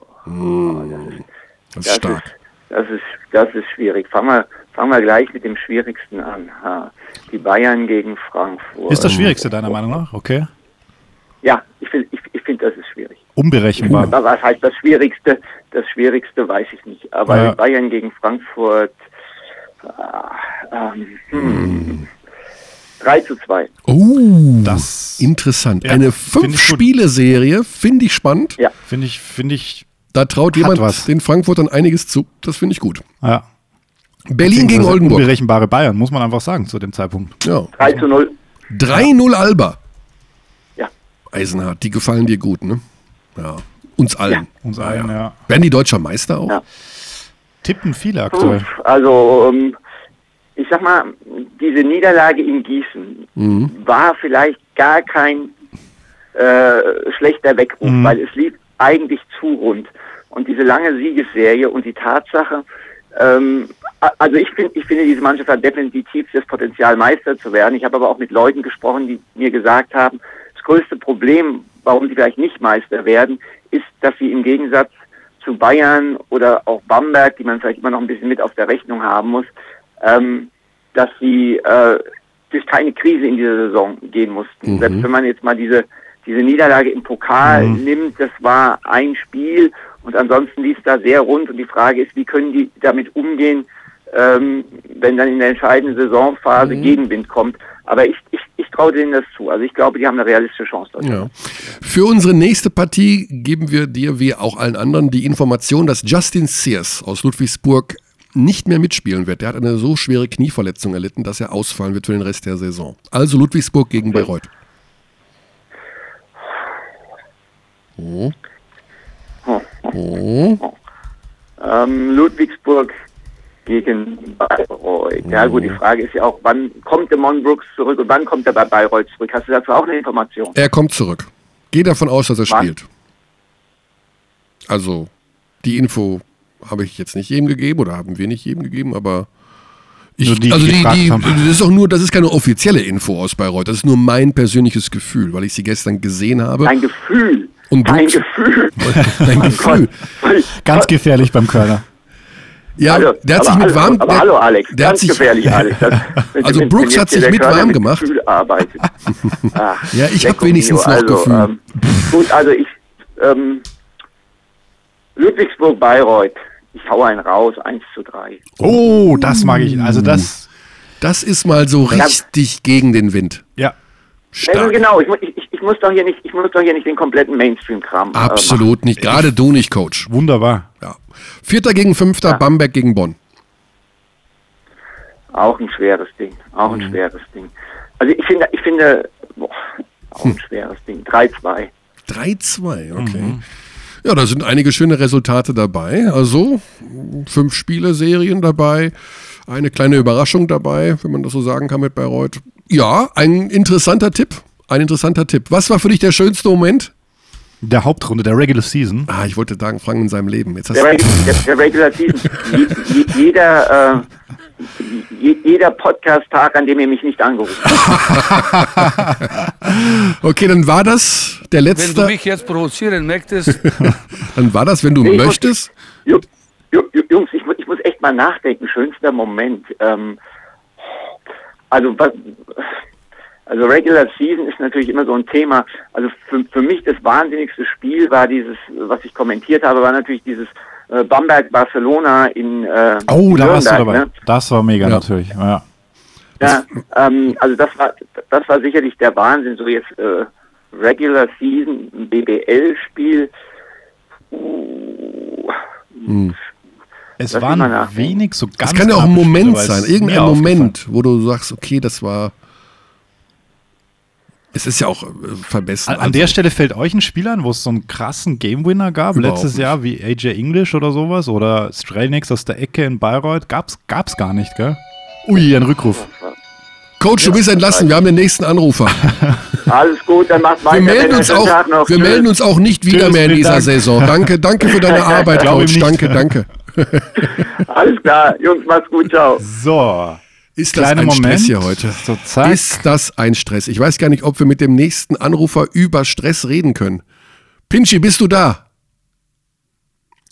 S14: Oh,
S1: Hm. Das ist
S14: Das
S1: stark.
S14: ist, das ist, das ist schwierig. Fangen wir, fangen wir gleich mit dem Schwierigsten an. Ha. Die Bayern gegen Frankfurt.
S2: Ist das Schwierigste deiner Meinung nach? Okay.
S14: Ja, ich, find- ich, ich finde, das ist schwierig.
S2: Unberechenbar.
S14: Aber was heißt halt das Schwierigste? Das Schwierigste weiß ich nicht. Aber
S2: Ja.
S14: Bayern gegen Frankfurt. Ah, ähm, hm. 3 zu 2.
S1: Oh,
S2: Das
S1: interessant.
S2: Ja,
S1: Eine
S2: find ich gut.
S1: Fünf-Spiele-Serie finde ich spannend.
S14: Ja.
S2: finde ich, finde ich,
S1: Da traut jemand
S2: was.
S1: den Frankfurtern einiges zu. Das finde ich gut.
S2: ja.
S1: Berlin gegen
S2: Also
S1: Oldenburg.
S2: Unberechenbare Bayern, muss man einfach sagen zu dem Zeitpunkt.
S1: Ja.
S14: 3 zu 0.
S1: 3-0 Alba.
S14: Ja.
S1: Eisenhardt, die gefallen dir gut, ne? Ja. Uns allen.
S2: Uns
S1: Ah,
S2: allen, ja.
S1: Werden die deutscher Meister auch?
S14: Ja.
S2: Tippen viele aktuell.
S14: Puh, Also, ähm, ich sag mal, diese Niederlage in Gießen war vielleicht gar kein äh, schlechter Weckruf, weil es lief eigentlich zu rund. Und diese lange Siegesserie und die Tatsache, ähm, a- also ich, find, ich finde, diese Mannschaft hat definitiv das Potenzial, Meister zu werden. Ich habe aber auch mit Leuten gesprochen, die mir gesagt haben, das größte Problem, warum sie vielleicht nicht Meister werden, ist, dass sie im Gegensatz zu Bayern oder auch Bamberg, die man vielleicht immer noch ein bisschen mit auf der Rechnung haben muss, ähm, dass sie äh, durch keine Krise in dieser Saison gehen mussten.
S15: Mhm.
S14: Selbst wenn man jetzt mal diese, diese Niederlage im Pokal
S15: Mhm.
S14: nimmt, das war ein Spiel und ansonsten lief es da sehr rund und die Frage ist, wie können die damit umgehen, ähm, wenn dann in der entscheidenden Saisonphase Gegenwind kommt. Aber ich, ich, ich traue denen das zu. Also ich glaube, die haben eine realistische Chance. dort.
S1: Ja. Für unsere nächste Partie geben wir dir, wie auch allen anderen, die Information, dass Justin Sears aus Ludwigsburg nicht mehr mitspielen wird. Der hat eine so schwere Knieverletzung erlitten, dass er ausfallen wird für den Rest der Saison. Also Ludwigsburg gegen Bayreuth. Oh. Oh.
S14: Ähm, Ludwigsburg gegen Bayreuth. Ja gut, die Frage ist ja auch, wann kommt der Brooks zurück und wann kommt er bei Bayreuth zurück? Hast du dazu auch eine Information?
S1: Er kommt zurück. Geh davon aus, dass er spielt. Also, die Info habe ich jetzt nicht jedem gegeben oder haben wir nicht jedem gegeben, aber ich,
S2: Nur die, die
S1: also die,
S2: gefragt
S1: die,
S2: haben.
S1: das ist auch nur, das ist keine offizielle Info aus Bayreuth, das ist nur mein persönliches Gefühl, weil ich sie gestern gesehen habe.
S14: Ein Gefühl.
S1: Und Brooks,
S14: Gefühl. Oh
S1: Ein Gefühl.
S2: Ganz gefährlich beim Körner.
S1: Ja, der hat sich
S14: aber
S1: mit
S14: hallo,
S1: warm.
S14: aber
S1: der,
S14: hallo, Alex,
S1: der hat
S14: ganz
S1: sich,
S14: gefährlich, Alex. Das- wenn-
S1: Also
S14: wenn-
S1: Brooks
S14: wenn
S1: hat
S14: jetzt
S1: sich
S14: hier der
S1: mit
S14: Körner
S1: warm gemacht.
S14: Gefühl arbeitet. Ach,
S1: Ja, ich hab
S14: Lecco
S1: wenigstens
S14: mio.
S1: noch Gefühl.
S14: gut, also ich, ähm, Ludwigsburg-Bayreuth, ich hau einen raus, 1 zu 3.
S2: Oh, das mag ich. Also das.
S1: Das ist mal so
S14: Ja.
S1: richtig gegen den Wind.
S2: Ja.
S14: Ja, genau, ich, mu- ich, ich- ich muss doch hier nicht, ich muss doch hier nicht den kompletten Mainstream-Kram. äh,
S1: Absolut nicht. Gerade du nicht, Coach.
S2: Wunderbar.
S1: Ja. Vierter gegen Fünfter, Bamberg gegen Bonn.
S14: machen. Auch ein schweres Ding, auch
S1: Mhm.
S14: ein schweres Ding. Also ich finde, ich finde, boah, auch
S1: Hm.
S14: ein schweres Ding, 3-2.
S1: 3-2, okay.
S16: Mhm.
S1: Ja, da sind einige schöne Resultate dabei. Also fünf Spiele-Serien dabei, eine kleine Überraschung dabei, wenn man das so sagen kann mit Bayreuth. Ja, ein interessanter Tipp. Ein interessanter Tipp. Was war für dich der schönste Moment?
S2: Der Hauptrunde, der Regular Season.
S1: Ah, ich wollte sagen, Frank in seinem Leben. Jetzt hast
S14: Der, Reg der, der Regular Season. Je, je, jeder, äh, je, jeder Podcast-Tag, an dem ihr mich nicht angerufen
S1: okay, dann war das
S16: Wenn
S1: der
S16: du
S1: letzte.
S16: mich jetzt provozieren möchtest,
S1: Dann war das, wenn du
S14: Nee, ich muss-
S1: möchtest.
S14: habt. Jungs, ich, mu- ich muss echt mal nachdenken. Schönster Moment. Ähm, also, was, also Regular Season ist natürlich immer so ein Thema. Also für, für mich das wahnsinnigste Spiel war dieses, was ich kommentiert habe, war natürlich dieses äh, Bamberg-Barcelona in äh,
S2: Oh,
S14: in
S2: da warst du
S14: Nürnberg,
S2: dabei.
S14: ne?
S2: Das war mega natürlich. Ja.
S14: Ja, ähm, also das war das war sicherlich der Wahnsinn. So jetzt äh, Regular Season ein BBL-Spiel. Uh,
S1: Hm.
S2: Es
S14: Lass mich
S2: waren
S14: mal nachdenken.
S2: wenig so ganz.
S1: Es kann ja auch ein
S2: knappe Spiele,
S1: Moment
S2: weil es
S1: sein,
S2: mir
S1: irgendein
S2: aufgefallen
S1: Moment, wo du sagst, okay, das war. Es ist ja auch äh, verbessert.
S2: An, an der Stelle fällt euch ein Spiel an, wo es so einen krassen Game-Winner gab.
S1: Überhaupt
S2: Letztes
S1: nicht.
S2: Jahr wie AJ English oder sowas oder Strelnix aus der Ecke in Bayreuth. Gab's, gab's gar nicht, gell? Ui, ein Rückruf.
S1: Coach, du bist entlassen. Wir haben den nächsten Anrufer.
S14: Alles gut, dann macht weiter.
S1: Wir melden
S14: Einen
S1: uns
S14: schönen
S1: auch,
S14: Tag noch.
S1: wir
S14: Tschüss.
S1: melden uns auch nicht wieder
S14: Tschüss,
S1: mehr in
S14: vielen
S1: dieser
S14: Dank.
S1: Saison. Danke, danke für deine Arbeit,
S2: Glaub ihm
S1: Coach.
S2: nicht.
S1: Danke, danke.
S14: Alles klar, Jungs, macht's gut, ciao.
S2: So.
S1: Ist das ein Stress hier heute?
S2: So, zack.
S1: Ist das ein Stress? Ich weiß gar nicht, ob wir mit dem nächsten Anrufer über Stress reden können. Pinschi, bist du da?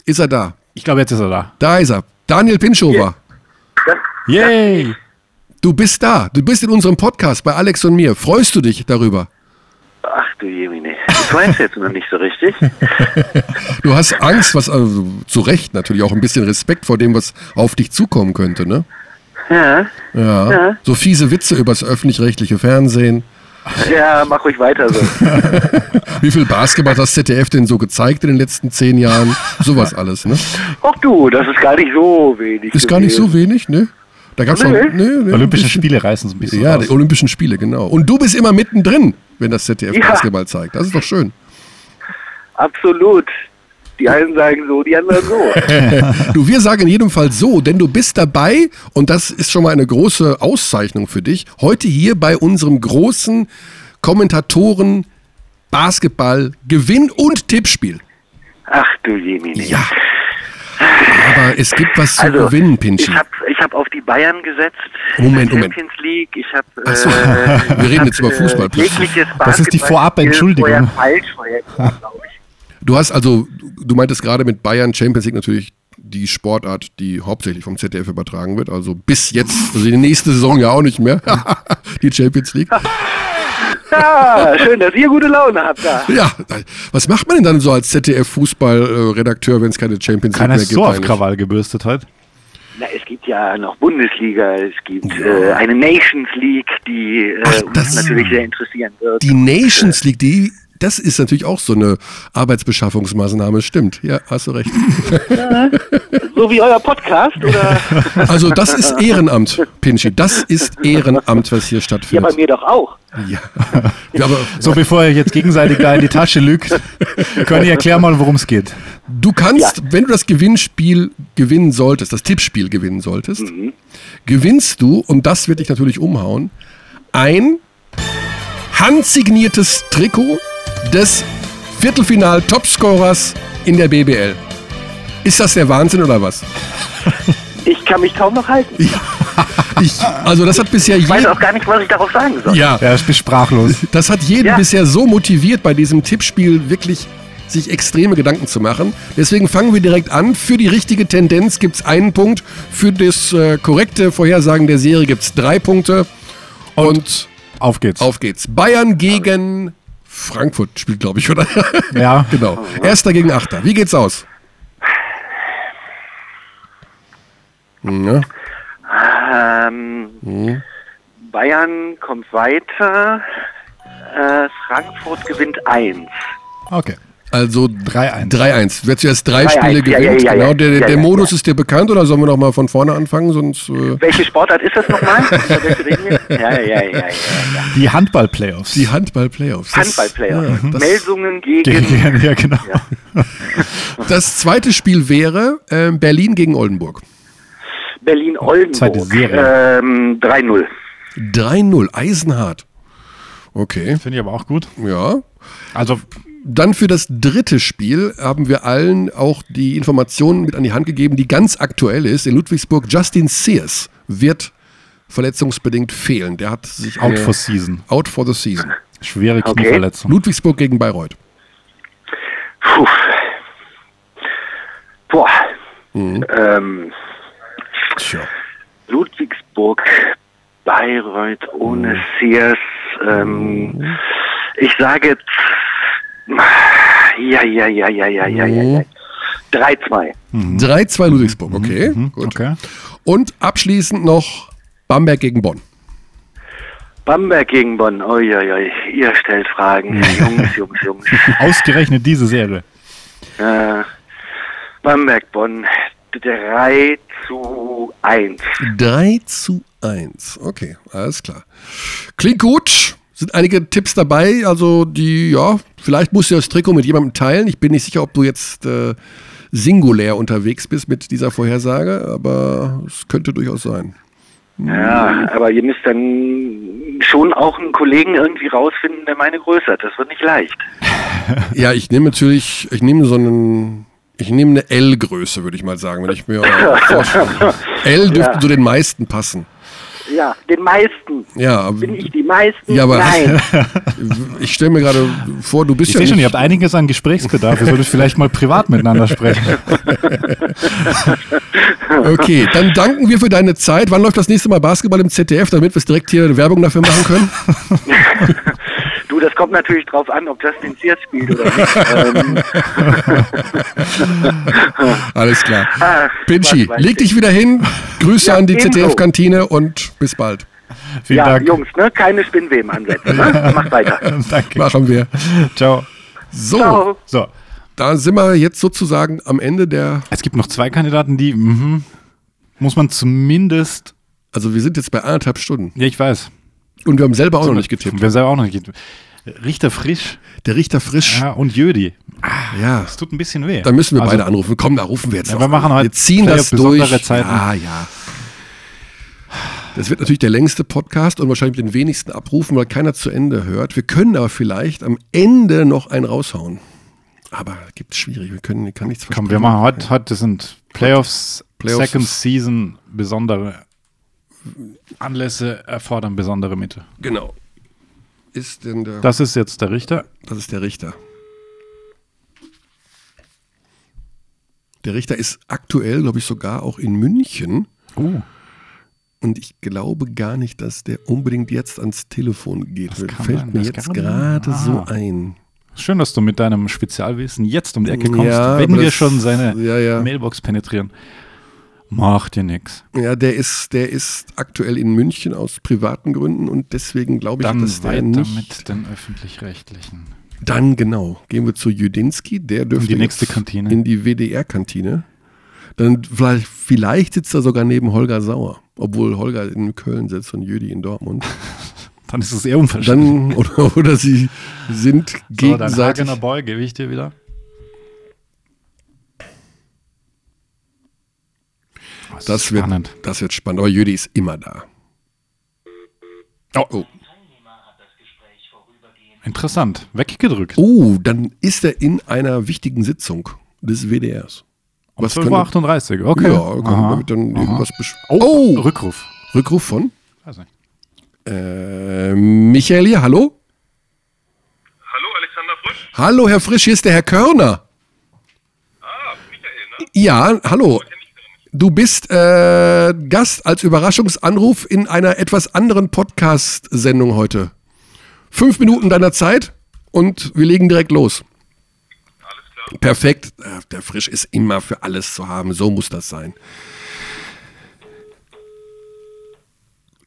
S1: Ist er da?
S2: Ich glaube, jetzt ist er da.
S1: Da ist er. Daniel Pinschover.
S2: Yay!
S1: Du bist da. Du bist in unserem Podcast bei Alex und mir. Freust du dich darüber?
S17: Ach du Jemine, ich weiß jetzt noch nicht so richtig.
S1: Du hast Angst, was also, zu Recht natürlich auch ein bisschen Respekt vor dem, was auf dich zukommen könnte, ne?
S17: Ja,
S1: Ja.
S17: Ja.
S1: So fiese Witze übers öffentlich-rechtliche Fernsehen.
S17: ja mach ruhig weiter so.
S1: Wie viel Basketball hat das ZDF denn so gezeigt in den letzten zehn Jahren? Sowas alles, ne?
S17: Ach du, das ist gar nicht so wenig.
S1: Ist gar nicht so
S17: gewesen.
S1: wenig, ne? Da gab's
S17: Nee.
S1: noch. Nee, nee,
S2: Olympische Spiele reißen es ein bisschen
S1: Ja,
S2: raus.
S1: die Olympischen Spiele, genau. Und du bist immer mittendrin, wenn das ZDF
S17: Ja.
S1: Basketball zeigt. Das ist doch schön.
S17: Absolut. Die einen sagen so, die anderen so.
S1: du, wir sagen in jedem Fall so, denn du bist dabei und das ist schon mal eine große Auszeichnung für dich. Heute hier bei unserem großen Kommentatoren Basketball Gewinn und Tippspiel.
S17: Ach du Jemine.
S1: Ja. Aber es gibt was zu gewinnen, Pinschi.
S17: Also, Ich habe ich hab auf die Bayern gesetzt.
S1: Moment, Moment.
S17: Champions League, ich habe...
S11: äh,
S1: Ach so. Wir reden jetzt über Fußball.
S17: Äh, jegliches
S1: Das ist die
S17: Basketballspiel
S1: Vorab-Entschuldigung.
S17: Vorher falsch, vorher, glaub ich.
S1: Du hast also, du meintest gerade mit Bayern Champions League natürlich die Sportart, die hauptsächlich vom ZDF übertragen wird. Also bis jetzt, also die nächste Saison ja auch nicht mehr. die Champions League.
S11: Ja, Ah, schön, dass ihr gute Laune habt da.
S1: Ja, was macht man denn dann so als ZDF-Fußballredakteur, wenn es keine Champions
S2: Keiner
S1: League
S2: ist
S1: mehr
S2: so
S1: gibt?
S2: auf
S1: eigentlich?
S2: Krawall gebürstet hat.
S11: Na, es gibt ja noch Bundesliga, es gibt äh, eine Nations League, die äh, uns natürlich sehr interessieren wird.
S1: Die Nations League, die, das ist natürlich auch so eine Arbeitsbeschaffungsmaßnahme, stimmt. Ja, hast du recht.
S11: so wie euer Podcast, oder?
S1: Also das ist Ehrenamt, Pinschi. Das ist Ehrenamt, was hier
S11: Ja,
S1: stattfindet.
S11: bei mir doch auch.
S1: Ja. Ja, aber
S2: So, bevor ihr jetzt gegenseitig da in die Tasche lügt, können ihr erklären mal, worum es geht.
S1: du kannst, wenn du das Gewinnspiel gewinnen solltest, das Tippspiel gewinnen solltest,
S11: Mhm.
S1: gewinnst du, und das wird dich natürlich umhauen, ein handsigniertes Trikot des Viertelfinal-Topscorers in der BBL. Ist das der Wahnsinn oder was?
S11: Ich kann mich kaum noch halten. Ich
S1: Ich, also das hat bisher
S11: weiß
S1: jeder...
S11: auch gar nicht, was ich darauf sagen soll.
S1: Ja,
S2: Ja, ich bin sprachlos.
S1: Das hat jeden bisher so motiviert, bei diesem Tippspiel wirklich sich extreme Gedanken zu machen. Deswegen fangen wir direkt an. Für die richtige Tendenz gibt es einen Punkt. Für das äh, korrekte Vorhersagen der Serie gibt es drei Punkte. Und,
S2: Auf geht's.
S1: auf geht's. Bayern gegen Frankfurt spielt, glaube ich, oder?
S2: Ja.
S1: genau. Erster gegen Achter. Wie geht's aus? Ja.
S11: Ähm,
S1: Hm.
S11: Bayern kommt weiter. Äh, Frankfurt gewinnt eins.
S2: Okay.
S1: Also
S2: 3-1.
S1: 3-1. Wer zuerst drei
S11: 3-1,
S1: Spiele
S11: ja, ja,
S1: gewinnt,
S11: ja, ja.
S1: genau. Der,
S11: Ja,
S1: der
S11: ja,
S1: Modus ist dir bekannt oder sollen wir nochmal von vorne anfangen? Sonst. Äh
S11: Welche Sportart ist das nochmal? Über welche reden wir? ja, ja, ja, ja, ja.
S2: Die Handball-Playoffs.
S1: Die Handball-Playoffs. Das-
S11: Handball-Player.
S1: Ja, das-
S11: Melsungen gegen.
S2: Gegen, ja, genau.
S1: Das zweite Spiel wäre ähm, Berlin gegen Oldenburg.
S11: Berlin-Oldenburg.
S2: Zweite
S5: äh,
S2: Serie.
S11: Ähm, 3-0.
S1: 3-0, Eisenhart. Okay,
S2: Finde ich aber auch gut.
S1: ja.
S2: Also,
S1: Dann für das dritte Spiel haben wir allen auch die Information mit an die Hand gegeben, die ganz aktuell ist. In Ludwigsburg, Justin Sears wird verletzungsbedingt fehlen. Der hat sich
S2: out
S1: eine-
S2: for season.
S1: out for the season.
S2: Schwere
S11: Okay.
S2: Knieverletzung.
S1: Ludwigsburg gegen Bayreuth.
S11: Puh. Boah. Ähm,
S1: Tja.
S11: Ludwigsburg, Bayreuth ohne Sears. Ähm, ich sage. Ja, ja, ja, ja, ja, ja, ja, ja. 3-2.
S1: 3-2 Ludwigsburg, okay. Gut.
S2: Okay.
S1: Und abschließend noch Bamberg gegen Bonn.
S11: Bamberg gegen Bonn. Oi, oi, oi. Ihr stellt Fragen. Jungs, Jungs, Jungs.
S2: Ausgerechnet diese Serie.
S11: Äh, Bamberg, Bonn. 3 zu 1.
S1: 3 zu 1. Okay, alles klar. Klingt gut. Sind einige Tipps dabei, also die, ja, vielleicht musst du das Trikot mit jemandem teilen. Ich bin nicht sicher, ob du jetzt äh, singulär unterwegs bist mit dieser Vorhersage, aber es könnte durchaus sein.
S11: Ja, aber ihr müsst dann schon auch einen Kollegen irgendwie rausfinden, der meine Größe hat. Das wird nicht leicht.
S1: Ja, ich nehme natürlich, ich nehme so einen, ich nehme eine L-Größe, würde ich mal sagen, wenn ich mir vorstelle. L dürfte
S11: Ja.
S1: so den meisten passen.
S11: Ja, den meisten.
S1: Ja, aber-
S11: Bin ich die meisten?
S1: Ja, aber-
S11: Nein.
S1: ich stelle mir gerade vor, du bist
S2: Ich
S1: ja
S2: sehe schon,
S1: nicht-
S2: ihr habt einiges an Gesprächsbedarf. Ihr solltet vielleicht mal privat miteinander sprechen.
S1: Okay, dann danken wir für deine Zeit. Wann läuft das nächste Mal Basketball im ZDF, damit wir es direkt hier Werbung dafür machen können?
S11: Du, das kommt natürlich drauf an, ob Justin Sears spielt oder nicht. ähm,
S1: Alles klar.
S11: ah,
S1: Pinschi,
S11: was weiß
S1: leg
S11: ich.
S1: dich wieder hin. Grüße
S11: Ja,
S1: an die
S11: ebenso.
S1: ZDF-Kantine und bis bald.
S2: Vielen
S11: Ja,
S2: Dank.
S11: Jungs, ne? keine Spinnweben ansetzen. Ne? Macht weiter.
S2: Danke.
S1: Machen wir.
S2: Ciao.
S1: So,
S11: Ciao.
S2: So,
S1: da sind wir jetzt sozusagen am Ende der.
S2: es gibt noch zwei Kandidaten, die mhm, muss man zumindest.
S1: Also, wir sind jetzt bei anderthalb Stunden.
S2: Ja, ich weiß.
S1: Und wir haben selber auch noch nicht getippt.
S2: Wer selber auch noch nicht getippt. Richter Frisch
S1: Der Richter Frisch.
S2: ja, und Jödi. Ah.
S1: Ja.
S2: Das tut ein bisschen weh.
S1: Da müssen wir
S2: Also,
S1: beide anrufen. Komm, da rufen wir jetzt
S2: Ja,
S1: noch
S2: wir
S1: an.
S2: machen heute
S1: Wir ziehen
S2: Player
S1: das durch.
S2: besondere Zeiten.
S1: Ja, ja. Das wird natürlich der längste Podcast und wahrscheinlich mit den wenigsten abrufen, weil keiner zu Ende hört. Wir können aber vielleicht am Ende noch einen raushauen. Aber gibt schwierig. Wir können, kann nichts
S2: Komm,
S1: versprechen.
S2: wir machen heute, heute das sind Playoffs,
S1: Playoffs.
S2: Second Season, besondere Anlässe erfordern besondere Mittel.
S1: Genau. Ist denn der.
S2: Das ist jetzt der Richter.
S1: Das ist der Richter. Der Richter ist aktuell, glaube ich, sogar auch in München.
S2: Oh.
S1: Und ich glaube gar nicht, dass der unbedingt jetzt ans Telefon geht.
S2: kann
S1: Fällt
S2: man,
S1: mir
S2: das
S1: jetzt
S2: kann man.
S1: gerade so
S2: Ah.
S1: ein.
S2: Schön, dass du mit deinem Spezialwissen jetzt um die Ecke
S1: Ja,
S2: kommst, wenn
S1: aber
S2: wir
S1: das-
S2: schon seine
S1: ja, ja.
S2: Mailbox penetrieren. Macht dir nix.
S1: Ja, der ist, der ist aktuell in München aus privaten Gründen und deswegen glaube ich,
S2: Dann
S1: dass der
S2: weiter
S1: nicht.
S2: mit den öffentlich-rechtlichen.
S1: Dann genau. Gehen wir zu Judinski, der dürfte
S2: die nächste
S1: jetzt
S2: Kantine.
S1: in die WDR-Kantine. Dann vielleicht, vielleicht sitzt er sogar neben Holger Sauer, obwohl Holger in Köln sitzt und Jüdi in Dortmund.
S2: Dann ist es eher unverständlich.
S1: Dann oder, oder sie sind
S2: so, dein
S1: gegenseitig.
S2: Hagener Boy gebe ich dir wieder.
S1: das, wird, das wird spannend. Aber Jüdi ist immer da. Oh, oh.
S2: Interessant. Weggedrückt.
S1: Oh, dann ist er in einer wichtigen Sitzung des WDRs.
S2: Um
S1: könnte-
S2: 12.38 Uhr, okay.
S1: Ja, können
S2: Aha,
S1: wir dann
S2: aha.
S1: irgendwas besch
S2: Oh, Rückruf.
S1: Rückruf von?
S2: Weiß nicht.
S1: Äh, Michael hier, hallo? Hallo, Alexander Frisch. Hallo, Herr Frisch, hier ist der Herr Körner. Ah, Michael, ne? Ja, hallo. Du bist äh, Gast als Überraschungsanruf in einer etwas anderen Podcast-Sendung heute. Fünf Minuten deiner Zeit und wir legen direkt los. Alles klar. Perfekt. Äh, Der Frisch ist immer für alles zu haben. So muss das sein.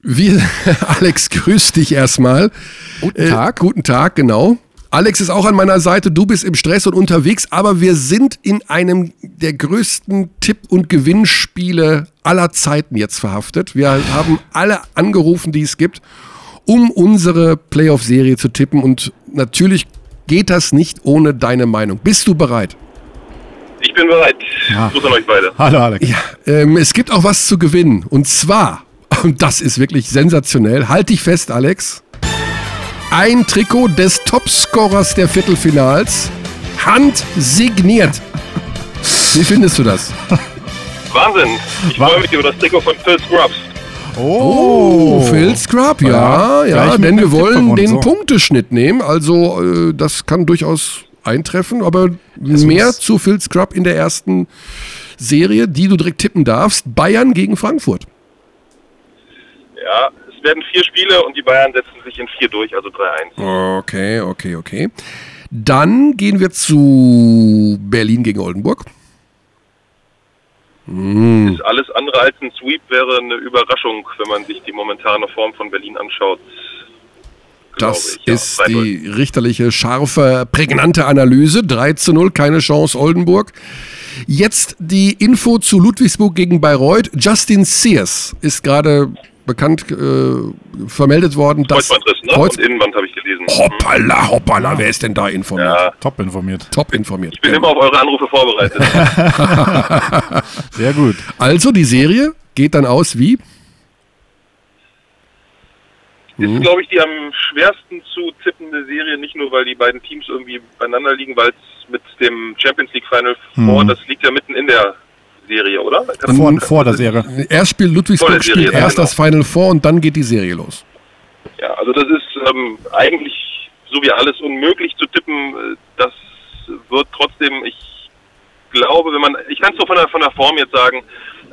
S1: Wir, Alex, grüß dich erstmal. Guten Tag. Äh, guten Tag, genau. Alex ist auch an meiner Seite, du bist im Stress und unterwegs, aber wir sind in einem der größten Tipp- und Gewinnspiele aller Zeiten jetzt verhaftet. Wir haben alle angerufen, die es gibt, um unsere Playoff-Serie zu tippen und natürlich geht das nicht ohne deine Meinung. Bist du bereit?
S15: Ich bin bereit. Gruß an euch beide.
S2: Hallo Alex.
S1: Ja, ähm, es gibt auch was zu gewinnen und zwar, und das ist wirklich sensationell, halt dich fest, Alex. ein Trikot des Topscorers der Viertelfinals, handsigniert. Wie findest du das?
S15: Wahnsinn. Ich freue mich über das Trikot von Phil Scrubs.
S1: Oh, Phil Scrub,
S2: Ja,
S1: ja, ja,
S2: gleich mit
S1: denn
S2: einem
S1: wir
S2: Tipp
S1: wollen
S2: verbunden,
S1: den
S2: so.
S1: Punkteschnitt nehmen, also äh, das kann durchaus eintreffen, aber mehr zu Phil Scrub in der ersten Serie, die du direkt tippen darfst, Bayern gegen Frankfurt.
S15: Ja, es werden vier Spiele und die Bayern setzen sich in vier durch, also 3-1.
S1: Okay, okay, okay. Dann gehen wir zu Berlin gegen Oldenburg. Hm.
S2: Hm.
S15: Ist alles andere als ein Sweep wäre eine Überraschung, wenn man sich die momentane Form von Berlin anschaut.
S1: Das ist die richterliche, scharfe, prägnante Analyse. 3 zu 0, keine Chance, Oldenburg. Jetzt die Info zu Ludwigsburg gegen Bayreuth. Justin Sears ist gerade bekannt äh, vermeldet worden, dass
S15: Kreuzbandriss, ne?
S1: Kreuz-
S15: Und Innenband habe ich gelesen.
S2: Oh.
S1: Hoppala, hoppala, wer ist denn da informiert?
S2: Top informiert.
S1: Top informiert.
S15: Ich bin immer auf eure Anrufe vorbereitet.
S2: Sehr gut.
S1: Also die Serie geht dann aus wie?
S2: Mhm.
S15: Ist, glaube ich, die am schwersten zu tippende Serie, nicht nur, weil die beiden Teams irgendwie beieinander liegen, weil es mit dem Champions League Final vor, das liegt ja mitten in der Serie, oder?
S2: Hm. Vor, vor der Serie.
S1: Erst spielt
S15: Vor der
S1: Ludwigsburg,
S15: Serie,
S1: spielt
S15: ja,
S1: erst
S15: genau.
S1: das Final Four und dann geht die Serie los.
S15: Ja, also das ist ähm, eigentlich so wie alles unmöglich zu tippen. Äh, Das wird trotzdem, ich glaube, wenn man, ich kann es so von der, von der Form jetzt sagen,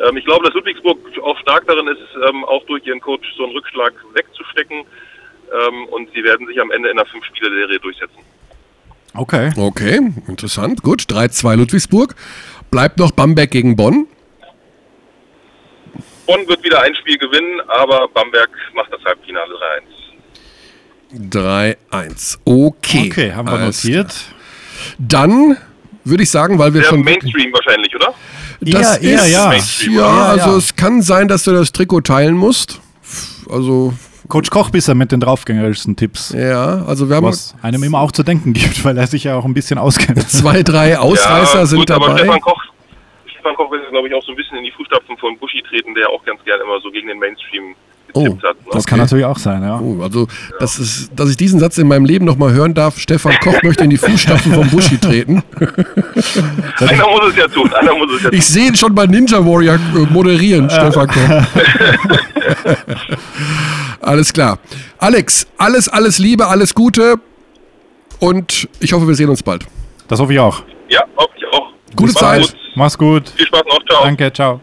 S15: ähm, ich glaube, dass Ludwigsburg auch stark darin ist, ähm, auch durch ihren Coach so einen Rückschlag wegzustecken. Ähm, und sie werden sich am Ende in einer Fünf-Spiele-Serie durchsetzen.
S2: Okay.
S1: Okay, interessant. Gut, 3-2 Ludwigsburg. Bleibt noch Bamberg gegen Bonn.
S15: Bonn wird wieder ein Spiel gewinnen, aber Bamberg macht das Halbfinale 3-1.
S1: 3-1. Okay.
S2: Okay, haben wir
S1: Alles
S2: notiert.
S1: klar. Dann würde ich sagen, weil wir
S15: Der
S1: schon.
S15: Mainstream wahrscheinlich, oder?
S2: Eher,
S1: Das ist,
S2: eher, ja.
S1: ja.
S2: Mainstream, oder?
S1: also
S2: Ja, ja.
S1: es kann sein, dass du das Trikot teilen musst. Also.
S2: Coach Koch bisher mit den draufgängerischen Tipps.
S1: Ja, also wir haben-
S2: Was einem immer auch zu denken gibt, weil er sich ja auch ein bisschen auskennt.
S1: Zwei, drei Ausreißer
S15: ja,
S1: sind
S15: gut,
S1: dabei.
S15: Aber Stefan Koch, Stefan Koch will, glaube ich, auch so ein bisschen in die Fußstapfen von Buschi treten, der auch ganz gerne immer so gegen den Mainstream ne?
S1: Oh,
S2: Das kann natürlich auch sein, ja.
S1: Oh, also, das ist, dass ich diesen Satz in meinem Leben nochmal hören darf. Stefan Koch möchte in die Fußstapfen vom Buschi treten.
S15: Einer muss es ja tun, einer muss es ja tun.
S1: Ich sehe ihn schon bei Ninja Warrior äh, moderieren, Stefan Koch. alles klar. Alex, alles, alles Liebe, alles Gute. Und ich hoffe, wir sehen uns bald.
S2: Das hoffe ich auch.
S15: Ja, hoffe ich auch.
S1: Gute
S2: Bis
S1: Zeit.
S2: bald. Mach's gut.
S15: Viel Spaß noch. Ciao.
S2: Danke, ciao.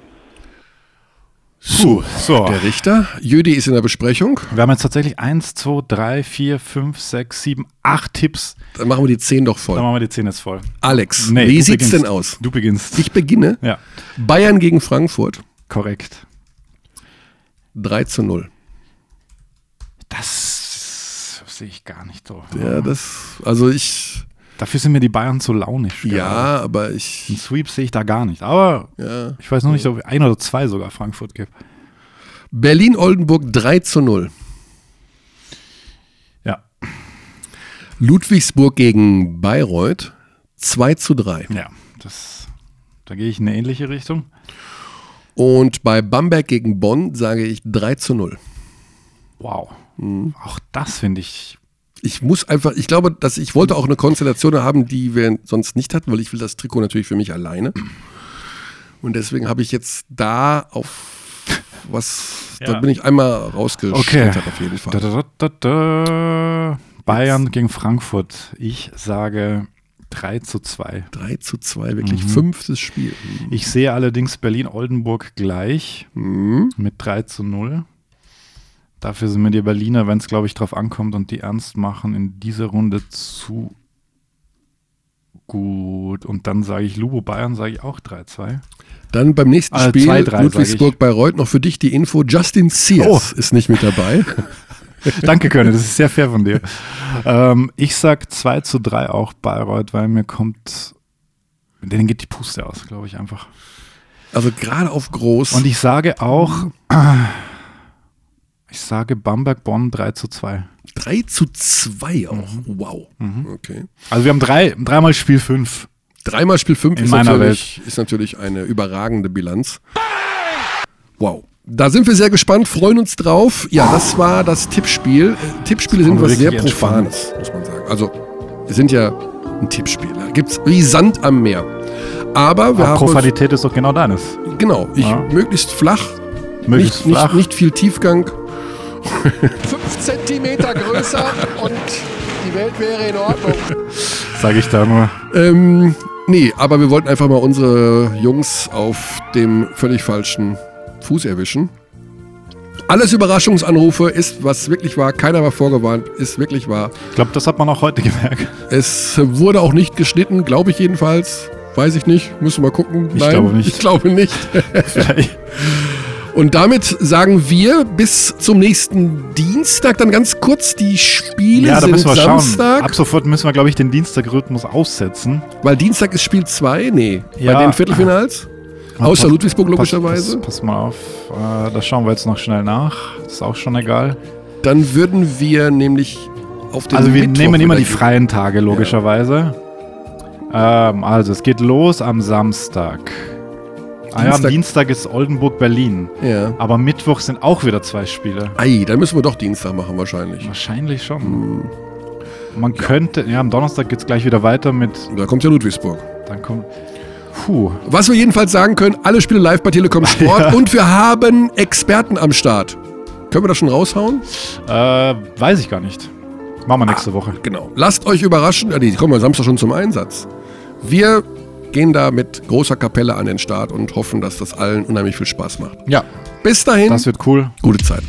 S1: So,
S2: so.
S1: der Richter. Jüdi ist in der Besprechung.
S2: Wir haben jetzt tatsächlich 1, 2, 3, 4, 5, 6, 7, 8 Tipps.
S1: Dann machen wir die 10 doch voll.
S2: Dann machen wir die 10 jetzt voll.
S1: Alex,
S2: Nee,
S1: wie
S2: du
S1: sieht's
S2: beginnst.
S1: denn aus?
S2: Du beginnst.
S1: Ich beginne.
S2: Ja.
S1: Bayern gegen Frankfurt.
S2: Korrekt.
S1: 3 zu 0.
S2: Das sehe ich gar nicht so.
S1: Ja, das, also ich,
S2: Dafür sind mir die Bayern zu launisch.
S1: ja, aber ich,
S2: Ein Sweep sehe ich da gar nicht. Aber
S1: ja.
S2: ich weiß noch nicht, ob ich ein oder zwei sogar Frankfurt gibt.
S1: Berlin-Oldenburg 3 zu 0.
S2: Ja.
S1: Ludwigsburg gegen Bayreuth 2 zu 3.
S2: Ja, das, da gehe ich in eine ähnliche Richtung.
S1: Und bei Bamberg gegen Bonn sage ich 3 zu 0.
S2: Wow.
S1: Mhm.
S2: Auch das finde ich.
S1: Ich muss einfach, ich glaube, dass ich wollte auch eine Konstellation haben, die wir sonst nicht hatten, weil ich will das Trikot natürlich für mich alleine. Und deswegen habe ich jetzt da auf was,
S2: Ja.
S1: da bin ich einmal rausgeschlittert auf jeden
S2: Da,
S1: Fall.
S2: da, da, da, da. Bayern gegen Frankfurt. Ich sage 3 zu 2.
S1: 3 zu 2, wirklich
S2: Mhm.
S1: fünftes Spiel.
S2: Ich sehe allerdings Berlin-Oldenburg gleich
S1: Mhm.
S2: mit 3 zu 0. Dafür sind mir die Berliner, wenn es, glaube ich, drauf ankommt und die ernst machen, in dieser Runde zu gut. Und dann sage ich Lubo Bayern, sage ich auch 3-2.
S1: Dann beim nächsten
S2: Also 2-3,
S1: Spiel
S2: sag ich. Oh.
S1: Ludwigsburg Bayreuth noch für dich die Info. Justin Sears ist nicht mit dabei.
S2: Danke, Körner, das ist sehr fair von dir. ähm, ich sag 2 zu 3 auch Bayreuth, weil mir kommt. Denen geht die Puste aus, glaube ich, einfach.
S1: Also gerade auf groß.
S2: Und ich sage auch. Ich sage Bamberg-Bonn 3 zu 2.
S1: 3 zu 2 auch.
S2: Mhm.
S1: Wow. Okay.
S2: Also wir haben drei, dreimal Spiel 5.
S1: Dreimal Spiel 5
S2: In
S1: ist
S2: meiner
S1: natürlich, ist natürlich eine überragende Bilanz. Wow. Da sind wir sehr gespannt, freuen uns drauf. Ja, das war das Tippspiel. Äh, Tippspiele sind
S2: Aber
S1: was sehr
S2: wirklich entspannt.
S1: Profanes, muss man sagen. Also, wir sind ja ein Tippspiel. Da gibt es wie Sand am Meer. Aber wir
S2: Aber
S1: haben uns,
S2: Profanität ist doch genau deines.
S1: Genau, ich,
S2: Ja.
S1: möglichst flach,
S2: Möglichst
S1: nicht,
S2: flach.
S1: Nicht, nicht viel Tiefgang.
S4: 5 Zentimeter größer und die Welt wäre in Ordnung.
S2: Sage ich da nur.
S1: Ähm, nee, aber wir wollten einfach mal unsere Jungs auf dem völlig falschen Fuß erwischen. Alles Überraschungsanrufe ist, was wirklich war. Keiner war vorgewarnt, ist wirklich wahr.
S2: Ich glaube, das hat man auch heute gemerkt.
S1: Es wurde auch nicht geschnitten, glaube ich jedenfalls. Weiß ich nicht, müssen wir mal gucken.
S2: Ich glaube nicht.
S1: Ich glaube nicht.
S2: Vielleicht.
S1: Und damit sagen wir bis zum nächsten Dienstag dann ganz kurz die Spiele
S2: Ja, da
S1: sind
S2: müssen wir schauen.
S1: Samstag,
S2: Ab sofort müssen wir, glaube ich, den Dienstagrhythmus aussetzen.
S1: weil Dienstag ist Spiel 2, nee,
S2: Ja.
S1: bei den Viertelfinals. Außer
S2: Pass-
S1: Ludwigsburg
S2: pass-
S1: logischerweise.
S2: Pass, pass mal auf, äh, das schauen wir jetzt noch schnell nach. Ist auch schon egal.
S1: Dann würden wir nämlich auf den
S2: also wir
S1: Mittwoch
S2: nehmen immer die
S1: wieder gehen.
S2: freien Tage logischerweise. Ähm, also es geht los am Samstag. Ah, ja, am
S1: Dienstag.
S2: Dienstag ist Oldenburg Berlin.
S1: Ja.
S2: Aber Mittwoch sind auch wieder zwei Spiele.
S1: Ei, dann müssen wir doch Dienstag machen wahrscheinlich.
S2: Wahrscheinlich
S1: Hm.
S2: schon. Man könnte, ja, am Donnerstag geht es gleich wieder weiter mit,
S1: Da kommt ja Ludwigsburg.
S2: dann kommt, puh,
S1: Was wir jedenfalls sagen können, alle Spiele live bei Telekom Sport
S2: Ja.
S1: und wir haben Experten am Start. Können wir das schon raushauen?
S2: äh, weiß ich gar nicht. Machen wir nächste Woche.
S1: Genau. Lasst euch überraschen. Ja, die kommen am Samstag schon zum Einsatz. Wir gehen da mit großer Kapelle an den Start und hoffen, dass das allen unheimlich viel Spaß macht.
S2: Ja,
S1: Bis dahin,
S2: das wird cool.
S1: gute Zeit.